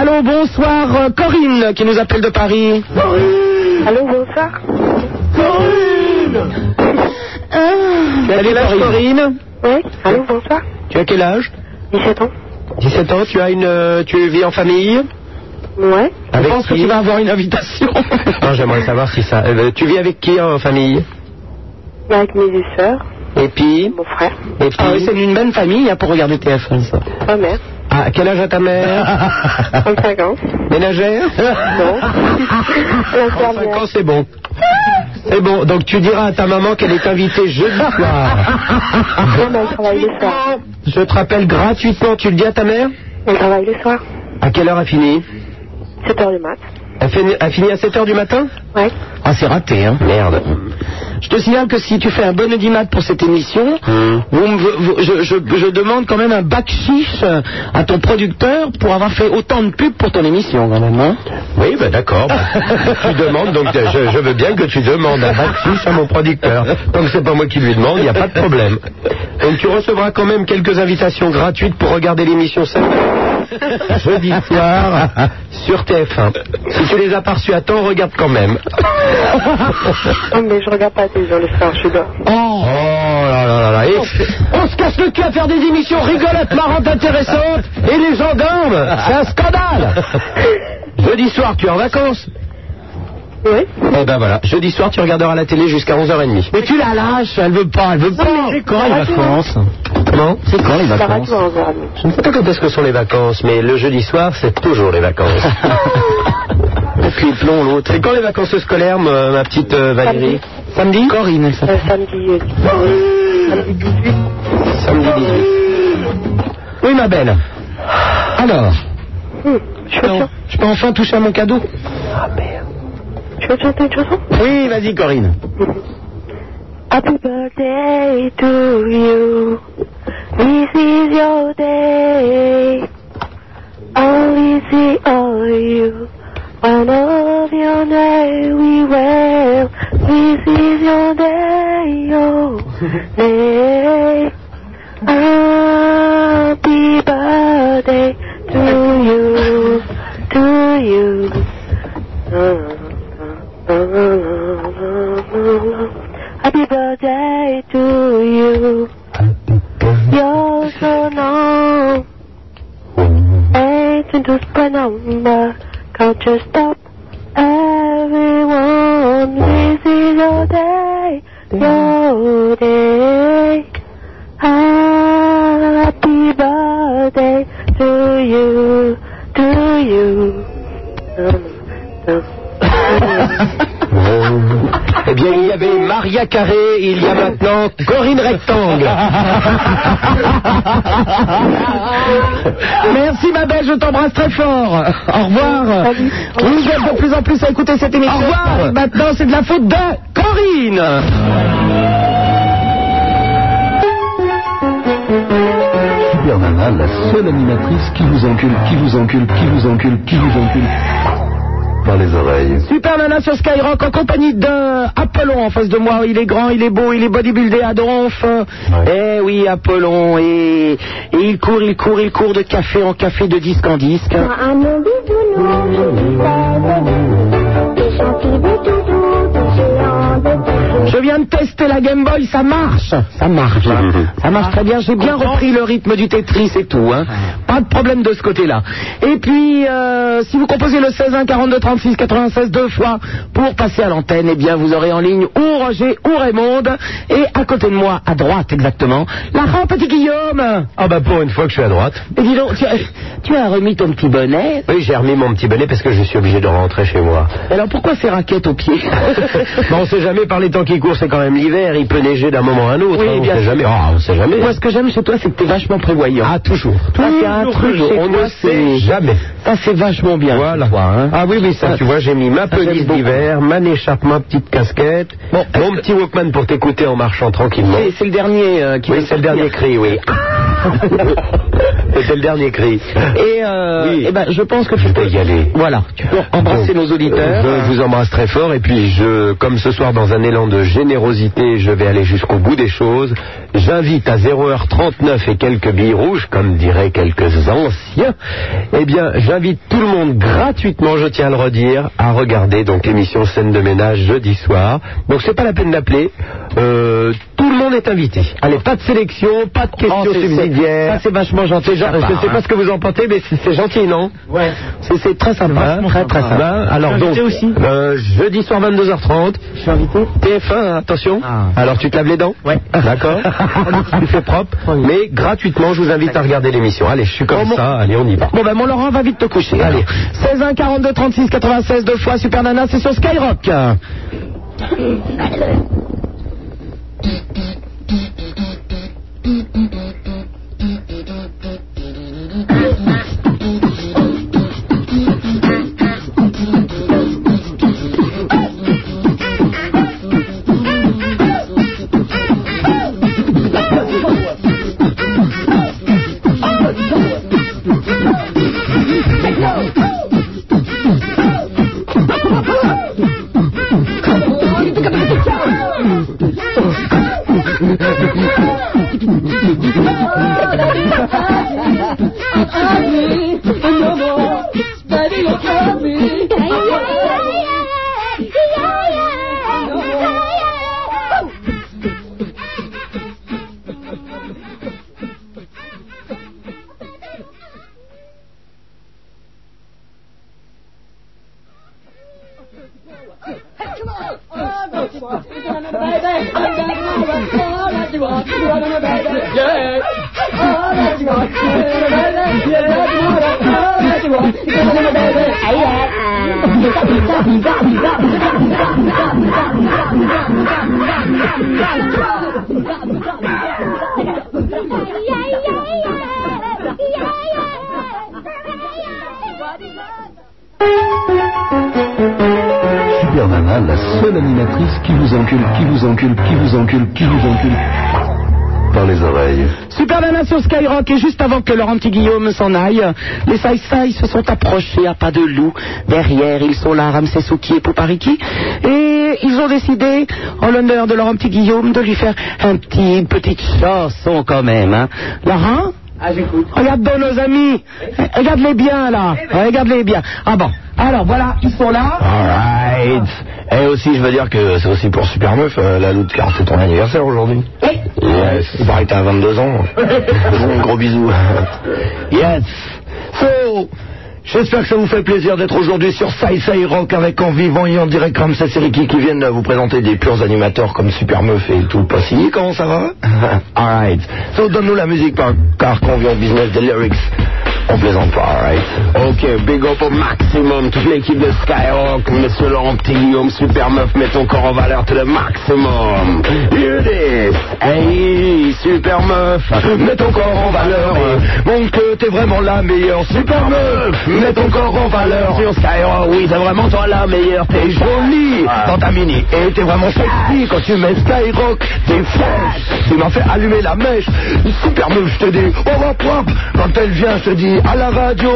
Allô, bonsoir, euh, Corinne, qui nous appelle de Paris. Allô, bonsoir. Tu as quel âge, Corinne Oui, allô, bonsoir. Tu as quel âge 17 ans. 17 ans, tu as une, euh, tu vis en famille Ouais. Je pense que tu vas avoir une invitation. Non, j'aimerais savoir si ça. euh, tu vis avec qui en famille Avec mes sœurs, Et puis mon frère, Et puis Ah oui, c'est une bonne famille hein, pour regarder TF1, ça. ma mère, Ah, quel âge a ta mère 35 ans. Ménagère Non. Cinq ans, c'est bon. C'est bon, donc tu diras à ta maman qu'elle est invitée jeudi soir. Non, mais elle travaille le soir. Je te rappelle gratuitement, tu le dis à ta mère Elle travaille le soir. À quelle heure elle finit 7h du mat. Elle finit, elle finit à 7h du matin Ouais. Ah, c'est raté, hein. Merde. Je te signale que si tu fais un bon audimat pour cette émission, Hmm. vous me- vous- je, je- je demande quand même un bac chiche euh, à ton producteur pour avoir fait autant de pubs pour ton émission, quand même. hein. Oui, ben d'accord. Bah, tu demandes, donc euh, je, je veux bien que tu demandes un backshish à mon producteur. Tant que c'est pas moi qui lui demande, il n'y a pas de problème. Donc tu recevras quand même quelques invitations gratuites pour regarder l'émission samedi, jeudi soir sur TF1. Si tu les as pas reçues à temps, regarde quand même. Non, mais je regarde pas la télévision le soir, je suis dehors. Oh, Oh là là là là. Et- On se casse le cul à faire des émissions rigolotes, marrantes, intéressantes, et les gens dorment. C'est un scandale. Jeudi soir, tu es en vacances Oui. Eh ben voilà, jeudi soir, tu regarderas la télé jusqu'à 11h30. Mais tu la lâches, elle veut pas, elle veut pas. mais j'ai pas la Comment C'est quand les La radio à 11h30. Je ne sais pas quand est-ce que sont les vacances, mais le jeudi soir, c'est toujours les vacances. Puis plomb l'autre. C'est quand les vacances scolaires, me- ma petite euh, Valérie Samedi Corinne, elle s'appelle. Euh, samedi. euh, samedi Samedi 18. 18. Oui, ma belle. Alors, Hum, je peux, je peux enfin toucher à mon cadeau Tu veux te chanter une chanson Oui, vas-y, Corinne. Happy birthday to you. This is your day. Only see all you. One of your Ah, day we will. This is your day, your day. Happy birthday to you, to you. Happy birthday to you. You're so long. Eight into spread number. Can't you stop? Everyone, this is your day, your day. Ah. Happy birthday to you, to you. Eh bien, il y avait Maria Carré, il y a maintenant Corinne Rectangle. Merci ma belle, je t'embrasse très fort. Au revoir. Vous êtes de plus en plus à écouter cette émission. Au revoir. Maintenant, c'est de la faute de Corinne. Super Nana, la seule animatrice qui vous encule, qui vous encule, qui vous encule, qui vous encule par les oreilles. Super Nana sur Skyrock en compagnie de Apollon en face de moi. Il est grand, il est beau, il est bodybuildé à Donf. Eh oui, Apollon. Et, et il court, il court, il court de café en café, de disque en disque. Je viens de tester la Game Boy, ça marche. Ça marche. hein. Ça marche très bien. J'ai bien repris le rythme du Tetris et tout. hein. Pas de problème de ce côté-là. Et puis, euh, si vous composez le 16 1 42 36 96 deux fois pour passer à l'antenne, eh bien, vous aurez en ligne ou Roger ou Raymond. Et à côté de moi, à droite exactement, la petit Guillaume. Ah bah pour une fois que je suis à droite. Et dis donc, tu as, tu as remis ton petit bonnet. Oui, j'ai remis mon petit bonnet parce que je suis obligé de rentrer chez moi. Alors pourquoi ces raquettes aux pieds Bon, on sait jamais par les temps qui courent, c'est quand même l'hiver, il peut neiger d'un moment à un autre. Oui, hein, on bien sait sûr. jamais. Ah, on sait jamais. Moi, ce que j'aime chez toi, c'est que t'es vachement prévoyant. Ah, toujours. Ça, c'est un Toujours, truc toujours. chez On toi, ne c'est- sait jamais. Ça, Ah, c'est vachement bien. hein. Voilà. Ah oui, oui, ça, Ça, tu vois, j'ai mis ma ça, j'aime pelisse Ah, beaucoup. d'hiver, ma écharpe, ma petite casquette, mon petit Walkman pour t'écouter en marchant tranquillement. C'est- C'est le dernier euh, qui Oui, va c'est le dernier sortir. cri, oui. C'était le dernier cri. Et, euh, eh ben, je pense que tu peux y aller. Voilà, tu peux embrasser nos auditeurs. Euh, Je vous embrasse très fort et puis je, comme ce soir dans un élan de générosité, je vais aller jusqu'au bout des choses. J'invite à 0h39 et quelques billes rouges, comme diraient quelques anciens. Eh bien, j'invite tout le monde gratuitement, je tiens à le redire, à regarder donc l'émission Scène de ménage jeudi soir. Donc c'est pas la peine d'appeler. Euh, tout le monde est invité. Allez, pas de sélection, pas de questions Oh, c'est- c'est- subsidiaires. ça, c'est vachement gentil C'est gen- de ta part, Je sais hein. pas ce que vous en pensez, mais c'est c'est gentil, non Ouais. C'est- C'est très Hein sympa. Ah, très, très sympa. Ben, alors donc, euh, jeudi soir 22h30. Je suis invité. TF1, hein, attention. Ah. Alors tu te laves les dents Ouais. D'accord. tu fais propre. Mais gratuitement, je vous invite à regarder l'émission. Allez, je suis comme ça. Allez, on y va. Oh, Bon ben mon Laurent va vite te coucher. Allez. 16 1 42 36 96 deux fois Super Nana, c'est sur Skyrock. Super Nana, sera la seule animatrice qui vous encule, qui vous encule, qui vous encule, qui vous encule. Par les oreilles. Super Nana sur Skyrock et juste avant que Laurent Petit Guillaume s'en aille, les Saïsaï se sont approchés à pas de loup. Derrière, ils sont là, Ramsey Souki et Popariki. Et ils ont décidé, en l'honneur de Laurent Petit Guillaume, de lui faire un petit, une petite chanson quand même. Hein. Laurent ah, j'écoute. Eh Regarde donc nos amis. Regarde-les bien, là. Regarde-les bien. Ah bon. Alors, voilà, ils sont là. Alright. Et aussi, je veux dire que c'est aussi pour Super Meuf, euh, la loot, car c'est ton anniversaire aujourd'hui. Oui. Yes. Il paraît que t'as 22 ans. bon, gros bisous. yes. So, j'espère que ça vous fait plaisir d'être aujourd'hui sur Saïsaï Rock avec en vivant et en direct Ramsès et Ricky qui viennent vous présenter des purs animateurs comme Super Meuf et tout le passé. Comment ça va Alright. So, donne-nous la musique par- car qu'on vient au business des lyrics. On plaisante pas, alright? Ok, big up au maximum, toute l'équipe de Skyrock, Monsieur Laurent Petit Guillaume, Super Meuf, mets ton corps en valeur to le maximum. You this, hey, Super Meuf, mets ton corps en valeur, montre que t'es vraiment la meilleure. Super Meuf, mets ton corps en valeur sur Skyrock, oui, c'est vraiment toi la meilleure, t'es Ah. jolie dans ta mini et t'es vraiment sexy quand tu mets Skyrock, t'es fraîche, tu m'as fait allumer la mèche. Super Meuf, je te dis, on va propre, quand elle vient, je te dis à la radio,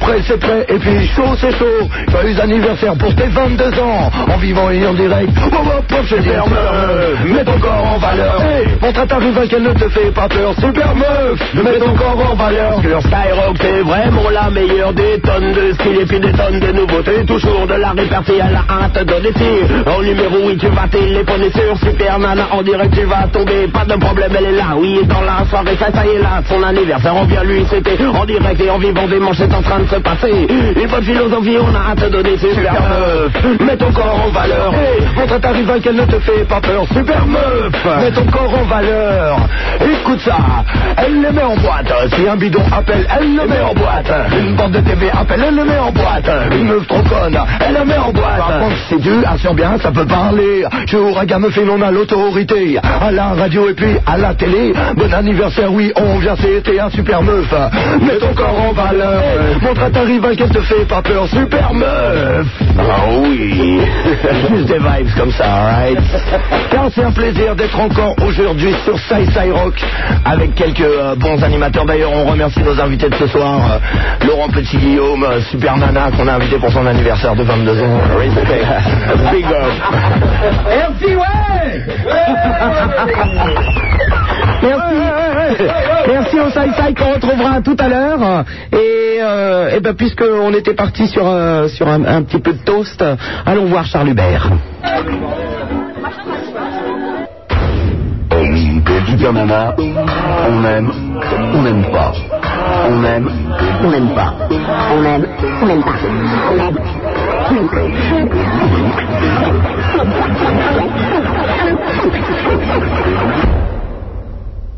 prêt c'est prêt et puis chaud c'est chaud. Joyeux anniversaire pour tes 22 ans, en vivant et en direct. Oh, oh, oh, super meuf, mets ton corps en valeur. Hey, montre à ta rivale qu'elle ne te fait pas peur. Super meuf, mets ton corps en valeur. Sur Skyrock, t'es vraiment la meilleure des tonnes de style et puis des tonnes de nouveautés. Toujours de la répartie à la hâte de l'été. En numéro 8, tu vas téléphoner sur Super Nana. En direct, tu vas tomber, pas de problème, elle est là. Oui, dans la soirée, ça, ça y est là. Son anniversaire, on vient lui, c'était en direct direct et en vivant des manches est en train de se passer. Une bonne philosophie, on a hâte de donner super meuf. Mets ton corps en valeur. Hey, montre à ta rivale qu'elle ne te fait pas peur. Super meuf, mets ton corps en valeur. Écoute ça, elle le met en boîte. Si un bidon appelle, elle le met en boîte. Une bande de TV appelle, elle le met en boîte. Une meuf trop conne, elle le met en boîte. Par contre, c'est dur, assure bien, ça peut parler. Je raga me fait, on a l'autorité. À la radio et puis à la télé. Bon anniversaire, oui, on vient, c'était un super meuf. Mets ton corps en valeur. Eh, Montre à ta rivale qu'elle te fait pas peur. Super meuf. Ah oui. Juste des vibes comme ça, alright. Car c'est un plaisir d'être encore aujourd'hui sur Sci Rock avec quelques euh, bons animateurs. D'ailleurs, on remercie nos invités de ce soir. euh, Laurent Petit-Guillaume, euh, Super Nana, qu'on a invité pour son anniversaire de 22 ans. Respect. Big up. Merci, Merci. Merci au Sci-Fi qu'on retrouvera tout à l'heure. Et, euh, eh ben, puisqu'on était parti sur, euh, sur un, un petit peu de toast, euh, allons voir Charles Hubert. Super Nana, on aime, on n'aime pas. On aime, on n'aime pas. On aime, on n'aime pas. On aime.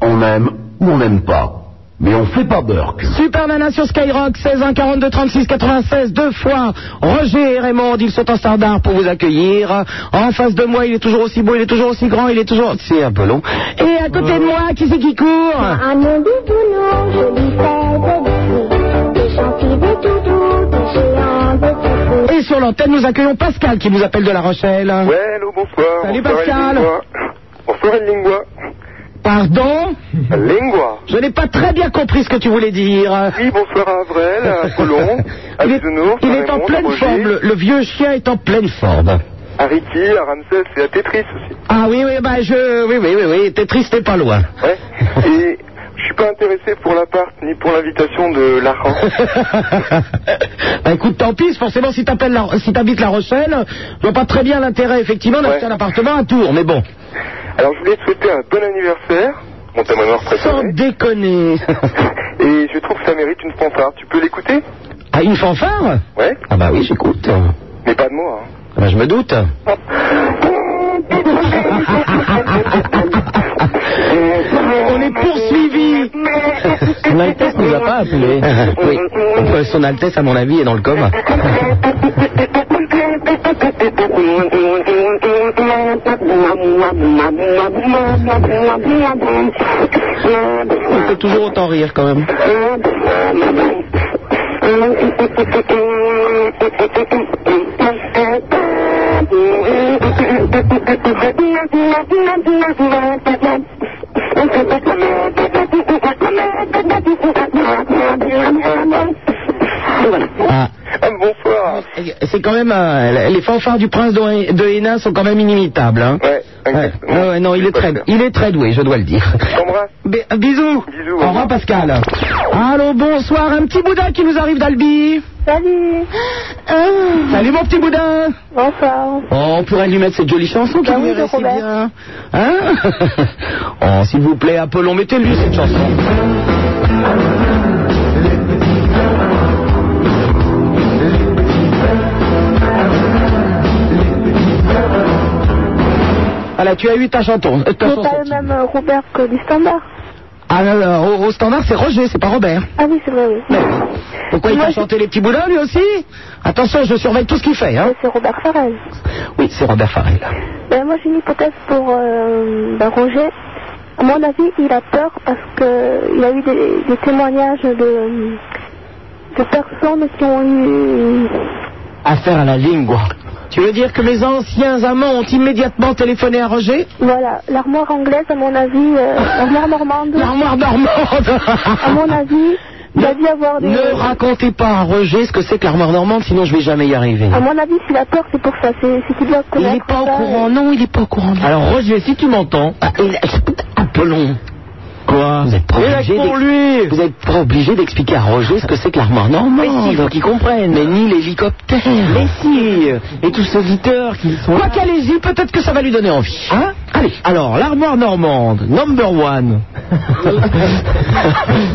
On aime ou on n'aime pas. Mais on fait pas beurre. Super Nana sur Skyrock, 16 1 42 36 96, deux fois. Roger et Raymond, ils sont en standard pour vous accueillir. En face de moi, il est toujours aussi beau, il est toujours aussi grand, il est toujours... C'est un peu long. Et à côté de moi, qui c'est qui court À mon bidounons, je lui fais des bisous. Des gentils, des toutous, des géants, des toutous. Et sur l'antenne, nous accueillons Pascal qui vous appelle de La Rochelle. Ouais, allô, bonsoir. Salut Bonsoir, El Pascal. Lingua. Bonsoir, El Lingua. Pardon Lingua. Je n'ai pas très bien compris ce que tu voulais dire. Oui, bonsoir à Avrel, à Colomb, à Il est- Bisounours, il à est en Raymond, à pleine Roger, forme, le, le vieux chien est en pleine forme. À Ricky, à Ramsès et à Tetris aussi. Ah oui, oui, bah je... Oui, oui, oui, oui, t'es triste, t'es pas loin. Ouais. et je suis pas intéressé pour l'appart ni pour l'invitation de Laurent. Bah écoute, tant pis, forcément, si t'appelles la, si t'habites La Rochelle, je vois pas très bien l'intérêt, effectivement, d'acheter un appartement à Tours, mais bon. Alors, je voulais te souhaiter un bon anniversaire, mon témoin mort préféré. Sans déconner. Et je trouve que ça mérite une fanfare. Tu peux l'écouter ah, une fanfare Ouais. Ah bah oui, j'écoute. Mais pas de moi. hein. Ah bah je me doute. On est poursuivis. Son Altesse nous a pas appelé. oui. Euh, Son Altesse, à mon avis, est dans le coma. On peut toujours autant rire quand même. Thank you. hein. Bonsoir. C'est quand même. euh, les fanfares du prince de de Hénin sont quand même inimitables. hein. Ouais, ouais, ouais, non, il est, très, il est très doué, je dois le dire. Bé- Bisous. Au revoir, Pascal. Allô, bonsoir. Un petit boudin qui nous arrive d'Albi. Salut. Salut, mon petit boudin. Ah. Bonsoir. Oh, on pourrait lui mettre cette jolie chanson qui lui irait si bien. Hein Oh, s'il vous plaît, Apollon, mettez-lui cette chanson. Voilà, tu as eu ta chanson. euh, ta C'est chanson. pas le même euh, Robert que du standard. Ah non, non, au, au standard, c'est Roger, c'est pas Robert. Ah oui, c'est vrai, oui. Pourquoi il t'a chanté les petits boulins, lui aussi Attention, je surveille tout ce qu'il fait. Hein. C'est Robert Farrell. Oui, c'est Robert Farrell. Ben, moi, j'ai une hypothèse pour euh, ben, Roger. À mon avis, il a peur parce qu'il a eu des, des témoignages de, de personnes qui ont eu. Affaire à la lingua. Tu veux dire que mes anciens amants ont immédiatement téléphoné à Roger Voilà, l'armoire anglaise, à mon avis, euh, l'armoire normande. L'armoire normande À mon avis, il a dû avoir des. Ne racontez pas à Roger ce que c'est que l'armoire normande, sinon je vais jamais y arriver. À mon avis, s'il a peur, c'est pour ça. C'est c'est qu'il doit connaître. euh, Il n'est pas au courant, non, il n'est pas au courant. Ah, Alors Roger, si tu m'entends, appelons. Quoi Vous êtes pas obligé d'ex- Vous êtes pas obligé d'expliquer à Roger ce que c'est que l'armoire normande. Mais si, faut qu'il comprenne. Mais ni l'hélicoptère. Mais si. Et tous ces auditeurs qui sont. Quoi qu'allez-y, peut-être que ça va lui donner envie. Hein Allez. Alors, l'armoire normande, number one.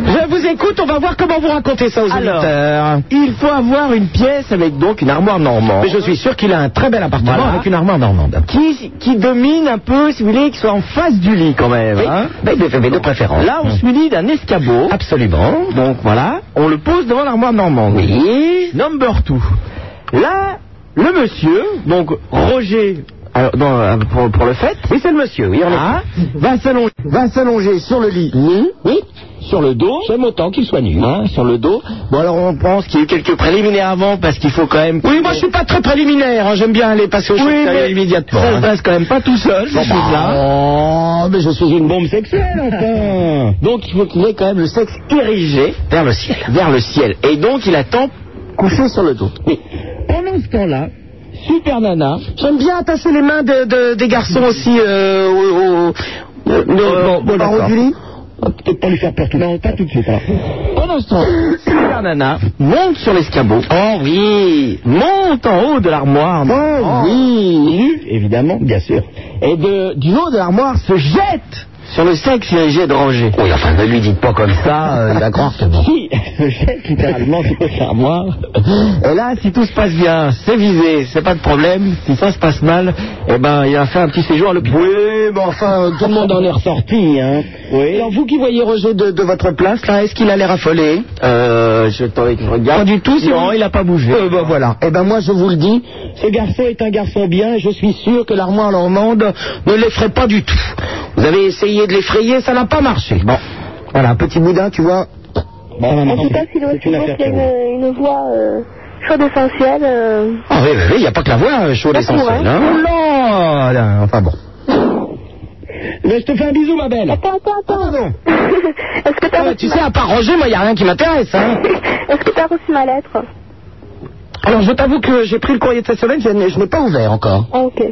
Je vous écoute, on va voir comment vous racontez ça aux Alors, auditeurs. il faut avoir une pièce avec donc une armoire normande. Mais je suis sûr qu'il a un très bel appartement Voilà. avec une armoire normande. Qui, qui domine un peu, si vous voulez, qui soit en face du lit quand même. Oui. hein. Mais de- mais de préférence. Là, on se munit d'un escabeau. Absolument. Donc voilà, on le pose devant l'armoire normande. Oui. Number two. Là, le monsieur, donc Roger, alors, dans, euh, pour, pour le fait. Oui, c'est le monsieur, oui, on Ah, va s'allonger, va s'allonger sur le lit nu. Oui. Sur le dos. J'aime autant qu'il soit nu. Hein, sur le dos. Bon, alors on pense qu'il y a eu quelques préliminaires avant parce qu'il faut quand même. Oui, moi je suis pas très préliminaire, hein, j'aime bien aller passer au Oui, choc sérieux mais immédiatement. ça se hein. passe quand même pas tout seul, ces Bon, bah, choses-là. Oh, mais je suis une bombe sexuelle, enfin. Donc il faut qu'il ait quand même le sexe érigé Vers le ciel. vers le ciel. Et donc il attend couché sur le dos. Oui. Pendant ce temps-là, Super nana. j'aime bien attacher les mains de- de- des garçons aussi euh, au, au, au- Euh, bon, bon, au barreau d'accord. du lit. Peut-être pas lui faire peur tout Non, pas tout de suite. Pendant ce temps, Super Nana monte sur l'escabeau. Oh oui Monte en haut de l'armoire. Oh, oui Nu, évidemment, bien sûr. Et de, du haut de l'armoire se jette sur le sexe érigé de Roger. Oui, enfin, ne lui dites pas comme ça, euh, il va croire que bon. Si, se jette littéralement sur l'armoire. Et là, si tout se passe bien, c'est visé, c'est pas de problème. Si ça se passe mal, eh ben, il a fait un petit séjour à l'hôpital. Oui, mais enfin, tout le monde en est ressorti, hein. Oui. Alors vous qui voyez Roger de, de votre place, là, est-ce qu'il a l'air affolé Euh, je t'en je regarde. Pas du tout, c'est Non, lui. il n'a pas bougé. Euh, ben voilà. Eh ben moi, je vous le dis, ce garçon est un garçon bien et je suis sûr que l'armoire normande ne l'effraie pas du tout. Vous avez essayé de l'effrayer, ça n'a pas marché. Bon, voilà, petit boudin, tu vois. En tout cas, s'il est aussi beau qu'il a une, une voix euh, chaude et sensuelle. euh, Ah oui, oui, oui, il n'y a pas que la voix euh, chaude et D'accord, sensuelle. hein. Hein. Oh là là, enfin bon. je te fais un bisou, ma belle. Ah, Attends, attends, attends. Est-ce que t'as Ouais, reçu tu sais, à part Roger, moi, il n'y a rien qui m'intéresse. Hein. Est-ce que t'as reçu ma lettre Alors, je t'avoue que j'ai pris le courrier de cette semaine, je n'ai- je n'ai pas ouvert encore. Ah, ok.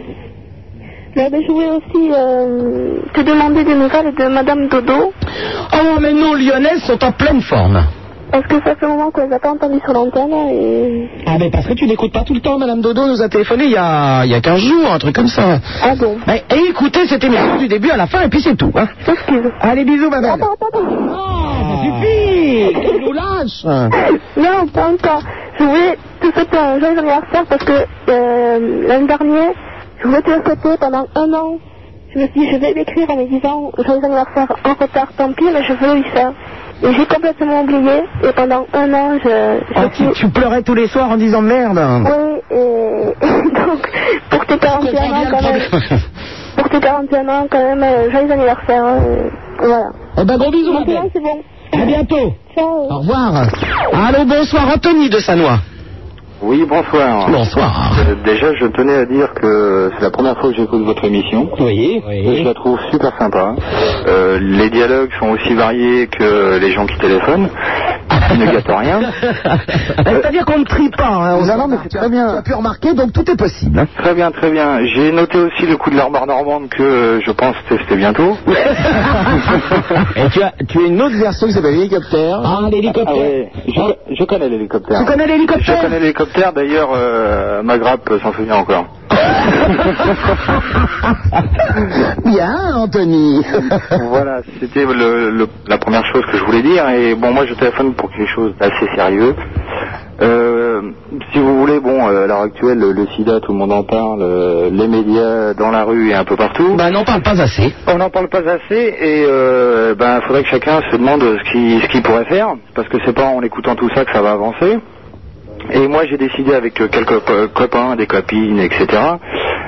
Mais, ben, je voulais aussi euh, te demander des nouvelles de Madame Dodo. Oh, mais nos lyonnaises sont en pleine forme. Parce que ça fait un moment qu'elle n'a pas entendu sur l'antenne et... Ah, mais parce que tu n'écoutes pas tout le temps. Madame Dodo nous a téléphoné il y a, il y a 15 jours, un truc comme ça. Ah bon Mais, et écoutez cette émission du début à la fin, et puis c'est tout. Hein. Allez, bisous, ma belle. Attends, attends, Ah, ça suffit Tu nous lâches Non, pas encore. Je voulais te souhaiter un joyeux anniversaire parce que euh, l'an dernier, je voulais te le souhaiter pendant un an. Je me suis dit, je vais l'écrire en me disant joyeux anniversaire en retard, tant pis, mais je veux lui faire. Et j'ai complètement oublié et pendant un an, je... je Oh, tu, tu pleurais tous les soirs en disant merde. Oui, et donc pour tes 41 ans quand même, pour tes 41 ans quand même, euh, joyeux anniversaire. hein, euh, voilà. Eh ben, gros bisous, ma Maintenant, belle. c'est bon. À bientôt. Ciao. Au revoir. Allô, bonsoir, Anthony de Sanois. Oui, bonsoir. Bonsoir. Euh, déjà, je tenais à dire que c'est la première fois que j'écoute votre émission. Oui. Et je la trouve super sympa. Euh, les dialogues sont aussi variés que les gens qui téléphonent. Ils ne gâtent Eh, rien. C'est-à-dire qu'on ne trie pas. Hein, non, non, mais c'est très bien. Tu as pu remarquer, donc tout est possible. hein. Très bien, très bien. J'ai noté aussi le coup de l'armoire normande que euh, je pense tester bientôt. Et tu as, tu as une autre version qui s'appelle hélicoptère. Ah, l'hélicoptère. Ah. je, je connais l'hélicoptère. Tu connais l'hélicoptère Je connais l'hélicoptère, d'ailleurs, euh, ma grappe s'en souvient encore. Bien, Anthony. voilà, c'était le- le- la première chose que je voulais dire. Et bon, moi, je téléphone pour quelque chose d'assez sérieux. Euh, si vous voulez, bon, euh, à l'heure actuelle, le, le sida, tout le monde en parle, euh, les médias dans la rue et un peu partout. Ben, n'en parle pas assez. On n'en parle pas assez et euh, ben, faudrait que chacun se demande ce qu'il ce qu'il pourrait faire, parce que c'est pas en écoutant tout ça que ça va avancer. Et moi, j'ai décidé avec euh, quelques co- copains, des copines, etc.,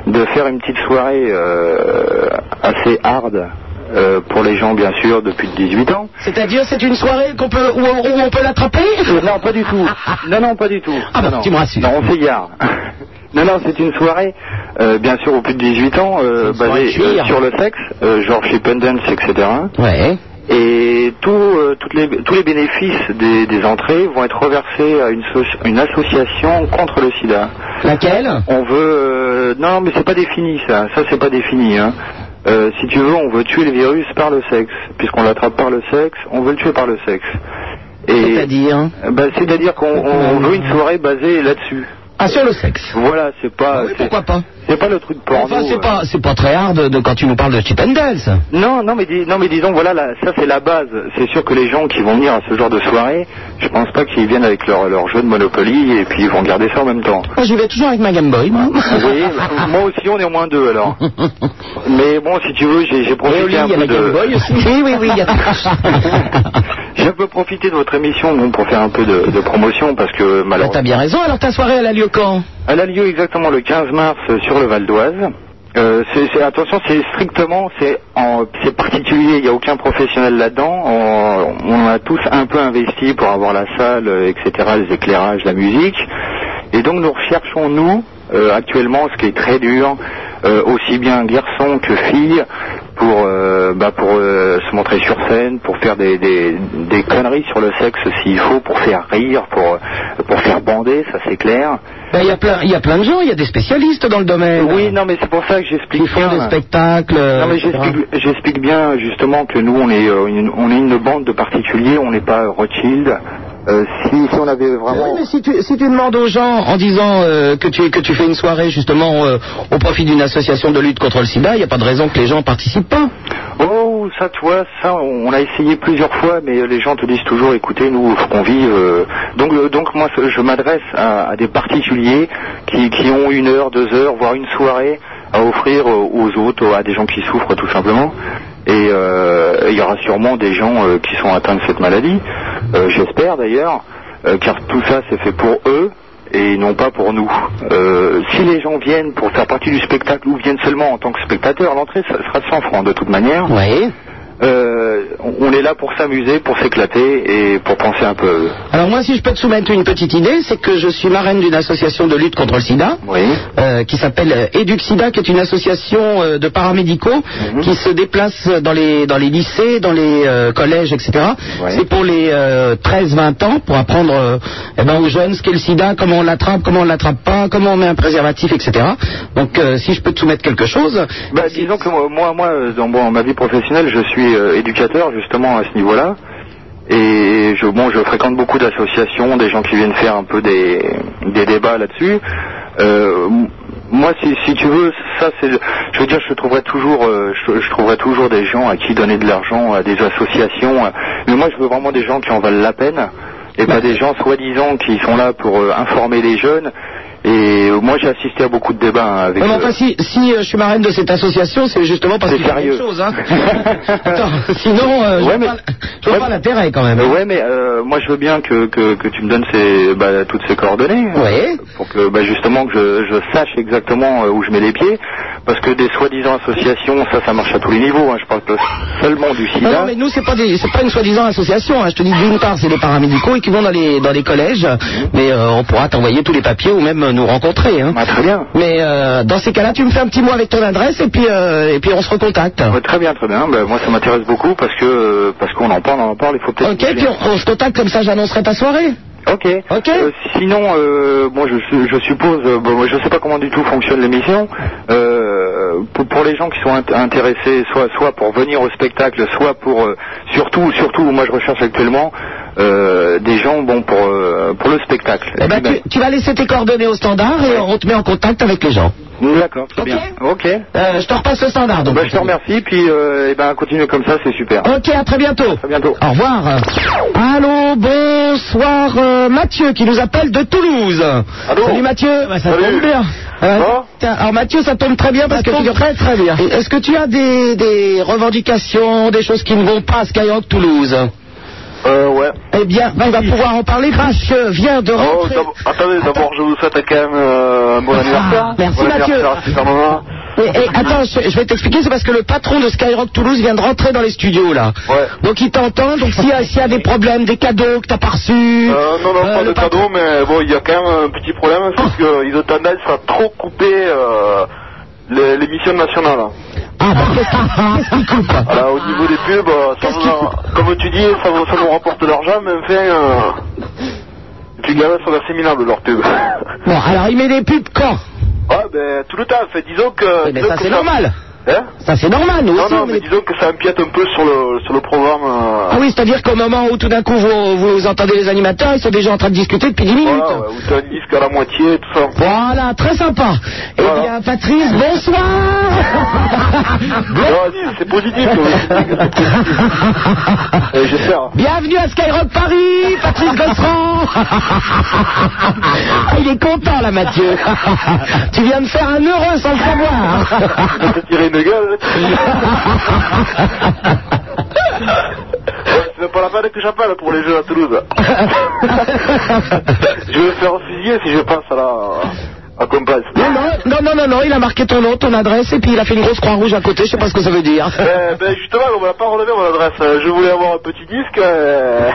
de faire une petite soirée euh, assez hard euh, pour les gens, bien sûr, depuis 18 ans. C'est-à-dire, c'est une soirée qu'on peut, où, on- où on peut l'attraper Euh, Non, pas du tout. Non, non, pas du tout. Ah, bah, non, tu me rassures. Non, on s'égare. Non, non, c'est une soirée, euh, bien sûr, aux plus de 18 ans, euh, soirée basée euh, cuir. sur le sexe, euh, genre chez Pendance, etc. Et tout, euh, toutes les, tous les bénéfices des, des entrées vont être reversés à une, so- une association contre le sida. Laquelle On veut... euh, non, mais c'est pas défini, ça. Ça, c'est pas défini, hein. Euh, si tu veux, on veut tuer le virus par le sexe. Puisqu'on l'attrape par le sexe, on veut le tuer par le sexe. Et- C'est-à-dire euh, bah, C'est-à-dire qu'on on- on veut une soirée basée là-dessus. Ah, sur le sexe. Voilà, c'est pas. pourquoi pas C'est pas le truc porno. Enfin, c'est euh. pas, c'est pas très hard de, de- quand tu nous parles de Chip and Dale, ça. Non, non, mais, dis- non, mais disons, voilà, là, ça c'est la base. C'est sûr que les gens qui vont venir à ce genre de soirée, je pense pas qu'ils viennent avec leur, leur jeu de Monopoly et puis ils vont regarder ça en même temps. Moi, je vais toujours avec ma Game Boy, moi. Vous voyez, bah, moi aussi on est au moins deux alors. Mais bon, si tu veux, j'ai j'ai profité un peu de. Oui, oui, oui, il y a J'ai un peu profité de votre émission bon, pour faire un peu de, de promotion parce que malheureusement. T'as bien raison, alors ta soirée, elle a lieu quand Elle a lieu exactement le 15 mars euh, sur le Val d'Oise. Euh, c'est- c'est- attention, c'est strictement, c'est en- c'est particulier, il n'y a aucun professionnel là-dedans. On, on a tous un peu investi pour avoir la salle, euh, etc., les éclairages, la musique. Et donc nous recherchons, nous, euh, actuellement, ce qui est très dur, euh, aussi bien garçons que filles, pour, euh, bah, pour euh, se montrer sur scène, pour faire des, des- des conneries sur le sexe s'il faut, pour faire rire, pour, pour faire bander, ça c'est clair. Ben, il y a plein, il y a plein de gens, il y a des spécialistes dans le domaine. Eh Oui, non, mais c'est pour ça que j'explique. Ils font des spectacles. euh, Non mais etc. j'explique- j'explique bien justement que nous on est euh, une, on est une bande de particuliers, on n'est pas euh, Rothschild. Euh, si, si on avait vraiment. Oui, mais si tu, si tu demandes aux gens en disant euh, que, tu, que tu fais une soirée justement euh, au profit d'une association de lutte contre le sida, il n'y a pas de raison que les gens participent pas. Oh ça tu vois ça on on a essayé plusieurs fois mais euh, les gens te disent toujours écoutez nous faut qu'on vive euh. donc euh, donc moi ce- je m'adresse à, à des particuliers qui, qui ont une heure deux heures voire une soirée à offrir euh, aux autres aux- à des gens qui souffrent tout simplement et euh, il y aura sûrement des gens euh, qui sont atteints de cette maladie euh, j'espère d'ailleurs euh, car tout ça c'est fait pour eux et non pas pour nous. Euh, si les gens viennent pour faire partie du spectacle ou viennent seulement en tant que spectateurs, l'entrée ça sera 100 francs de toute manière. Euh, Oui. on est là pour s'amuser, pour s'éclater et pour penser un peu. Alors moi, si je peux te soumettre une petite idée, c'est que je suis marraine d'une association de lutte contre le sida, euh, qui s'appelle euh, EducSida, qui est une association euh, de paramédicaux Mhm. qui se déplace dans les, dans les lycées, dans les euh, collèges, etc. C'est pour les euh, 13-20 ans, pour apprendre euh, eh ben, aux jeunes ce qu'est le sida, comment on l'attrape, comment on l'attrape pas, comment on met un préservatif, etc. Donc euh, si je peux te soumettre quelque chose, Bah, disons que moi- moi, moi euh, dans bon, ma vie professionnelle, je suis euh, éducateur justement à ce niveau-là. Et je, bon, je fréquente beaucoup d'associations, des gens qui viennent faire un peu des, des débats là-dessus. Euh, m- moi, si, si tu veux, ça, c'est, le- je veux dire, je trouverai toujours, euh, je, je trouverai toujours des gens à qui donner de l'argent, à des associations. à- Mais moi, je veux vraiment des gens qui en valent la peine, et pas des gens soi-disant qui sont là pour euh, informer les jeunes. Et euh, moi, j'ai assisté à beaucoup de débats hein, avec. Ouais, mais euh, enfin, si, si, euh, je suis marraine de cette association, c'est justement parce C'est que c'est sérieux. quelque chose. Hein. Attends, sinon, euh, je vois pas- je vois pas l'intérêt quand même. Euh, ouais, mais euh, moi je veux bien que, que, que tu me donnes ces, bah, toutes ces coordonnées. euh, Pour que bah, justement que je, je sache exactement euh, où je mets les pieds. parce que des soi-disant associations, ça, ça marche à tous les niveaux. hein. Je parle pas seulement du Non, non, sida. mais nous, c'est pas des- c'est pas une soi-disant association. hein. Je te dis, d'une part, c'est les paramédicaux et qui vont dans les, dans les collèges. Mhm. Mais euh, on pourra t'envoyer tous les papiers ou même euh, nous rencontrer. Hein. Ah, très bien. Mais euh, dans ces cas-là, tu me fais un petit mot avec ton adresse et puis, euh, et puis on se recontacte. Ouais, très bien, très bien. Ben, moi, ça m'intéresse beaucoup parce que euh, parce qu'on en parle, on en parle. Il faut peut-être. Ok, puis on, on se contacte comme ça, j'annoncerai ta soirée. Ok. Euh, sinon, euh, moi, je, su- je suppose, euh, bon, moi, je sais pas comment du tout fonctionne l'émission. Euh, pour, pour les gens qui sont int- intéressés, soit soit pour venir au spectacle, soit pour euh, surtout surtout, moi, je recherche actuellement euh, des gens, bon, pour euh, pour le spectacle. Eh ben, tu, tu vas laisser tes coordonnées au standard et on te met en contact avec les gens. Euh, D'accord, très bien. Ok. je te repasse le standard. Ben, je te remercie, puis euh, eh ben, continue comme ça, c'est super. Ok, à très bientôt. À bientôt. Au revoir. Allô, bonsoir euh, Mathieu qui nous appelle de Toulouse. Salut Mathieu. ça tombe bien. Ouais. Tiens, alors Mathieu, ça tombe très bien parce que tu... très très bien. Est-ce que tu as des, des revendications, des choses qui ne vont pas à Skyrock Toulouse Euh, ouais. Eh bien, on va pouvoir en parler parce que vient de Oh, rentrer. Ah, d'ab- attendez, d'abord, je vous souhaite quand même euh, un bon anniversaire. merci, bon Mathieu. anniversaire, super maman. Et, et, attends, je, je vais t'expliquer, c'est parce que le patron de Skyrock Toulouse vient de rentrer dans les studios là. Donc il t'entend, donc s'il y, a- s'il y a des problèmes, des cadeaux que t'as pas reçus. Euh, non, non, pas de cadeau, mais bon, il y a quand même un petit problème, Ah. c'est qu'ils ont tendance à trop couper euh, les- l'émission nationale. Ah, bah, Alors, au niveau des pubs, euh, ça nous en- comme tu dis, ça, nous- ça nous rapporte de l'argent, mais enfin, euh, tu gagnes sont assez minables leurs pubs. Bon, alors il met des pubs quand Ouais, ben, tout le temps, en fait, disons que... mais disons ça, que c'est normal. Hein Ça c'est normal, nous non, aussi, non, on mais disons que ça empiète un peu sur le, sur le programme. euh, Ah oui, c'est-à-dire qu'au moment où tout d'un coup vous, vous entendez les animateurs, ils sont déjà en train de discuter depuis 10 minutes. Voilà, ouais, où t'as un disque à la moitié, tout ça. Voilà, très sympa. Eh bien, Patrice, bonsoir. Ouais, c'est- c'est positif. quoi. Euh, J'espère. Bienvenue à Skyrock Paris, Patrice Gosserand. Ah, Il est content là, Mathieu. tu viens de faire un heureux sans le savoir. Je vais te tirer une gueule. Ouais, c'est même pas la peine que j'appelle pour les jeux à Toulouse. je vais me faire fusiller si je passe à la. à Compass. Non, non, non, non, non, il a marqué ton nom, ton adresse, et puis il a fait une grosse croix rouge à côté, je sais pas ce que ça veut dire. Eh ben justement, on m'a pas relevé mon adresse. Euh, Je voulais avoir un petit disque. euh,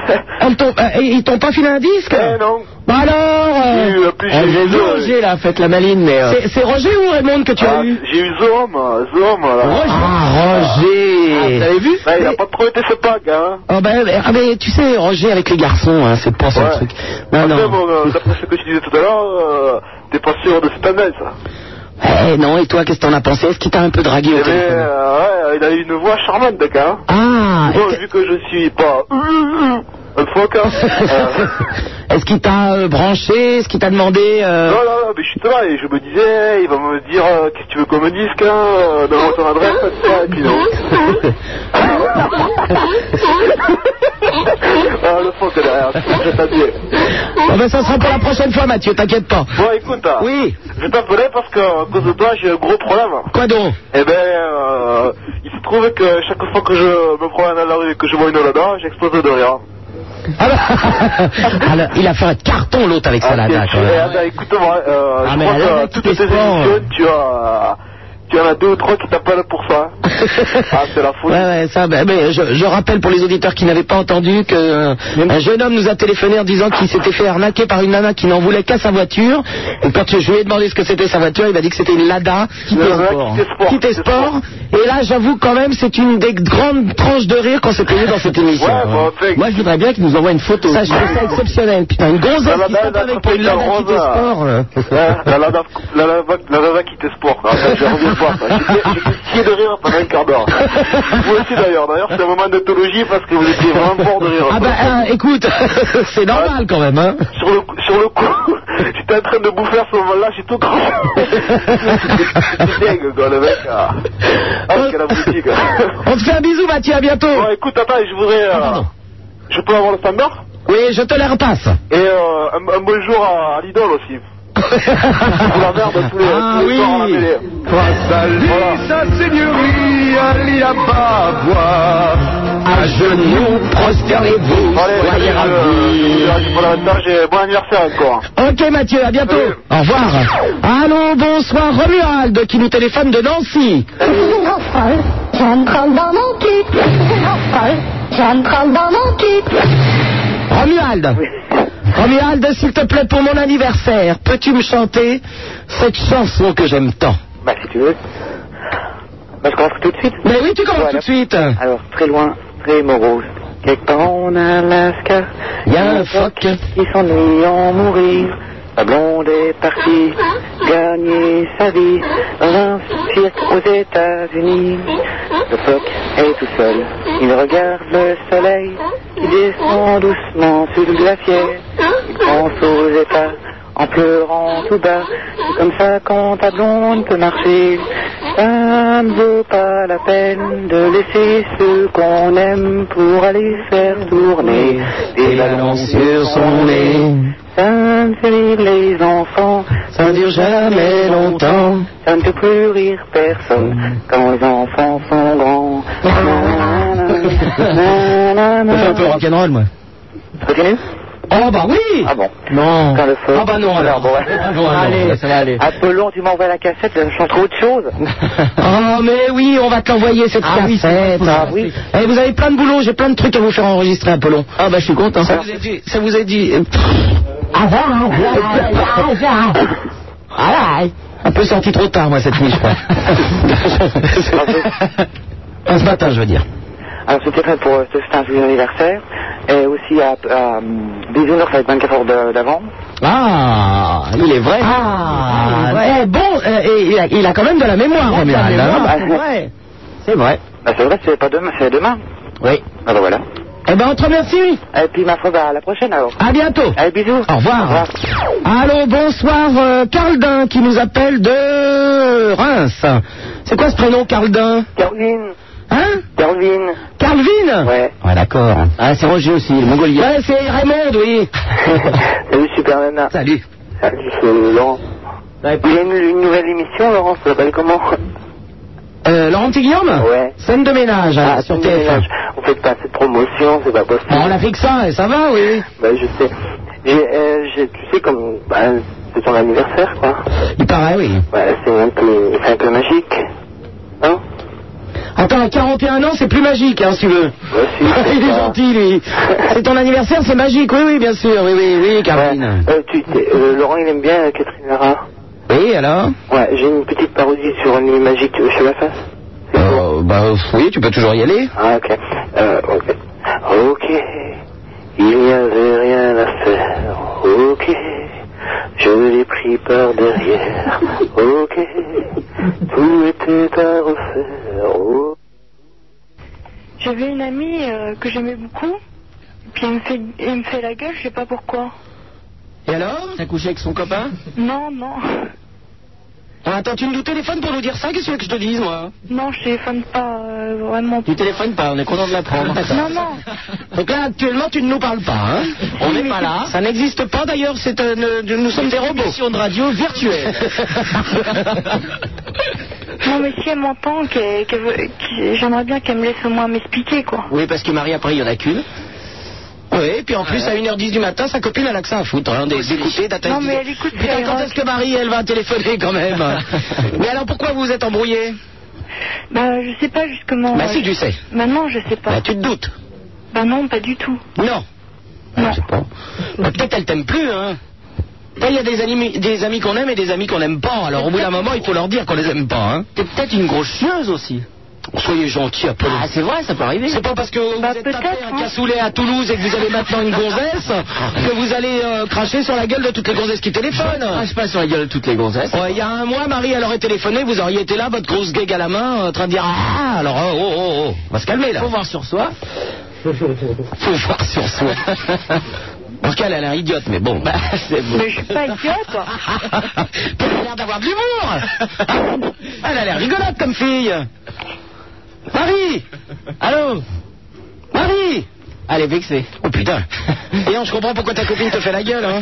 Ils t'ont- euh, ils t'ont pas filé un disque eh, non. Bah alors euh, Oui, en plus, j'ai eh, eu j'ai vu Zoé. Roger là, faites la maline, mais... euh, Ah, C'est- C'est Roger ou Raymond que tu as eu Ah, J'ai eu Zoom, euh, Zoom. Là. Ah, Roger Vous avez vu Ouais, Il a pas trop été ce pack, hein. Oh ben, ben, ah, mais tu sais, Roger avec les garçons, hein, c'est pas son truc. Non, Après, Ah non. bon, euh, d'après ce que tu disais tout à l'heure, euh, t'es pas sûr de cette année, ça. Eh, non, et toi, qu'est-ce que t'en as pensé Est-ce qu'il t'a un peu dragué Il au avait, téléphone euh, ouais, il a eu une voix charmante, le gars. hein. Ah Bon, vu que je suis pas euh, un phoque, hein, euh, Est-ce qu'il t'a euh, branché Est-ce qu'il t'a demandé euh, non, non, non, mais justement, et je me disais, il va me dire, euh, qu'est-ce que tu veux qu'on me dise, hein, euh, donne-moi ton adresse, tout ça, et puis non. ah, le phoque, derrière, je t'admire. Ah ben, ça sera pour la prochaine fois, Mathieu, t'inquiète pas. Bon, écoute, hein, Oui. je t'appelais parce que, à cause de toi, j'ai un gros problème. Quoi donc Eh ben, euh, il se trouve que chaque fois que je me promène à la rue et que je vois une Olada, j'explose de rire. Alors, il a fait un carton, l'autre, avec sa lada, quand Eh, même. attends, écoute-moi, euh, Ah, je mais crois la que Lada qui toutes tes t'explore. émissions, tu as, tu en as deux ou trois qui t'appellent pour ça. ah, c'est la folie. Ouais, ouais, ça, ben, ben, je, je rappelle pour les auditeurs qui n'avaient pas entendu que euh, un jeune homme nous a téléphoné en disant qu'il s'était fait arnaquer par une nana qui n'en voulait qu'à sa voiture. Et quand je lui ai demandé ce que c'était sa voiture, il m'a dit que c'était une Lada qui Une Lada Quitté Sport, était sport. Et là, j'avoue quand même, c'est une des grandes tranches de rire qu'on s'est payé dans cette émission. Moi, je voudrais bien qu'il nous envoie une photo. bah, Ça, je trouve ça exceptionnel. Putain, une grosse La qui Lada, tape la avec une Lada Lada Rosa. Quitté sport. là. Hein, la Lada, la Lada, la Lada qui était sport. quoi. Enfin, je reviens pas. quoi. J'étais- J'étais scié de rire pendant un quart d'heure. Vous aussi d'ailleurs. D'ailleurs, c'est un moment d'anthologie parce que vous étiez vraiment fort de rire. Ah bah, hein, écoute, c'est normal quand même, hein. Sur le, coup- sur le coup, j'étais en train de bouffer à ce moment-là, j'ai tout craché. C'est dingue, quoi, le mec. Ah, ah quelle abruti, quoi. On te fait un bisou, Mathieu, à bientôt. Bon, écoute, attends, je voudrais... euh, je peux avoir le standard Oui, je te la repasse. Et euh, un, un bonjour à, à l'idole aussi. Pour la merde, tous les, Ah tous les oui. soirs à la télé. Grâce à lui, sa seigneurie, Ali Ababa, À genoux, prosternez-vous, soyez euh, ravis. Pour l'instant, j'ai bon anniversaire encore. Ok Mathieu, à bientôt. Au revoir. Allô, bonsoir Romuald qui nous téléphone de Nancy. Romuald. Romuald, s'il te plaît, pour mon anniversaire, peux-tu me chanter cette chanson que j'aime tant Bah, si tu veux. Bah, je commence tout de suite. Mais oui, tu commences tout de suite. Alors, très loin, très morose. Quelque part en Alaska, il y a un phoque qui s'ennuie en mourir. La blonde est partie gagner sa vie dans un cirque aux États-Unis. Le phoque est tout seul. Il regarde le soleil qui descend doucement sur le glacier. Il pense aux états en pleurant tout bas. C'est comme ça quand ta blonde peut marcher. Ça ne vaut pas la peine de laisser ceux qu'on aime pour aller faire tourner des ballons sur son nez. Ça ne fait rire les enfants, ça ne dure jamais longtemps. Ça ne fait plus rire personne quand les enfants sont grands. C'est un peu rock'n'roll, moi. Continue Oh bah oui Ah bon Non. Quand le feu- Ah bah non, alors. Ah non, alors, allez, ça va aller. Apollon, tu m'envoies la cassette, je chante autre chose. Oh mais oui, on va te l'envoyer cette Ah oui, cassette. c'est ah, oui. Eh, vous avez plein de boulot, j'ai plein de trucs à vous faire enregistrer un peu long. Ah bah je suis content. Ça vous a dit. Ça vous a dit. euh, Un peu sorti trop tard moi cette nuit je crois. Ah, ce matin je veux dire. Alors, je téléphone pour euh, te souhaiter un joyeux anniversaire et aussi à, à euh, Bisounours avec 24 heures de- d'avant. Ah, il est vrai. Ah, eh, bon, euh, et, il, a, il a quand même de la mémoire, Romuald. hein. Ah, c'est vrai. C'est vrai. Bah, c'est vrai, c'est pas demain, c'est demain. Oui. Ah, bah voilà. Eh ben, on te remercie. Et puis, ma foi, bah, à la prochaine alors. À bientôt. Allez, bisous. Au revoir. Allô, bonsoir, euh, Carl Dain qui nous appelle de Reims. C'est quoi ce prénom, Carl Dain Caroline. Hein Caroline. Carlvin Ouais. Ouais, d'accord. Ah, c'est Roger aussi, le mongolien. Ouais, c'est Raymond, oui. Salut, super nana. Salut. Salut, c'est Laurent. Il y a une, une nouvelle émission, Laurent, ça s'appelle comment Euh, Laurent Petit Guillaume Ouais. Scène de ménage hein, sur Une TF1. Ah, ménage. Vous faites pas assez de promotion, c'est pas possible. Bon, on a fait que ça, et ça va, oui. Bah, je sais. J'ai, euh, j'ai- tu sais, comme. bah, c'est ton anniversaire, quoi. Il paraît, oui. Ouais, c'est un peu, c'est un peu magique. Hein? Attends, à 41 ans, c'est plus magique, hein, si tu veux. Bah, Il est gentil, lui. C'est ton anniversaire, c'est magique, oui, oui, bien sûr, oui, oui, oui, Caroline. Euh, tu, t'es- euh, Laurent, il aime bien euh, Catherine Lara. Oui, alors Ouais, j'ai une petite parodie sur une nuit magique. Tu veux que je la fasse Ah. Euh, bah oui, tu peux toujours y aller. Ah, ok. Euh, ok. Ok. Il n'y avait rien à faire. Ok. Je l'ai pris par derrière. Ok. Tout était à refaire. Ok. J'avais une amie euh, que j'aimais beaucoup, puis elle me, fait, elle me fait la gueule, je sais pas pourquoi. Et alors T'as couché avec son copain Non, non, Ah, Attends, tu nous téléphones pour nous dire ça Qu'est-ce que tu veux que je te dise, moi non, je téléphone pas euh, vraiment. Tu téléphones pas, on est content de l'apprendre. Non, non, Donc là, actuellement, tu ne nous parles pas, hein On n'est pas là. Ça n'existe pas, d'ailleurs, c'est un, euh, nous sommes des robots. Une de radio virtuelle. non, mais si elle m'entend, qu'elle- qu'elle veut- qu'elle- j'aimerais bien qu'elle me laisse au moins m'expliquer quoi. oui, parce que Marie, après, il y en a qu'une. Oui, et puis en plus, à 1h10 du matin, sa copine, elle a que ça à foutre, hein, des- d'écouter, d'attendre. Non, mais elle écoute Putain, quand Skyrock. est-ce que Marie, elle va téléphoner quand même Mais alors, pourquoi vous vous êtes embrouillé Bah, je sais pas justement. Bah, euh, si, tu sais. Bah, non, je sais pas. Bah, tu te doutes Bah, non, pas du tout. Non. Non. Je sais pas. Bah, Peut-être elle t'aime plus, hein. Là, Il y a des, amis- des amis qu'on aime et des amis qu'on n'aime pas. Alors au bout d'un moment, il faut leur dire qu'on les aime pas. Hein. T'es peut-être une grosse chieuse aussi. Soyez gentil, Apollo. Ah, c'est vrai, ça peut arriver. Bah, hein. C'est pas parce que vous êtes tapé un cassoulet à Toulouse et que vous avez maintenant une gonzesse que vous allez euh, cracher sur la gueule de toutes les gonzesses qui téléphonent. Ah, Je crache pas sur la gueule de toutes les gonzesses. Ouais, il y a un mois, Marie, elle aurait téléphoné, vous auriez été là, votre grosse gueule à la main, en train de dire Ah, alors, oh, oh, oh, oh. on va se calmer là. Faut voir sur soi. Faut voir sur soi. En tout cas, elle a l'air idiote, mais bon. Bah, c'est bon. Mais je suis pas idiote. Elle a l'air d'avoir de l'humour. Ah, Elle a l'air rigolote comme fille. Marie Allô Marie Elle est vexée. Oh putain. Et on, je comprends pourquoi ta copine te fait la gueule. Hein.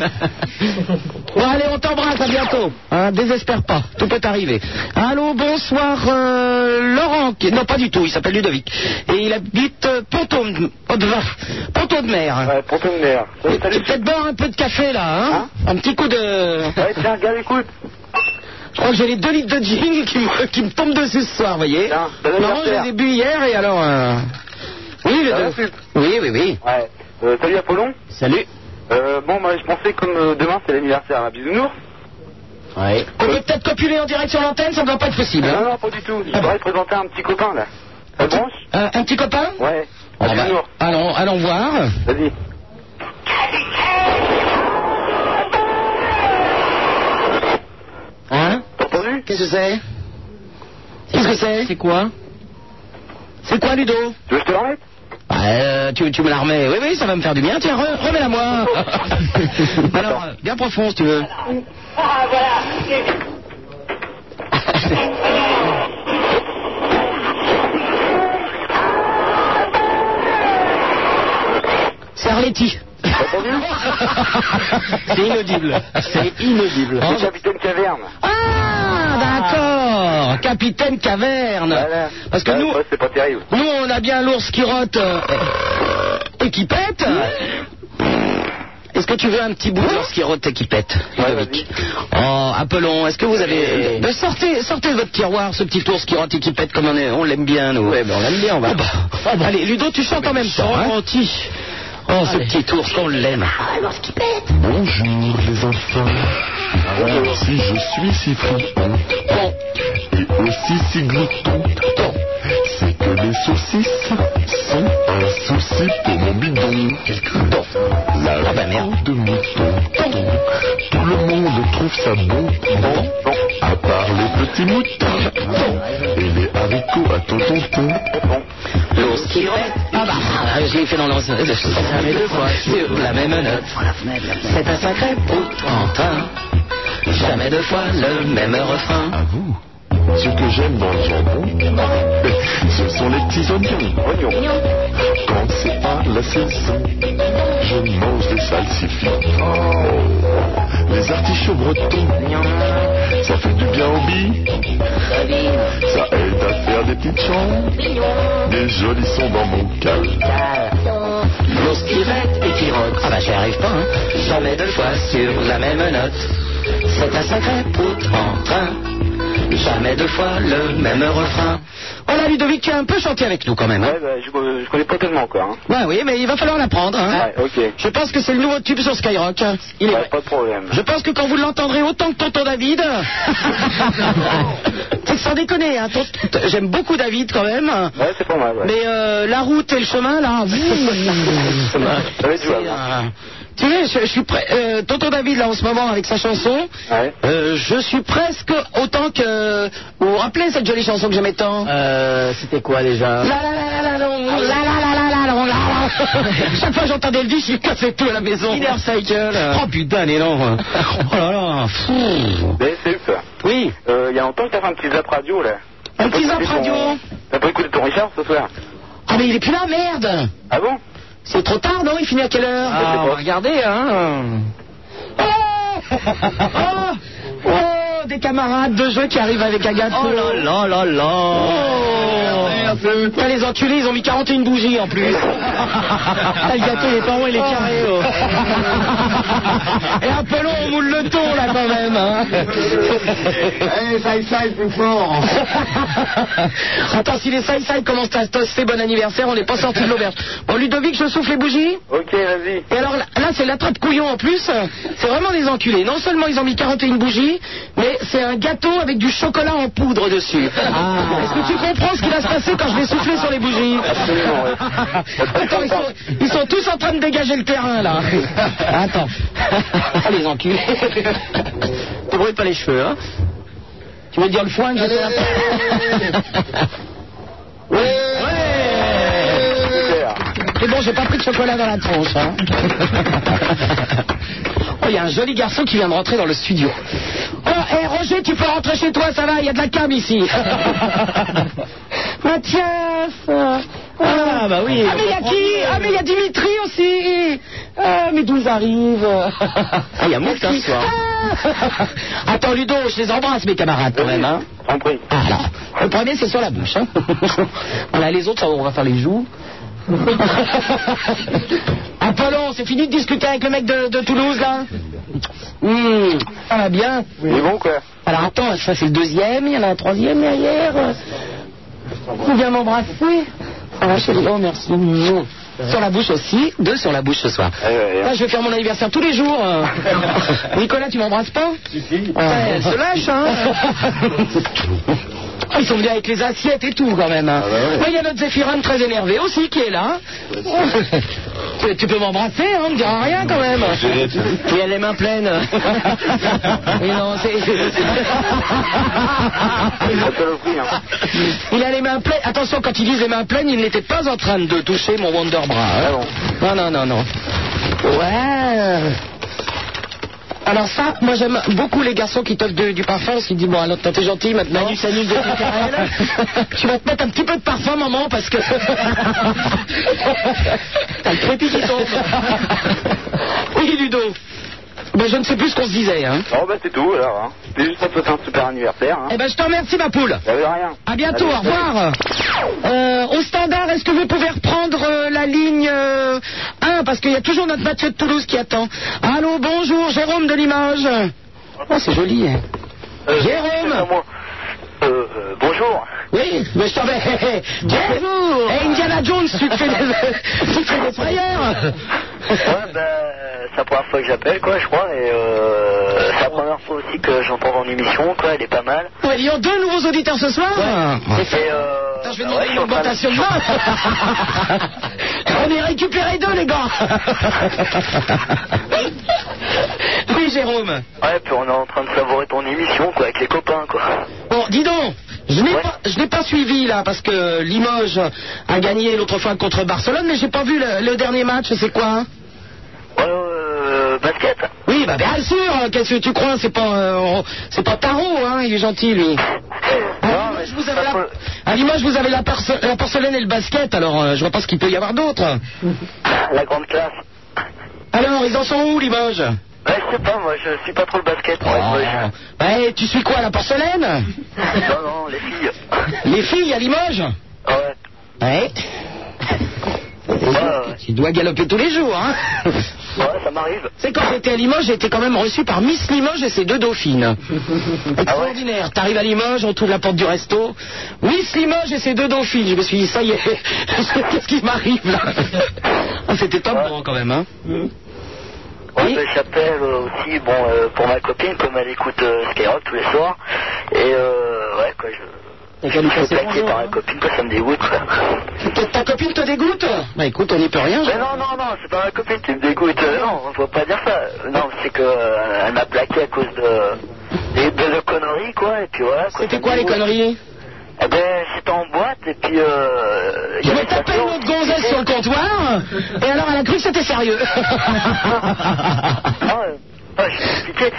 bon, allez, on t'embrasse, à bientôt. Hein, désespère pas, tout peut arriver. Allô, bonsoir, euh, Laurent. qui- Non, pas du tout, il s'appelle Ludovic. Et il habite euh, Ponton, Haute- Ponton de mer. Ouais, pour ton nerf. Tu peux peut-être boire un peu de café là, hein, Un petit coup de. Ouais, tiens, regarde, écoute. Ah Je crois que j'ai les deux litres de gin qui me, qui me tombent dessus ce soir, vous voyez. bon Laurent, anniversaire. j'ai bu hier et alors. euh, Ah Oui, le Ça va, deux- Sup Oui, oui, oui. Ouais. Euh, salut Apollon. Salut. Euh, bon, moi je pensais comme euh, demain c'est l'anniversaire à Bisounours. Ouais. On peut peut-être copuler en direct sur l'antenne, ça ne doit pas être possible. hein. Non, non, pas du tout. Je voudrais te présenter un petit copain là. Ça te branche Euh, un petit copain Ouais. Ah bah, allons, allons voir. Vas-y. Hein T'as entendu Qu'est-ce que c'est Qu'est-ce que c'est C'est quoi C'est quoi, Ludo Tu veux que je te la remette euh, tu, tu me la remets. Oui, oui, ça va me faire du bien. Tiens, re- remets-la moi. Alors, euh, bien profond si tu veux. Ah, voilà. C'est Arletty. C'est inaudible. C'est inaudible. C'est Hein, bah, Capitaine Caverne. Ah, d'accord. Capitaine Caverne. Parce que Ouais, nous, ouais, c'est pas terrible. nous, on a bien l'ours qui rote euh, et qui pète. Est-ce que tu veux un petit bout de l'ours qui rote et qui pète, Ludovic Oh, appelons. Est-ce que vous avez... Ben, sortez, sortez de votre tiroir ce petit ours qui rote et qui pète comme on est. On l'aime bien, nous. ben, Ah bah, on l'aime bien, on va... Allez, Ludo, tu chantes en même temps. hein. Oh, ce petit ours, on l'aime. Bonjour les enfants, Ah, moi aussi je suis si fripon et aussi si glouton. C'est que les saucisses sont un souci pour mon bidon. La Ah bah, viande de mouton, tout le monde trouve ça bon, bon, à part les petits moutons et les haricots à tonton ton. L'ours qui rote. Ah bah, ah, je l'ai fait dans l'ours. Ça met deux fois sur la même note. C'est un sacré pour entrain. Jamais deux fois le même refrain. Ce que j'aime dans le jambon, ce sont les petits oignons. Quand c'est pas la saison, je mange des salsifis. Oh, les artichauts bretons, ça fait du bien aux billes. Ça aide à faire des petites chambres, des jolis sons dans mon cal. L'ours qui rète et qui rote. Ah bah, j'y arrive pas, hein. Jamais deux fois sur la même note. C'est un sacré pour entrain. Jamais deux fois le même refrain. Oh là, Ludovic, tu as un peu chanté avec nous quand même. hein. Ouais, bah, je, euh, je connais pas tellement encore. Hein. Ouais, oui, mais il va falloir l'apprendre. Hein. Ouais, ok. Je pense que c'est le nouveau tube sur Skyrock. hein. Il est Ouais, pas de problème. Je pense que quand vous l'entendrez autant que tonton David. C'est que sans déconner, hein, ton- t- j'aime beaucoup David quand même. Ouais, c'est pas mal. Ouais. Mais euh, la route et le chemin, là. euh, Ça va être jouable. tu sais, je, je suis prêt. euh, tonton David, là, en ce moment, avec sa chanson, Ouais. euh, je suis presque autant que. Vous vous rappelez cette jolie chanson que j'aimais tant Euh, c'était quoi déjà La la la la la long, la la la la la long, la la. Chaque fois que j'entendais le disque, je cassais tout à la maison. Inner Cycle. Oh putain, les langues. Oh là là. fou. Mais Sup, Oui. euh, il y a longtemps que t'as fait un petit zap radio là. Un petit zap radio T'as pas écouté ton Richard ce soir Ah mais il est plus là, merde. Ah bon C'est trop tard, non Il finit à quelle heure Ah, on va regarder, hein. Oh Oh, Des camarades de jeu qui arrivent avec Agathe. Oh là là là là Putain, Oh les enculés, ils ont mis 41 bougies en plus. Putain, le gâteau, il est pas rond, il est carré. oh. Et un peu long, on moule le ton là quand même. hein. Eh, ça y ça, plus fort Attends, si les side commencent à se tosser bon anniversaire, on n'est pas sorti de l'auberge. Bon, Ludovic, je souffle les bougies Ok, vas-y. et alors là, là, c'est l'attrape couillon en plus. C'est vraiment des enculés. Non seulement ils ont mis 41 bougies, mais c'est un gâteau avec du chocolat en poudre dessus. Est-ce que tu comprends ce qui va se passer quand je vais souffler sur les bougies Absolument, ouais. Attends, ils sont, ils sont tous en train de dégager le terrain là. Attends. Ah, les enculés. Tu brûles pas les cheveux, hein Tu veux dire le foin que j'ai fait après Super. C'est bon, j'ai pas pris de chocolat dans la tronche. hein. oh, il y a un joli garçon qui vient de rentrer dans le studio. Oh, hé Roger, tu peux rentrer chez toi, ça va, il y a de la cam ici. Mathias, euh, Ah, bah oui. Ah, mais il y a qui Ah, mais il y a Dimitri aussi. Ah, mais d'où ils arrivent Ah, il y a moi ce soir. Attends, Ludo, je les embrasse, mes camarades, quand même. Hein. Ah, là. Le premier, c'est sur la bouche. Hein. voilà, les autres, ça, on va faire les joues. Apollon, Ah, c'est fini de discuter avec le mec de, de Toulouse, là Hum, Ça va bien Il est bon, quoi. Alors attends, ça c'est le deuxième, il y en a un troisième derrière. Vous viens m'embrasser Ah la chérie, oh merci. Mouah. Sur la bouche aussi, deux sur la bouche ce soir. Là, je vais faire mon anniversaire tous les jours. euh. Nicolas, tu m'embrasses pas Ouais, Elle se lâche, hein Ah, Ils sont venus avec les assiettes et tout quand même. hein. Ouais, Il y a notre Zéphirine très énervé aussi qui est là. Tu- tu peux m'embrasser, hein, on me dira rien quand même. Il a les mains pleines. Oui, non, c'est- hein. Il a les mains pleines. Attention, quand ils disent les mains pleines, il n'était pas en train de toucher mon Wonderbra. hein. Non, non, non, non. Ouais. Alors ça, moi j'aime beaucoup les garçons qui t'offrent de- du parfum, parce qu'ils disent, bon alors t'es gentil maintenant. tu vas te mettre un petit peu de parfum, maman, parce que... T'as le crépi qui tombe. oui, Ludo. Ben, je ne sais plus ce qu'on se disait. Hein. Oh, bah, c'est tout, alors. Hein. C'est juste pour te faire un super anniversaire. Hein. Eh ben, je te remercie, ma poule. Ça veut rien. À bientôt, Allez, au revoir. Euh, au standard, est-ce que vous pouvez reprendre euh, la ligne euh, 1 Parce qu'il y a toujours notre Mathieu de Toulouse qui attend. Allô, bonjour, Jérôme de Limoges. Oh, c'est joli. hein. Jérôme Euh, bonjour. Oui, mais je t'en vais. Bonjour. Et Indiana Jones, tu te fais des, tu te fais des frayeurs. Ouais, bah, c'est la première fois que j'appelle, quoi, je crois, et euh, c'est la première fois aussi que j'entends dans l'émission, quoi, elle est pas mal. Ouais, Il y a deux nouveaux auditeurs ce soir. Et euh, Attends, je vais demander une augmentation de main. On est récupéré deux, les gars. oui, Jérôme. ouais, puis on est en train de savourer ton émission, quoi, avec les copains, quoi. Bon, dis donc, je n'ai pas, je n'ai pas suivi là parce que Limoges a gagné l'autre fois contre Barcelone, mais j'ai pas vu le, le dernier match. C'est quoi hein Euh, basket Oui, bah bien sûr. hein, Qu'est-ce que tu crois C'est pas, euh, on- c'est pas Tarot, hein Il est gentil, lui. À Limoges, Ah, vous avez la, à Limoges, vous avez la, porce- la porcelaine et le basket. Alors, euh, je vois pas ce qu'il peut y avoir d'autre. La grande classe. Alors, ils en sont où, Limoges Ouais, je sais pas, moi, je suis pas trop le basket, moi, ouais. Ouais, tu suis quoi, la porcelaine Non, non, les filles. Les filles à Limoges Ouais. Ouais. Tu dois galoper tous les jours, hein Ouais, ça m'arrive. C'est quand j'étais à Limoges, j'ai été quand même reçu par Miss Limoges et ses deux dauphines. Extraordinaire. T'arrives à Limoges, on trouve la porte du resto. Miss Limoges et ses deux dauphines. Je me suis dit, ça y est, qu'est-ce qui m'arrive là Ah, C'était top bon quand même, hein Ouais, ben, j'appelle euh, aussi bon euh, pour ma copine comme elle écoute euh, Skyrock tous les soirs et euh, ouais quoi je je me fais plaquer par ma hein. copine quoi ça me dégoûte quoi. Ta- Ta copine te dégoûte Bah écoute, on n'y peut rien. Mais non non non c'est pas ma copine qui me dégoûte euh, non faut pas dire ça non c'est que euh, elle m'a plaqué à cause de des de, de conneries quoi et puis voilà quoi. C'était quoi les conneries Eh ben j'étais en boîte et puis euh, il y avait T'appelles notre gonzesse sur le comptoir et alors elle a cru que c'était sérieux. Ah Ouais, je vais expliquer.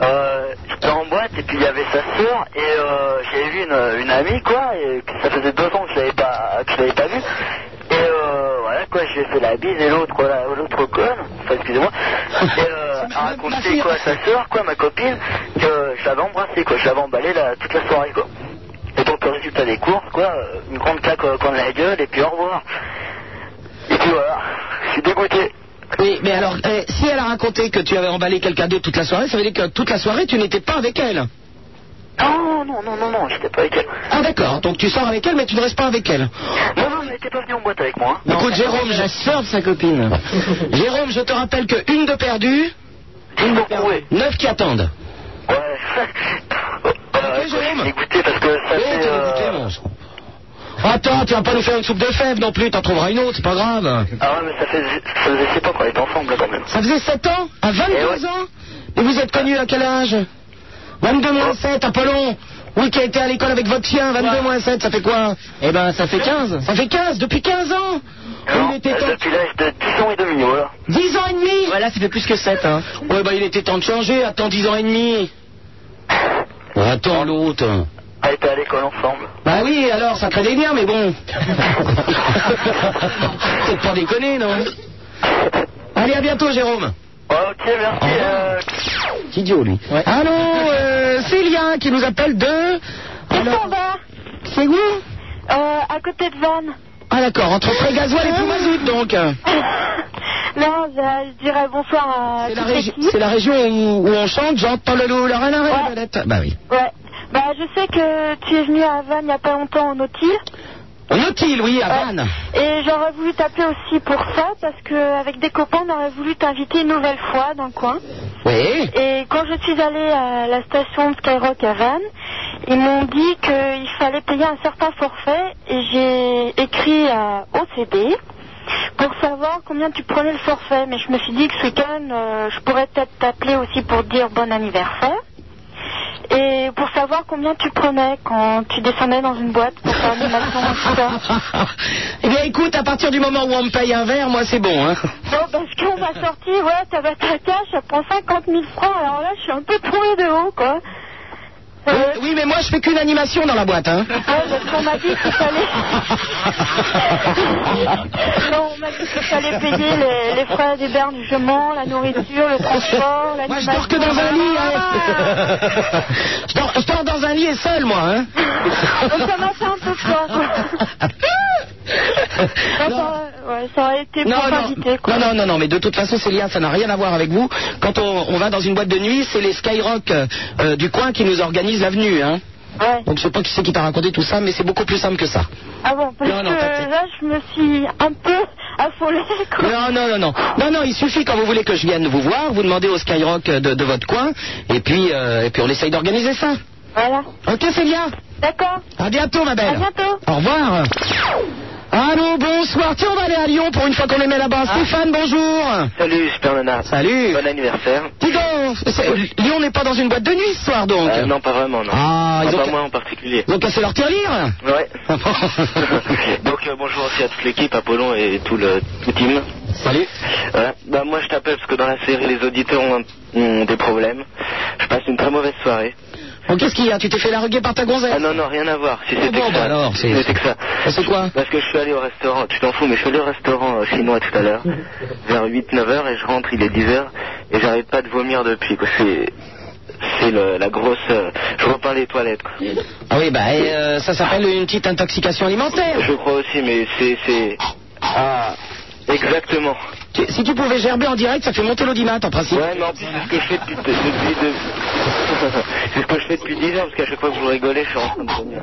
Euh, j'étais en boîte et puis il y avait sa sœur et euh, j'avais vu une, une amie quoi et que ça faisait deux ans que je l'avais pas que je l'avais pas vue. Et euh, voilà quoi, je lui ai fait la bise et l'autre quoi, la- l'autre conne, enfin excusez-moi, et, euh, a raconté quoi à sa sœur quoi, ma copine, que je l'avais embrassée quoi, je l'avais emballée la- toute la soirée quoi. Et donc le résultat des courses quoi, une grande claque euh, contre la gueule et puis au revoir. Et puis voilà, je suis dégoûté. Oui, mais alors, eh, si elle a raconté que tu avais emballé quelqu'un d'autre toute la soirée, ça veut dire que toute la soirée, tu n'étais pas avec elle. Non, non, non, non, non, j'étais pas avec elle. Ah d'accord, donc tu sors avec elle, mais tu ne restes pas avec elle. Non, non, mais t'es pas venu en boîte avec moi. hein. Écoute, Jérôme, je... sors de sa copine. Jérôme, je te rappelle que une de perdue... Une de perdue. Neuf qui attendent. Euh, je suis dégoûté parce que Oh, Eh, ça fait. euh, Attends, tu vas pas nous faire une soupe de fèves non plus, t'en trouveras une autre, c'est pas grave. Ah ouais, mais ça fait, ça faisait sais pas qu'on était ensemble là, quand même. Ça faisait 7 ans À 22 ans Et vous êtes connu à quel âge 22 moins 7, Apollon Oui, qui a été à l'école avec votre chien, 22 moins 7, ça fait quoi Eh ben, ça fait 15. Ça fait 15, depuis 15 ans Oh, Non, euh, depuis l'âge de 10 ans et demi, voilà. 10 ans et demi Voilà, ça fait plus que 7, hein. Ouais, bah, il était temps de changer, attends 10 ans et demi. Attends l'autre. a été à l'école ensemble. Bah oui, alors, ça crée des liens, mais bon. Peut-être pas déconner, non Allez, à bientôt, Jérôme. Ok, Ah. merci. euh, C'est idiot, lui. Allô, euh, Célien qui nous appelle de. Alors, C'est où Euh, à côté de Vannes. Ah, d'accord, entre Frégasoil et Poumazout, donc. Non, je, je dirais bonsoir à C'est la, toute régi- l'équipe. c'est la région où, où on chante, j'entends le loup, la reine, la reine, la belette. Bah oui. Ouais. Bah, je sais que tu es venu à Vannes il n'y a pas longtemps en Nautil. En Nautil, oui, à Vannes. Euh, Et j'aurais voulu t'appeler aussi pour ça, parce que avec des copains, on aurait voulu t'inviter une nouvelle fois dans le coin. Oui. Et quand je suis allée à la station de Skyrock à Vannes, ils m'ont dit qu'il fallait payer un certain forfait, et j'ai écrit à OCD pour savoir combien tu prenais le forfait. Mais je me suis dit que ce week-end, euh, je pourrais peut-être t'appeler aussi pour te dire bon anniversaire. Et pour savoir combien tu prenais quand tu descendais dans une boîte pour faire l'animation tout ça. Eh bien, écoute, à partir du moment où on me paye un verre, moi, c'est bon, hein. Non, parce ben, qu'on m'a sorti, ouais, ça va ta cash, ça prend 50 000 francs, alors là, je suis un peu tombée de haut, quoi. Euh, Oui, mais moi, je fais qu'une animation dans la boîte, hein. Ouais, parce qu'on m'a dit qu'il fallait... non, on m'a dit qu'il fallait payer les, les frais d'hébergement, la nourriture, le transport, la Moi, je dors que dans un lit, hein. hein. Je dors, je dors dans un lit et seul, moi, hein. Donc ça m'a fait un peu peur, quoi. Enfin, ouais, ça aurait été Non, pour non. t'inviter, quoi. Non, non, non, non, mais de toute façon, ces liens, ça n'a rien à voir avec vous. Quand on, on va dans une boîte de nuit, c'est les Skyrock euh, euh, du coin qui nous organisent l'avenue, hein. Donc je sais pas qui c'est qui t'a raconté tout ça, mais c'est beaucoup plus simple que ça. Ah bon, parce Non, non, que là, je me suis un peu affolée, quoi. Non, non, non, non. Non, non, il suffit quand vous voulez que je vienne vous voir, vous demandez au Skyrock euh, de, de votre coin, et puis, euh, et puis on essaye d'organiser ça. Voilà. Ok, Célia D'accord. À bientôt, ma belle. À bientôt. Au revoir. Allô, bonsoir. Tiens, on va aller à Lyon pour une fois qu'on est mis là-bas. Ah. Stéphane, bonjour. Salut, Super Nana. Salut. Bon anniversaire. Dis donc, c'est- Lyon n'est pas dans une boîte de nuit ce soir, donc. Euh, non, pas vraiment, non. Ah, ils ont pas ca- moi en particulier. Ils ont cassé leur tirelire Ouais. Donc euh, bonjour aussi à toute l'équipe, Apollon et tout le tout team. Salut. bah moi je t'appelle parce que dans la série les auditeurs ont, un- ont des problèmes. Je passe une très mauvaise soirée. Bon, qu'est-ce qu'il y a Tu t'es fait larguer par ta gonzesse Ah non non rien à voir. Si Ah c'était bon, que ça. bah alors, c'est- Ah, Si c'était que ça. C'est quoi Parce que je suis allé au restaurant, tu t'en fous, mais je suis allé au restaurant euh, chinois tout à l'heure, vers 8-9 heures, et je rentre, il est 10 heures, et j'arrête pas de vomir depuis, quoi. C'est, c'est le- la grosse, euh, je repeins les toilettes, quoi. Ah oui, bah, et, euh, ça s'appelle une petite intoxication alimentaire. Je crois aussi, mais c'est, c'est, ah, exactement. Tu- Si tu pouvais gerber en direct, ça fait monter l'audimat, en principe. Ouais, mais en plus, c'est ce que je fais depuis, depuis, de- c'est ce que je fais depuis 10 heures, parce qu'à chaque fois que vous rigolez, je suis en train de vomir.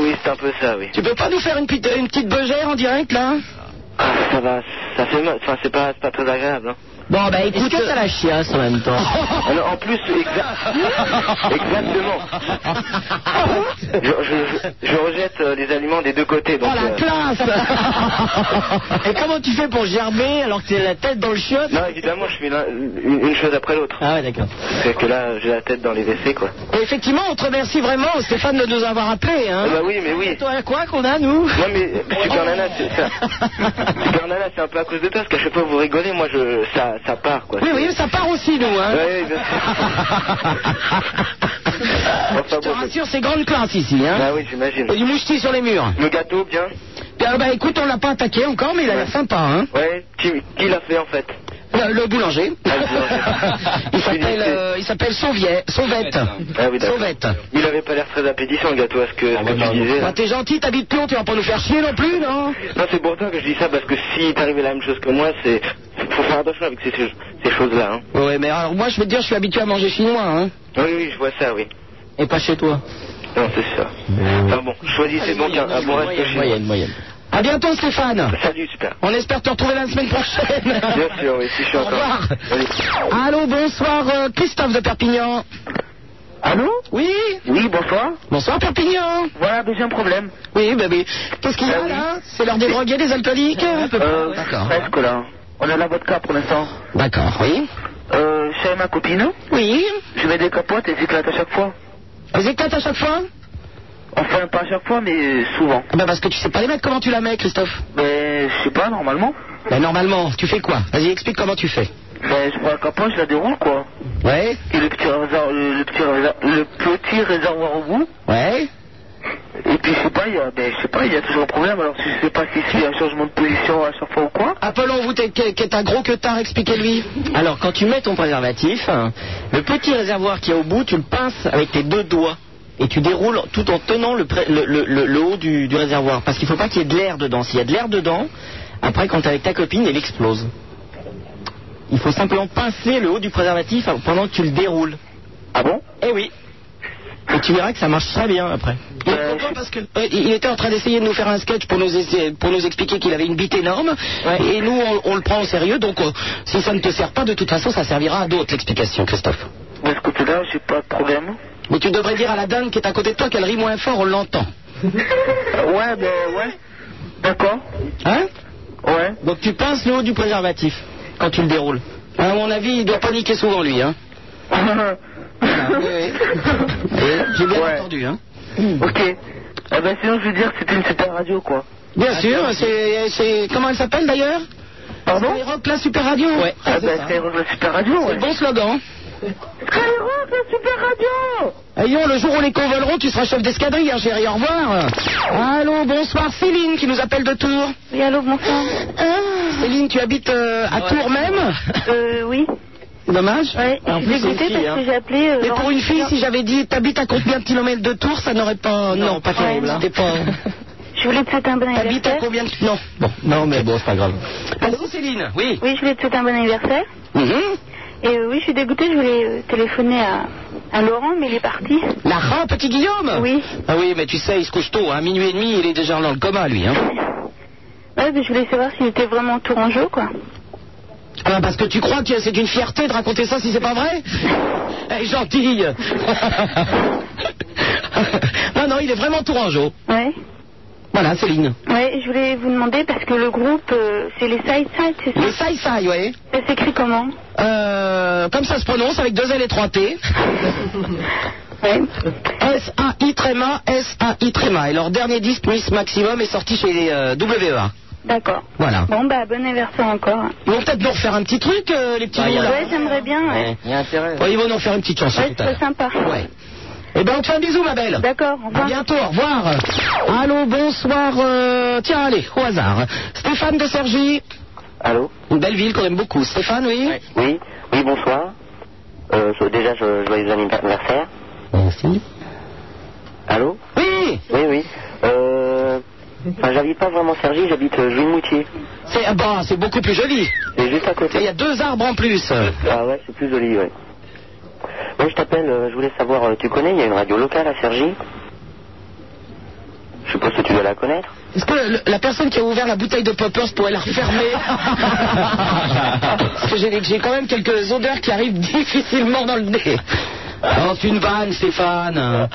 Oui, c'est un peu ça, oui. Tu peux pas nous faire une petite, une petite beugère en direct, là Ah, ça va, ça fait mal, enfin, c'est pas, c'est pas très agréable, hein. Bon, bah, écoute... Est-ce que t'as la chiasse en même temps Alors, en plus, exa- exactement. Je, je- je- je rejette euh, les aliments des deux côtés. Donc, euh, Oh, Et comment tu fais pour gerber alors que t'es la tête dans le chiotte Non, évidemment, je fais l'un- une, une chose après l'autre. Ah ouais, d'accord. C'est que là, j'ai la tête dans les essais, quoi. Et Effectivement, on te remercie vraiment, Stéphane, de nous avoir appelés. Hein. Ah bah oui, mais oui. C'est toi, quoi qu'on a, nous Non, mais euh, Super Nana, c'est ça. Super Nana, c'est un peu à cause de toi, parce qu'à chaque fois que vous rigolez, moi, je, ça, ça part, quoi. Oui, oui, ça part aussi, nous. Hein. Ouais, bien Je te rassure, c'est grande classe ici. Hein. Bah oui, j'imagine. Et du moucheti sur les murs. Le gâteau, bien Ah bah écoute, on l'a pas attaqué encore, mais il a l'air sympa. Hein. Ouais, qui, qui l'a fait, en fait Le, le boulanger. il s'appelle euh, il s'appelle Sauviet, Sauvette. Ah oui, d'accord. Sauvette. Il avait pas l'air très appétissant, le gâteau, à ce Ah, que, ce que tu disais. là. Bah, t'es gentil, t'habites Lyon, tu vas pas nous faire chier non plus, non Non, c'est pour ça que je dis ça, parce que si t'arrivais la même chose que moi, c'est. Faut faire attention avec ces, ces- ces choses-là, hein. Ouais, mais alors moi je vais te dire, je suis habitué à manger chinois, hein. Oui, oui, je vois ça, oui. Et pas chez toi. Non, c'est ça. Enfin Ah, bon, choisissez donc un, un bon reste chez moyenne, moyenne. À bientôt, Stéphane. Salut, super. On espère te retrouver la semaine prochaine. Bien sûr, oui, si je suis Au encore. revoir. Allez. Allô, bonsoir, euh, Christophe de Perpignan. Allô Oui Oui, bonsoir. Bonsoir, Perpignan. Voilà, deuxième problème. Oui, ben oui. Qu'est-ce Ah qu'il y a là C'est l'heure des drogués, des alcooliques un peu Euh, près. presque là. On a la vodka pour l'instant. D'accord, oui. Euh, chez ma copine. Oui. Je mets des capotes et j'éclate à chaque fois. Elles éclatent à chaque fois Enfin, pas à chaque fois, mais souvent. Ah Ben parce que tu sais pas les mecs comment tu la mets, Christophe. Bah, Mais je sais pas, normalement. Ben normalement, tu fais quoi Vas-y, explique comment tu fais. Ben, je prends la capote, je la déroule, quoi. Ouais. Et le petit réservoir, le, le petit réservoir, le petit réservoir au bout. Ouais. Et puis, je sais pas, il y a, ben, je sais pas, il y a toujours un problème. Alors, je sais pas si c'est un changement de position à chaque fois ou quoi. Appelons-vous qui est un gros que tard, expliquez-lui. Alors, quand tu mets ton préservatif, hein, le petit réservoir qui est au bout, tu le pinces avec tes deux doigts. Et tu déroules tout en tenant le, pré- le- le- le- le haut du, du réservoir. Parce qu'il ne faut pas qu'il y ait de l'air dedans. S'il y a de l'air dedans, après, quand tu avec ta copine, elle explose. Il faut simplement pincer le haut du préservatif pendant que tu le déroules. Ah bon Eh oui. Et tu verras que ça marche très bien après. Il, est content parce que, euh, il était en train d'essayer de nous faire un sketch pour nous, essayer- pour nous expliquer qu'il avait une bite énorme. Et nous, on, on le prend au sérieux. Donc, euh, si ça ne te sert pas, de toute façon, ça servira à d'autres, l'explication, Christophe. De ce côté-là, j'ai pas de problème. Mais tu devrais dire à la dame qui est à côté de toi qu'elle rit moins fort, on l'entend. ouais, ben, ouais. D'accord. Hein Ouais. Donc, tu pinces le haut du préservatif quand tu le déroules. À mon avis, il doit paniquer souvent, lui. Hein. Oui, J'ai bien entendu. Hein. Ok. Eh ben, sinon, je veux dire que c'était une super radio, quoi. Bien sûr, c'est. c'est- Comment elle s'appelle d'ailleurs Pardon Skyrock la Super Radio Ouais. Ah, ben, Skyrock la Super Radio, C'est ouais. le bon slogan. Skyrock la Super Radio Ayons, oh, le jour où les convoleront, tu seras chef d'escadrille, hein, chérie, au revoir. Allô, bonsoir, Céline qui nous appelle de Tours. Oui, allô, bonsoir. Ah. Céline, tu habites euh, à Tours même Euh, oui. Dommage. Ouais, je suis dégoûtée parce que j'ai appelé, euh, Mais hein. pour Laurent une fille, Fischer. si j'avais dit t'habites à combien de kilomètres de Tours, ça n'aurait pas. Non, pas terrible. hein. C'était pas. Je voulais te souhaiter un bon anniversaire. T'habites à combien de. Non. Bon, non, mais bon, c'est pas grave. Allô, Céline Oui. Oui, je voulais te souhaiter un bon anniversaire. Mhm. Et euh, oui, je suis dégoûtée, je voulais euh, téléphoner à, à Laurent, mais il est parti. Laurent, petit Guillaume Oui. Ah oui, mais tu sais, il se couche tôt, à minuit et demi, il est déjà dans le coma, lui. Hein. Ouais, mais je voulais savoir s'il était vraiment tout en jeu, quoi. Ah bah, parce que tu crois que c'est une fierté de raconter ça si c'est pas vrai Eh, gentille Non, non, il est vraiment tourangeau. Ouais. Voilà, Céline. Ouais, je voulais vous demander parce que le groupe, euh, c'est les Side Side, c'est ça Les Side Side, ouais. Ça s'écrit comment Euh, comme ça se prononce, avec deux L et trois T. S-A-I tréma, S-A-I tréma. Et leur dernier disque, Miss Maximum, est sorti chez euh, WEA. D'accord. Voilà. Bon, bah, bon anniversaire encore. Ils vont peut-être nous refaire un petit truc, euh, les petits ouais, loups, là. j'aimerais bien. Ouais. Il y a intérêt. ils vont nous faire une petite chanson. Ouais, tout à c'est l'heure. sympa. Ouais. Eh ben, on te fait un bisou, ma belle. D'accord, au revoir. À bientôt, au revoir. Allô, bonsoir. euh, Tiens, allez, au hasard. Stéphane de Sergi. Allô Une belle ville qu'on aime beaucoup. Stéphane, oui Oui, oui, bonsoir. Euh, je- déjà, je, joyeux anniversaire. Merci. Allô Oui Oui, oui. Euh, enfin, j'habite pas vraiment Sergi, j'habite euh, Jouy-Moutier. C'est ah bah, c'est beaucoup plus joli. C'est juste à côté. Il y a deux arbres en plus. Ah ouais, c'est plus joli, ouais. Moi, je t'appelle, euh, je voulais savoir, euh, tu connais, il y a une radio locale à Sergi Je suppose que tu dois la connaître. Est-ce que le- la personne qui a ouvert la bouteille de poppers pourrait la refermer Parce que j'ai j'ai quand même quelques odeurs qui arrivent difficilement dans le nez. Oh, c'est une vanne, Stéphane.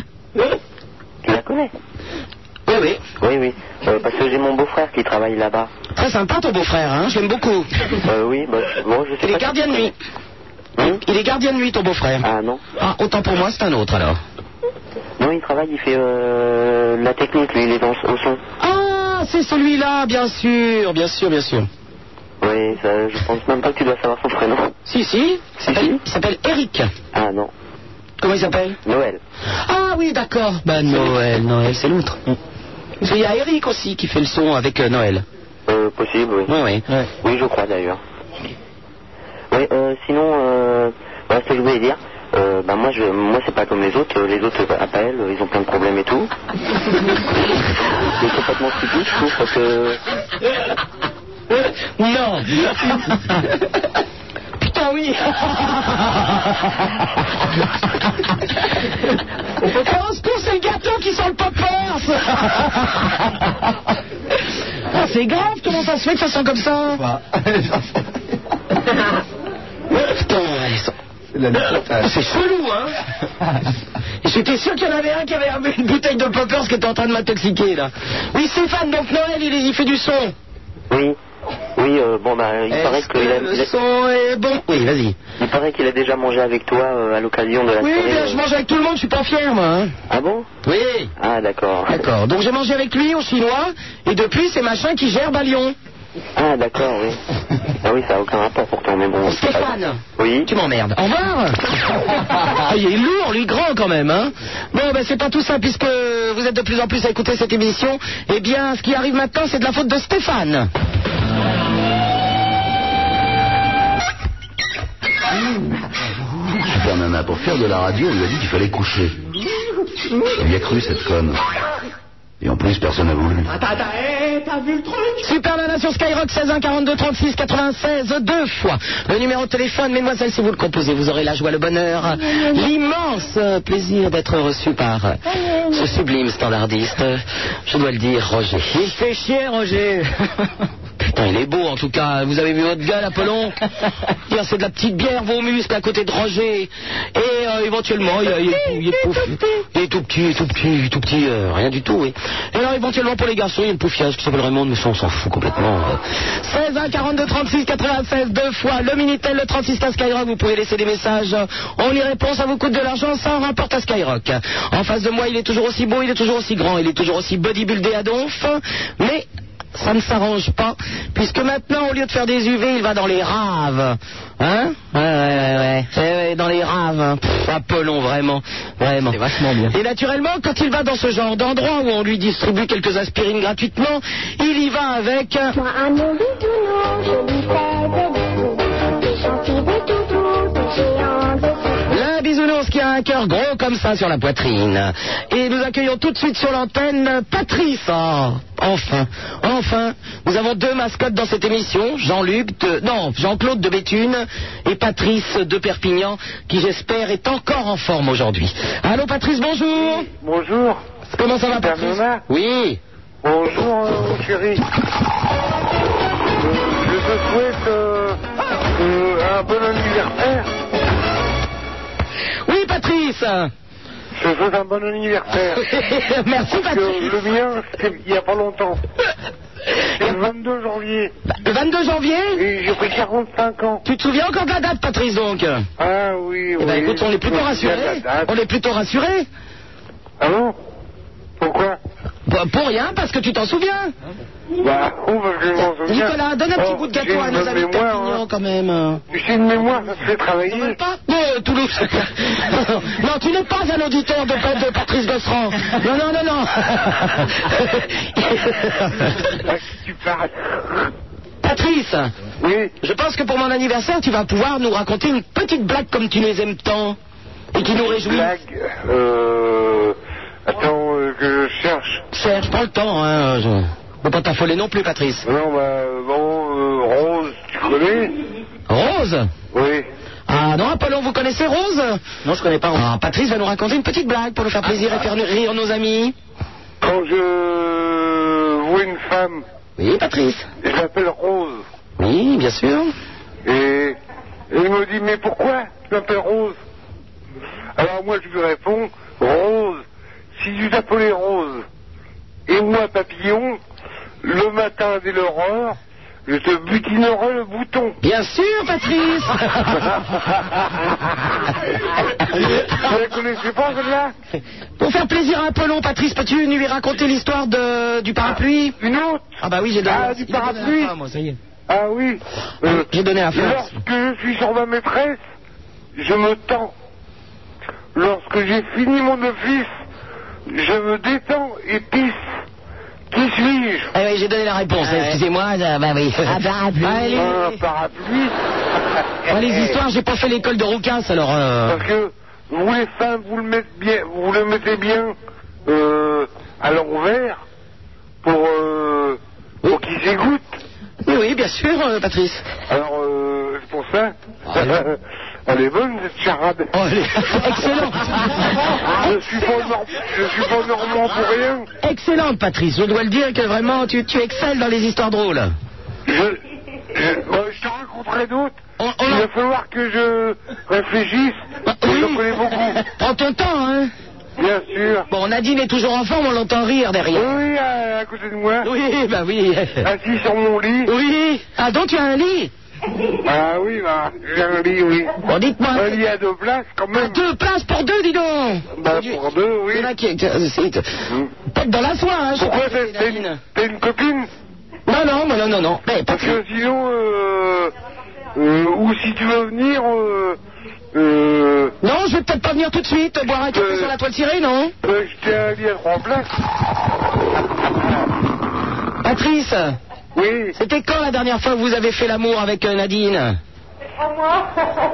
Tu la connais Oui, oui. Oui, oui. Euh, parce que j'ai mon beau-frère qui travaille là-bas. Très sympa ton beau-frère, hein je l'aime beaucoup. Euh, oui, bah, je- bon, je sais Il est pas si- Hein gardien de nuit. Il est gardien de nuit, ton beau-frère. Ah non. Ah, autant pour moi, c'est un autre alors. Non, il travaille, il fait euh, la technique, lui, il est dans, au son. Ah, c'est celui-là, bien sûr, bien sûr, bien sûr. Oui, ça, je pense même pas que tu dois savoir son prénom. Si, si, il s'appelle- il s'appelle Eric. Ah non, Comment il s'appelle Noël. Ah oui, d'accord. Ben Noël, Noël, c'est l'autre. Parce qu'il y a Eric aussi qui fait le son avec euh, Noël. Euh, possible, oui. Oui, oui. Oui, je crois d'ailleurs. Oui, euh, sinon, euh, voilà ce que je voulais dire. Euh, bah, moi, je, moi, c'est pas comme les autres. Euh, Les autres euh, appellent, euh, ils ont plein de problèmes et tout. c'est complètement stupide, je trouve, parce que. Euh, Non Putain, oui Ah, Au secours, c'est le gâteau qui sent le poppers Ah, c'est grave, comment ça se fait que ça sent comme ça Putain, ils sont- Ah, c'est chelou, hein J'étais sûr qu'il y en avait un qui avait un- une bouteille de poppers qui était en train de m'intoxiquer, là. Oui, Stéphane, donc Noël, il, il fait du son. Oui, oui, euh, bon, bah, il paraît Est-ce que qu'il a, il Eh, le a- son est bon Oui, vas-y. il paraît qu'il a déjà mangé avec toi euh, à l'occasion de la Oui, soirée. bien, euh. je mange avec tout le monde, je suis pas fier, moi. hein. Ah bon Oui. Ah, d'accord. D'accord. Donc j'ai mangé avec lui au chinois, et depuis c'est machin qui gerbe à Lyon. Ah, d'accord, oui. Ah oui, ça n'a aucun rapport pourtant, mais bon. Stéphane Oui. Tu m'emmerdes. Au revoir Ah, Il est lourd, lui, grand quand même. Hein bon, ben c'est pas tout ça, puisque vous êtes de plus en plus à écouter cette émission. Eh bien, ce qui arrive maintenant, c'est de la faute de Stéphane. Super Nana, pour faire de la radio, on lui a dit qu'il fallait coucher. Il y a cru, cette conne. Et en plus, personne n'a voulu. Attends, attends, hé, t'as vu le truc Super Nana sur Skyrock 16 1 42 36 96 deux fois. Le numéro de téléphone, mesdemoiselles, si vous le composez, vous aurez la joie, le bonheur, l'immense euh, plaisir d'être reçu par euh, ce sublime standardiste. euh, Je dois le dire, Roger. Il fait chier, Roger. Putain, il est beau en tout cas. Vous avez vu votre gueule, Apollon Tiens, C'est de la petite bière, vos muscles à côté de Roger. Et euh, éventuellement, il, il- il- il est pouf- il est tout petit, il est tout petit, il est tout petit, euh, rien du tout, oui. Et alors éventuellement pour les garçons, il y a une poufiage qui s'appelle Raymond, mais ça on s'en fout complètement. euh. 16 1 42 36 96 deux fois le Minitel, le 36 à Skyrock, vous pouvez laisser des messages. On y répond, ça vous coûte de l'argent, ça on rapporte à Skyrock. En face de moi, il est toujours aussi beau, il est toujours aussi grand, il est toujours aussi bodybuildé à donf, mais ça ne s'arrange pas, puisque maintenant, au lieu de faire des UV, il va dans les raves. Hein Ouais, ouais, ouais, ouais. Eh ouais, dans les raves. hein. Pff, Apollon, vraiment. Vraiment. C'est vachement bien. Et naturellement, quand il va dans ce genre d'endroit où on lui distribue quelques aspirines gratuitement, il y va avec... euh, La bisounours qui a un cœur gros comme ça sur la poitrine. Et nous accueillons tout de suite sur l'antenne Patrice. Oh, enfin, enfin, nous avons deux mascottes dans cette émission, Jean-Luc de, non, Jean-Claude de Béthune et Patrice de Perpignan, qui j'espère est encore en forme aujourd'hui. Allô Patrice, bonjour. Bonjour. Comment ça va Patrice Oui. Bonjour, euh, chérie. Je te souhaite euh, euh, un bon anniversaire. Oui, Patrice. Je te souhaite un bon anniversaire. Merci, Parce Patrice. Eh Que le mien, c'était il n'y a pas longtemps. C'est le 22 janvier. ben, Le 22 janvier Et j'ai pris 45 ans. Tu te souviens encore de la date Patrice donc Ah oui, Eh ben, oui. écoute, on est plutôt Je me souviens de rassuré. la date. On est plutôt rassuré. Ah bon Pourquoi Bah, Pour rien, parce que tu t'en souviens. Bah, oh, parce que je m'en souviens. Nicolas, donne un petit Oh, goût de gâteau j'ai à une nos bonne amis de mémoire, Perpignan, hein. quand même. J'ai une mémoire, ça se fait travailler. Non, pas euh, Toulouse. non, tu n'es pas un auditeur de, de Patrice Gosserand. Non, non, non, non. Patrice, oui. je pense que pour mon anniversaire, tu vas pouvoir nous raconter une petite blague comme tu les aimes tant et qui nous réjouit. Blague. Euh. Attends, euh, que je cherche. Serge, prends le temps. Hein, je... On peut pas t'affoler non plus, Patrice. Non, bah, euh, bon, euh, Rose, tu connais Rose Oui. Ah non, Apollon, vous connaissez Rose Non, je connais pas Ah, Rose. Patrice va nous raconter une petite blague pour nous faire plaisir et faire rire nos amis. Quand je vois une femme. Oui, Patrice. Je l'appelle Rose. Oui, bien sûr. Et il me dit, mais pourquoi tu m'appelles Rose Alors moi, je lui réponds, Rose, si tu t'appelais Rose, et moi Papillon, le matin dès l'aurore, je te butinerai le bouton. Bien sûr, Patrice Vous la connaissez pas, celle-là Pour faire plaisir à Apollon, Patrice, peux-tu lui raconter l'histoire de- du parapluie Une autre Ah bah oui, j'ai donné. Ah, du j'ai donné la parapluie. fin, moi, ça y est. Ah oui euh, J'ai donné la fin. Lorsque je suis sur ma maîtresse, je me tends. Lorsque j'ai fini mon office, je me détends et pisse. Qui suis-je Ah oui, j'ai donné la réponse, excusez-moi, ah, bah oui. Ah, les- Un parapluie Ah, les histoires, j'ai pas fait l'école de Rouquins, alors... euh, Parce que vous les femmes, vous le mettez bien, vous le mettez bien euh, à l'envers pour, euh, pour qu'ils s'égouttent. Oui, oui, bien sûr, euh, Patrice. Alors, euh, c'est pour ça. elle est bonne cette charade. Oh. Excellent. je suis pas nor- je suis pas normand pour rien. Excellente, Patrice. Je dois le dire que vraiment, tu, tu excelles dans les histoires drôles. Je, je, bah, je t'en raconterai d'autres. Il va falloir que je réfléchisse. Bah Je t'en connais beaucoup. Prends ton temps, hein. Bien sûr. Bon, Nadine est toujours en forme, on l'entend rire derrière. Oui, à, à côté de moi. Oui, bah oui. Assis sur mon lit. Oui. Ah, donc tu as un lit Ah oui, bah, j'ai un lit, oui. Bon, dites-moi. Un lit à deux places, quand même. Deux places pour deux, dis donc Bah, pour deux, oui. Il y en a qui... c'est- euh, Peut-être dans la soie, hein, je Pourquoi crois, t'as t'as une, Nadine. t'as une copine Non, Non, non, non, non, non. Parce que sinon, euh, euh, ou si tu veux venir, euh, euh, Non, je vais peut-être pas venir tout de suite boire un café sur la toile cirée, non euh, je t'ai un lit à trois places. Patrice Oui. C'était quand la dernière fois que vous avez fait l'amour avec euh, Nadine Trois mois.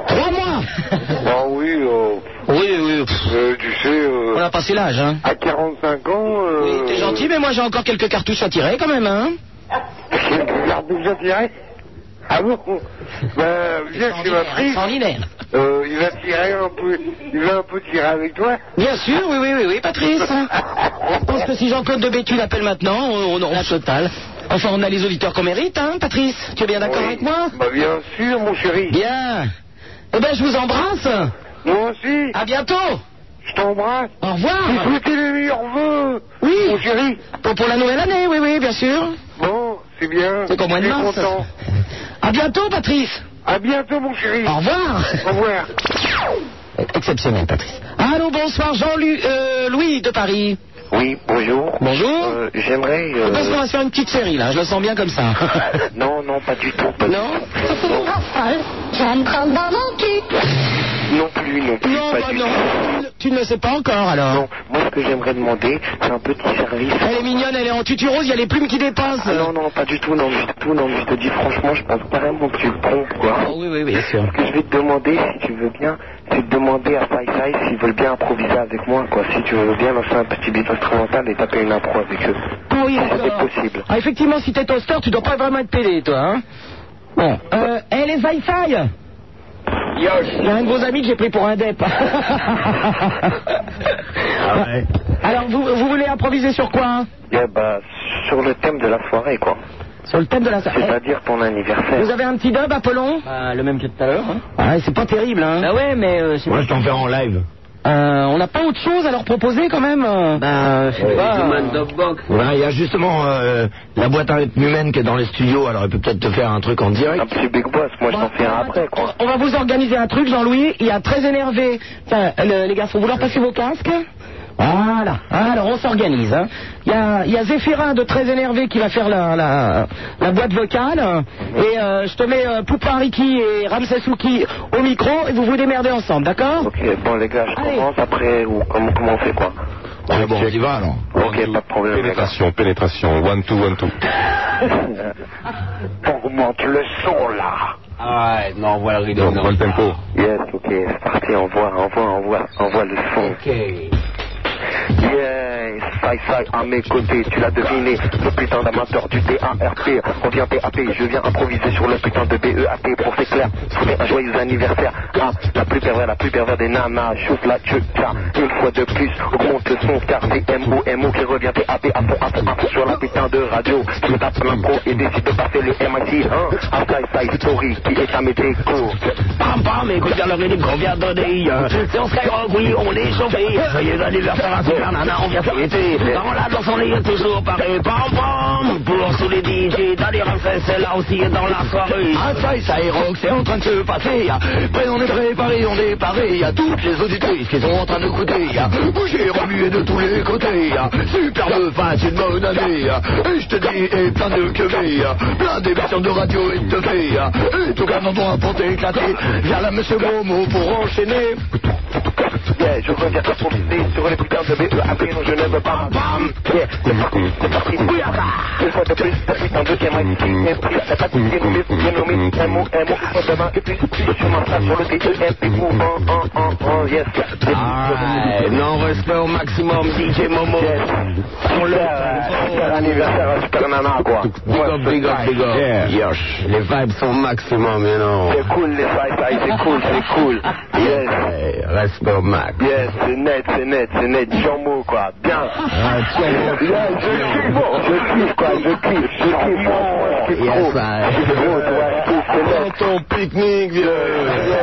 Trois mois Ah oui, euh, Oui, oui. euh, tu sais, euh, On a passé l'âge, hein à 45 ans, euh, T'es gentil, mais moi j'ai encore quelques cartouches à tirer quand même, hein cartouches à tirer Ah bon Bah, viens chez ma fille. Euh, il va tirer un peu, il va un peu tirer avec toi. Bien sûr, oui, oui, oui, oui, Patrice. Je pense que si Jean-Claude de Béthune appelle maintenant, on on aura le total. Enfin, on a les auditeurs qu'on mérite, hein, Patrice Tu es bien d'accord avec moi Bah, bien sûr, mon chéri. Bien. Eh ben, je vous embrasse. Moi aussi. À bientôt. Je t'embrasse. Au revoir. J'ai souhaité les meilleurs vœux. Oui. Mon chéri. Pour, pour la nouvelle année, oui, oui, bien sûr. Bon, c'est bien. C'est qu'au mois de Je suis mars. content. À bientôt, Patrice. À bientôt, mon chéri. Au revoir. Au revoir. Exceptionnel, Patrice. Allô, bonsoir, Jean-Louis de Paris. Oui, bonjour. Bonjour. Euh, J'aimerais. euh, Je pense qu'on va se faire une petite série, là. Je le sens bien comme ça. non, non, pas du tout. pas du Non tout. C'est une rafale. Je vais me prendre dans mon cul. Non plus, non plus. Non, pas bah du non. tout. Tu ne le sais pas encore, alors Non, moi ce que j'aimerais demander, c'est un petit service. Elle est mignonne, elle est en tutu rose, il y a les plumes qui dépassent. Ah, non, non, pas du tout, non, du tout, non, je te dis franchement, je pense carrément que tu le trompes, quoi. Ah oui, oui, bien sûr. Ce que je vais te demander, si tu veux bien, c'est de demander à Five s'ils veulent bien improviser avec moi, quoi. Si tu veux bien lancer un petit beat instrumental et taper une impro avec eux. Ah oui, Ça, c'est d'accord. possible. Ah, effectivement, si t'es toaster, tu dois pas vraiment être pédé, toi, hein Bon. Euh, eh, les Wi-Fi Il y a un de vos amis que j'ai pris pour un DEP. Ah Alors, vous, vous voulez improviser sur quoi hein Eh bah, sur le thème de la soirée, quoi. Sur le thème de la soirée. C'est-à-dire ton anniversaire. Vous avez un petit dub, Apollon le même que tout à l'heure, hein. Ah, c'est pas terrible, hein Bah ouais, mais... Moi, je t'en ferai en live. on n'a pas autre chose à leur proposer, quand même Bah, je sais pas... Voilà, il y a justement euh, la boîte à rythme humaine qui est dans les studios, alors elle peut peut-être te faire un truc en direct. Un petit big boss, moi je t'en ferai un après, quoi. On va vous organiser un truc, Jean-Louis. Il y a très énervé. Tiens, le- les garçons, vous leur passez vos casques Voilà. Alors, on s'organise. hein. Il y a, il y a Zéphirin de très énervé qui va faire la, la- la boîte vocale. Et euh, je te mets euh, Poupa Riki et Ramsesouki au micro et vous vous démerdez ensemble, d'accord Ok, bon les gars, je commence après, ou comment, comment on fait, quoi Ouais, bon, on y va alors. Ok, pas de problème, les gars. Pénétration, pénétration, one two, one two. Augmente le son, là Ah ouais, non, voilà le rideau. Bon tempo. Yes, ok, c'est parti, envoie, envoie, envoie, envoie le son. Ok. Yes, Sai Sai à mes côtés, tu l'as deviné, le putain d'amateur du DARP. On vient PAP, je viens improviser sur le putain de BEAP pour c'est clair. Souhaiter un joyeux anniversaire à la plus pervers, la plus pervers des nanas. Chauffe la tchouka, une fois de plus, augmente le son car c'est MOMO qui revient PAP à fond, à fond, à fond sur la putain de radio. Qui tape l'impro et décide de passer le MIT, hein, à Sai Sai Story qui est à mes décos. Pam pam, écoute bien le rythme qu'on vient de donner. euh, Sur Skyrock, oui, on est chauffé. Joyeux anniversaire à Super Nana, on vient fêter. Dans la danse, on est toujours pareil. Pam pam, pour tous les DJ, dans les recettes, c'est là aussi et dans la soirée. Ah, ça y est, ça y est, rock, c'est en train de se passer. Prêt, on est préparé, on est paré. À toutes les auditrices qui sont en train de coûter. Bougez, remuez de tous les côtés. Superbe, face, une bonne année. Et je te dis, et plein de quevés. Plein d'émissions de radio et de télé. Et tout cas, on un pour éclater. Viens là, monsieur Momo, pour enchaîner. Yeah, je reviens à ton idée sur les putains de BEAP, non je ne veux pas. Bam Yeah, c'est parti, c'est parti. Une fois de plus, la putain de Kemai, et puis la fatigue est nommée, bien nommée, M.O.M.O. Ils sont demain, et puis je m'en ça sur le DEMP, ou en, en, en, en, yes. Alright, non, respect au maximum, DJ Momo. On le Super anniversaire à Super Nana, quoi. Big up, big up, big up. Yosh, les vibes sont maximum, mais non. C'est cool, les sci-fi, c'est cool, c'est cool. Yes, Respect au max. yes, c'est net, c'est net, c'est net, Jean-Mo, quoi. Bien. Ah, tiens, Yeah, je kiffe, je kiffe, quoi, je kiffe, je kiffe, moi, je kiffe trop. yes, I- Gros, toi, je kiffe, c'est net. prends ton pique-nique,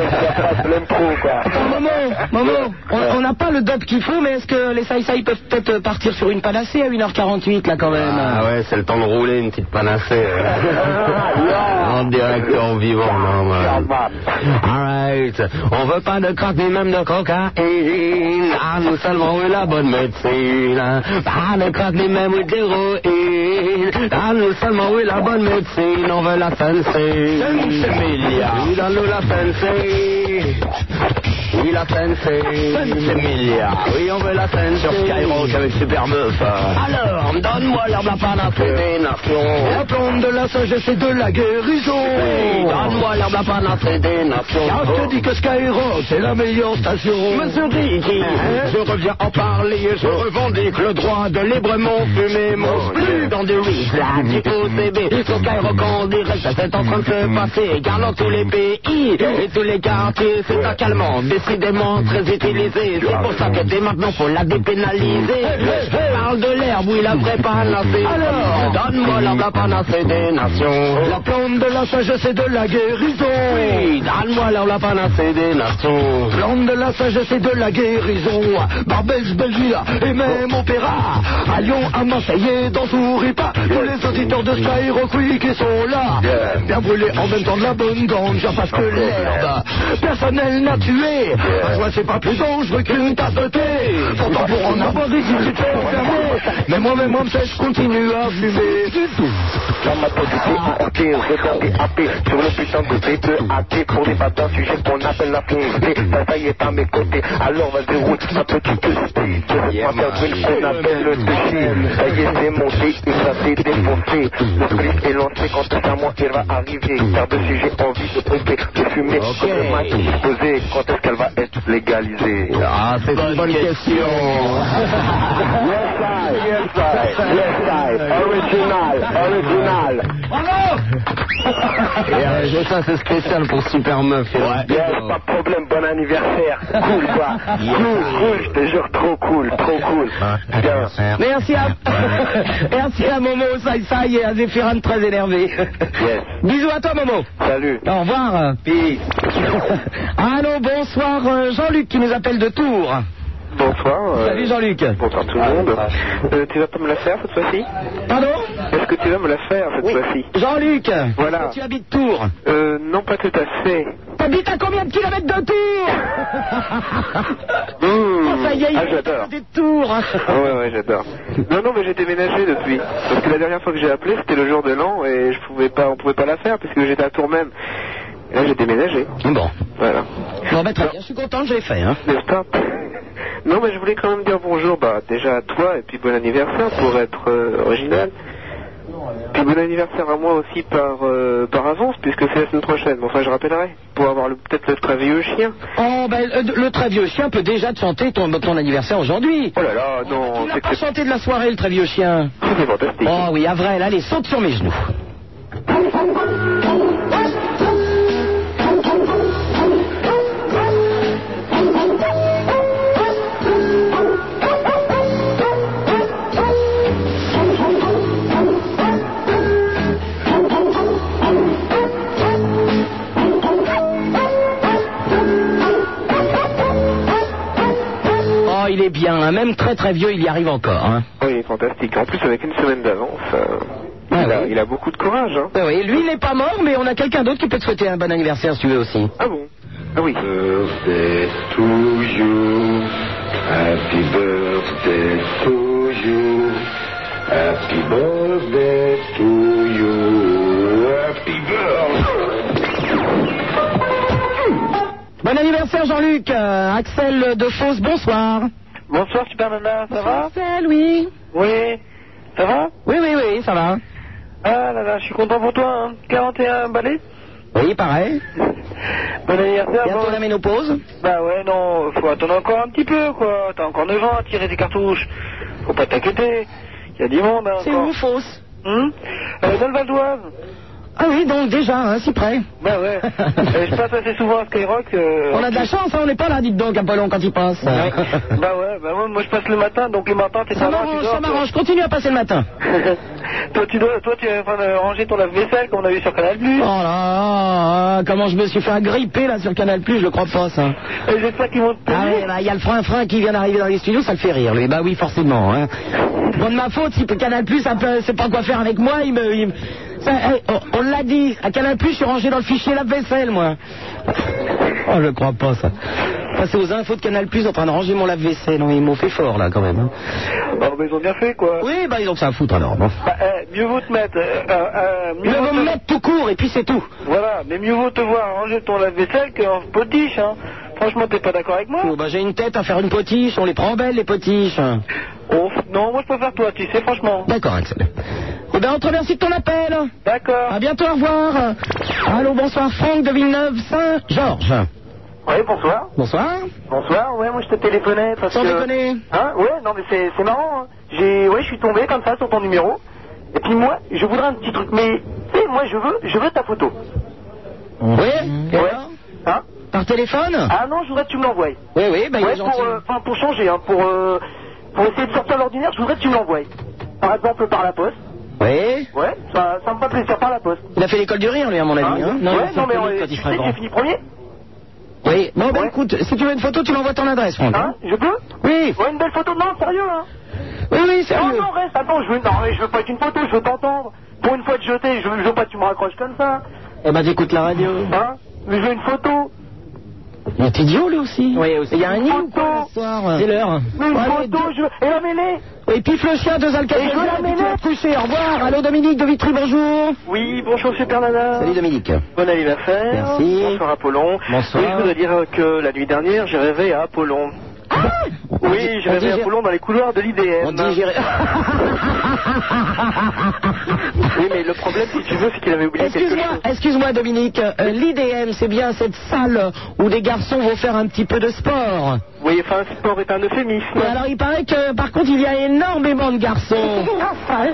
vieux. quoi. Maman, maman, on- on n'a pas le doc qu'il faut, mais est-ce que les saïsaï peuvent peut-être partir sur une panacée à 1h48 là quand même Ah ouais, c'est le temps de rouler une petite panacée. euh. en direct en vivant, non, man. Alright. On veut pas de crack ni même de cocaïne. Ah, nous seulement eu la bonne médecine. Pas de crack ni même eu d'héroïne. Ah, nous seulement eu la bonne médecine. On veut la sensée. Oui, donne-nous la sensée. Oui, la sensée. milliards. Oui, on veut la sensée. Sur Skyrock avec Super Meuf. Alors, donne-moi l'herbe à panafédénation. La plombe de la sagesse c'est de la guérison. Oui, donne-moi l'herbe à panafédénation. Car je te dis que Skyrock, c'est la meilleure station. Hein Monsieur Guigui, je reviens en parler et je revendique le droit de librement fumer mon plus dans des riches là, du OCB. Sur Skyrock en direct, ça c'est en train de se passer. Car dans tous les pays et tous les quartiers, c'est un calmant, décidément très utilisé. C'est pour ça que dès maintenant, faut la dépénaliser. Je parle de l'herbe, oui, la vraie panacée. Alors, donne-moi l'herbe à panacée des nations. La plante de la sagesse c'est de la guérison. Oui, donne-moi l'herbe à panacée des nations. Plante de la sagesse c'est de la guérison. Barbès, Belgira et même Opéra. À Lyon, à Marseille et dans Souripa. Tous les auditeurs de Skyrock, oui, qui sont là. Bien brûlés en même temps de la bonne ganja parce que l'herbe, personnel n'a tué. Un joint, c'est pas plus dangereux qu'une tasse de thé. Pourtant, pour en avoir des idées fermées. Mais moi, même moi, je continue à fumer. Dans ma peau du thé, ok, regardez AP Sur le putain de BPE AT Pour débattre d'un sujet qu'on appelle la finité La taille est à mes côtés, alors vas-y route Un petit peu speed Moi c'est un qu'on appelle le sushi Ça y est c'est monté, il va s'est démonté Le clip est lancé, quand est à moi qu'elle va arriver Car de sujet envie de pomper, de fumer Comme le mic est posé, quand est-ce qu'elle va être légalisée Ah c'est une bonne question Yes, sir. Yes, sir. Original, original. Et euh, je- ça, c'est spécial pour Super Meuf. pas de problème, bon anniversaire. Cool, quoi. Cool, cool, je te jure, trop cool, trop cool. Ah, Bien. Merci à, Merci à Momo, Sai Sai et à Zéphirin très énervé. Bisous à toi Momo. Salut. Au revoir. Allô, bonsoir euh, Jean-Luc qui nous appelle de Tours. Bonsoir. Salut Jean-Luc. Ah, Bonsoir tout le monde. Euh, tu vas pas me la faire cette fois-ci Pardon Est-ce que tu vas me la faire cette fois-ci Jean-Luc. Voilà. Tu habites Tours. Euh, non pas tout à fait. T'habites à combien de kilomètres de Tours Mmh. Oh, Ça y est, il ah fait j'adore. des tours. Ah ouais ouais j'adore. Non non mais j'ai déménagé depuis. Parce que la dernière fois que j'ai appelé c'était le jour de l'an et je pouvais pas on pouvait pas la faire parce que j'étais à Tours même. Et là j'ai déménagé. Bon. Voilà. Bon, ben, très bien, je suis content, je l'ai fait. Hein. N'est-ce pas Non, mais je voulais quand même dire bonjour bah, déjà à toi et puis bon anniversaire pour être euh, original. Puis bon anniversaire à moi aussi par, euh, par avance, puisque c'est la semaine prochaine. Bon, enfin, je rappellerai pour avoir le- peut-être le très vieux chien. Oh, ben, euh, le très vieux chien peut déjà te chanter ton, ton anniversaire aujourd'hui. Oh là là, non, Il a pas chanté de la soirée, le très vieux chien. c'est fantastique. Oh oui, Avril, allez, saute sur mes genoux. Oh, il est bien, hein. même très très vieux, il y arrive encore. Hein. Oui, fantastique. En plus, avec une semaine d'avance, euh, Ah il, a, il a beaucoup de courage. Hein. Ah oui, lui, il n'est pas mort, mais on a quelqu'un d'autre qui peut te souhaiter un bon anniversaire, si tu veux aussi. Ah bon Ah oui. Birthday to you. Happy birthday to you. Happy birthday to you. Happy birthday. Bon anniversaire, Jean-Luc. Euh, Axel de Fosse, bonsoir. Bonsoir Super Nana, ça va Axel, oui. Oui. Ça va Oui, oui, oui, ça va. Ah là là, je suis content pour toi, hein. 41 balais Oui, pareil. Bon anniversaire. Bientôt la ménopause Bah ouais, non, faut attendre encore un petit peu, quoi. T'as encore 9 ans à tirer des cartouches. Faut pas t'inquiéter. Il y a du monde, hein, C'est encore. où, Fosse Hum Euh, dans le Val d'Oise. Ah oui, donc déjà, hein, si près. Bah ouais. Euh, je passe assez souvent à Skyrock. euh, On a de la chance, hein, on n'est pas là, dites donc, Apollon, quand il passe. Ouais. bah ouais, bah ouais, moi je passe le matin, donc le matin t'es Ça pas là, tu m'arrange, dors, ça toi. m'arrange, continue à passer le matin. Toi, tu dois, toi, tu es en train de ranger ton lave-vaisselle qu'on a vu sur Canal Plus. Oh là là, comment je me suis fait agripper là sur Canal Plus, je le crois pas ça. hein. J'espère qu'ils vont te Ah ouais, bah, il y a le frein-frein qui vient d'arriver dans les studios, ça le fait rire lui. Bah oui, forcément. hein. Bon, de ma faute, si Canal Plus sait pas quoi faire avec moi, il me. il me- Ça, eh, on on l'a dit, à Canal Plus, je suis rangé dans le fichier lave-vaisselle moi. Oh, je crois pas ça. Passer aux infos de Canal Plus en train de ranger mon lave-vaisselle, non, ils m'ont fait fort là quand même. hein. Oh, bah, ils ont bien fait, quoi. Oui, bah, ils ont que ça à foutre alors. bon. Bah, eh, mieux vaut te mettre. euh, euh, euh, mieux Ils vaut veulent te- me mettre tout court et puis c'est tout. Voilà, mais mieux vaut te voir ranger ton lave-vaisselle qu'en potiche, hein. Franchement, t'es pas d'accord avec moi Oh, bah, j'ai une tête à faire une potiche, on les prend belles les potiches. Oh, Non, moi je préfère toi, tu sais, franchement. D'accord, Axel. Eh ben, on te remercie de ton appel. D'accord. À bientôt, au revoir. Allô, bonsoir, Franck de Villeneuve, Saint-Georges. Oui, bonsoir. Bonsoir. Bonsoir, ouais, moi je te téléphonais parce Sans que... déconner. Hein, ouais, non mais c'est c'est marrant. hein. J'ai, ouais, je suis tombé comme ça sur ton numéro. Et puis moi, je voudrais un petit truc, mais tu sais, moi je veux, je veux ta photo. Oui Ouais. Hein Par téléphone Ah non, je voudrais que tu me l'envoies. Oui, oui, bah, il est ouais, gentil. pour, euh, enfin, pour changer, hein, pour euh, pour essayer de sortir de l'ordinaire, je voudrais que tu me l'envoies. Par exemple, par la poste. Oui. Ouais, ça, ça me fait plaisir par la poste. Il a fait l'école du rire, lui, à mon avis. Hein hein. il a ouais, fait non mais le on public est- quand il tu fera sais, grand. j'ai fini premier. Oui, bon, bah, écoute, si tu veux une photo, tu m'envoies ton adresse, Franck. Hein Je peux Oui. Ouais, une belle photo. Non, sérieux, hein Oui, oui, Non, sérieux. non, reste, attends, je veux, non, mais je veux pas qu'une photo, je veux t'entendre. Pour une fois de jeter, je veux, je veux pas que tu me raccroches comme ça. Eh ben, j'écoute la radio. Hein Mais je veux une photo. Il est idiot, lui aussi. Oui, aussi. Il y a un nid ou quoi, ce soir C'est l'heure. Mais une Ouais, photo, je veux. Et la mêlée Et piffe le chien, deux alcatraz, Et je veux la puis tu mêlée. vas te coucher. Au revoir. Allô, Dominique de Vitry, bonjour. Oui, bonjour Super Nana. Salut, Dominique. Bon anniversaire. Merci. Bonsoir Apollon. Bonsoir. Oui, je voudrais dire euh, que la nuit dernière, j'ai rêvé à Apollon. oui, j'ai Ah on rêvé dit- à Apollon dans les couloirs de l'IDM. On dit, j'ai- oui, mais le problème, si tu veux, c'est qu'il avait oublié quelque Excuse-moi, chose. excuse-moi Dominique, euh, l'IDM c'est bien cette salle où des garçons vont faire un petit peu de sport. Oui, enfin, sport est un euphémisme. Mais alors il paraît que par contre il y a énormément de garçons. Ah,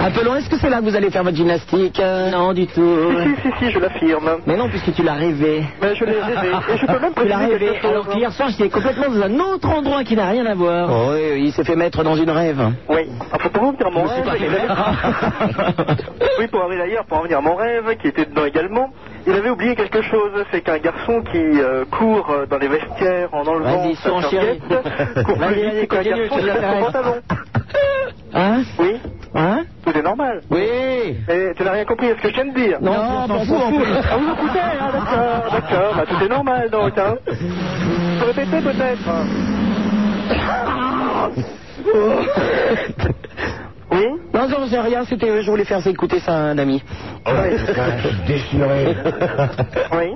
Appelons, est-ce que c'est là que vous allez faire votre gymnastique Euh, Non du tout. Si, si, si, je l'affirme. Mais non, puisque tu l'as rêvé. Eh, Mais je l'ai rêvé. Et je peux même Tu l'as préciser rêvé, quelque chose, alors hein. qu'hier soir j'étais complètement dans un autre endroit qui n'a rien à voir. oui, il s'est fait mettre dans une rêve. Oui, enfin pour revenir à mon rêve, il avait- oui pour revenir d'ailleurs, pour revenir à mon rêve, qui était dedans également, il avait oublié quelque chose, c'est qu'un garçon qui euh, court euh, dans les vestiaires en enlevant Vas-y, sa surenchérie. serviette, court Vas-y, plus vas-y, vite qu'un continue, garçon je qui te a son laisse. pantalon. Hein Oui, Hein tout est normal. Oui Et tu n'as rien compris à ce que je viens de dire Non, on s'en fout, on fout. Ah, vous écoutez, hein, d'accord, d'accord, bah, tout est normal donc, hein. Faut répéter peut-être. Oui Non, non, j'ai rien, c'était, je voulais faire écouter ça à un ami. déchiré. Oui.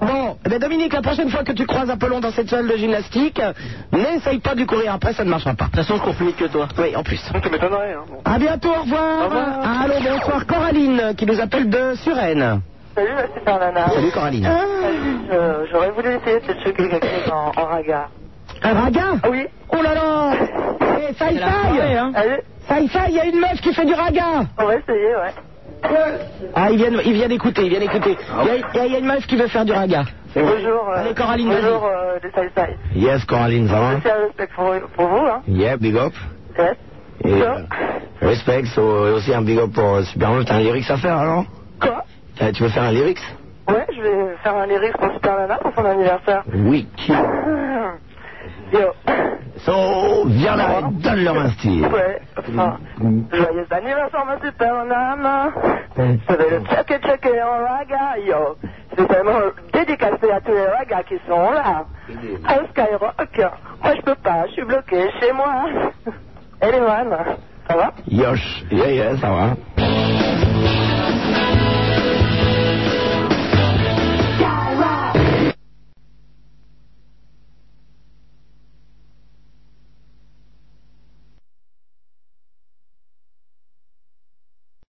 Bon, eh ben Dominique, la prochaine fois que tu croises Apollon dans cette salle de gymnastique, n'essaye pas de courir après, ça ne marchera pas. De toute façon, je cours plus vite que toi. Oui, en plus. Tu m'étonnerais, hein. bon. À bientôt, au revoir. Allô, bonsoir, Coraline, qui nous appelle de Suresnes. Salut, la super nana. Salut, Coraline. Salut, je- Euh, J'aurais voulu essayer de te choquer quelque chose en, en raga. Un raga Oui. Oh là là Eh, ça y faille hein. Ça y faille, il y a une meuf qui fait du raga On va essayer, ouais. Ah, ils viennent, ils viennent écouter, ils viennent écouter. Il y a- il y, a- il y a une meuf qui veut faire du raga. Bonjour. euh, Allez, Coraline, vas-y. Bonjour, euh, les Saïsaï. Yes, Coraline, ça va? J'ai un respect pour, pour vous, hein. Yeah, big up. Yes. Et, euh, respect, so- et aussi un big up pour euh, Superman. T'as un lyrics à faire alors? Quoi Euh, tu veux faire un lyrics? Ouais, je vais faire un lyrique pour Super Nana pour son anniversaire. Oui. Yo. So, viens là, et donne-leur un style. Ouais, enfin, Mm. joyeux anniversaire, ma super nana. Je vais le checker, checker en raga, yo. C'est vraiment dédicacé à tous les ragas qui sont là. À Skyrock, moi je peux pas, je suis bloqué chez moi. Anyone, ça va Yosh, yeah, yeah, ça va.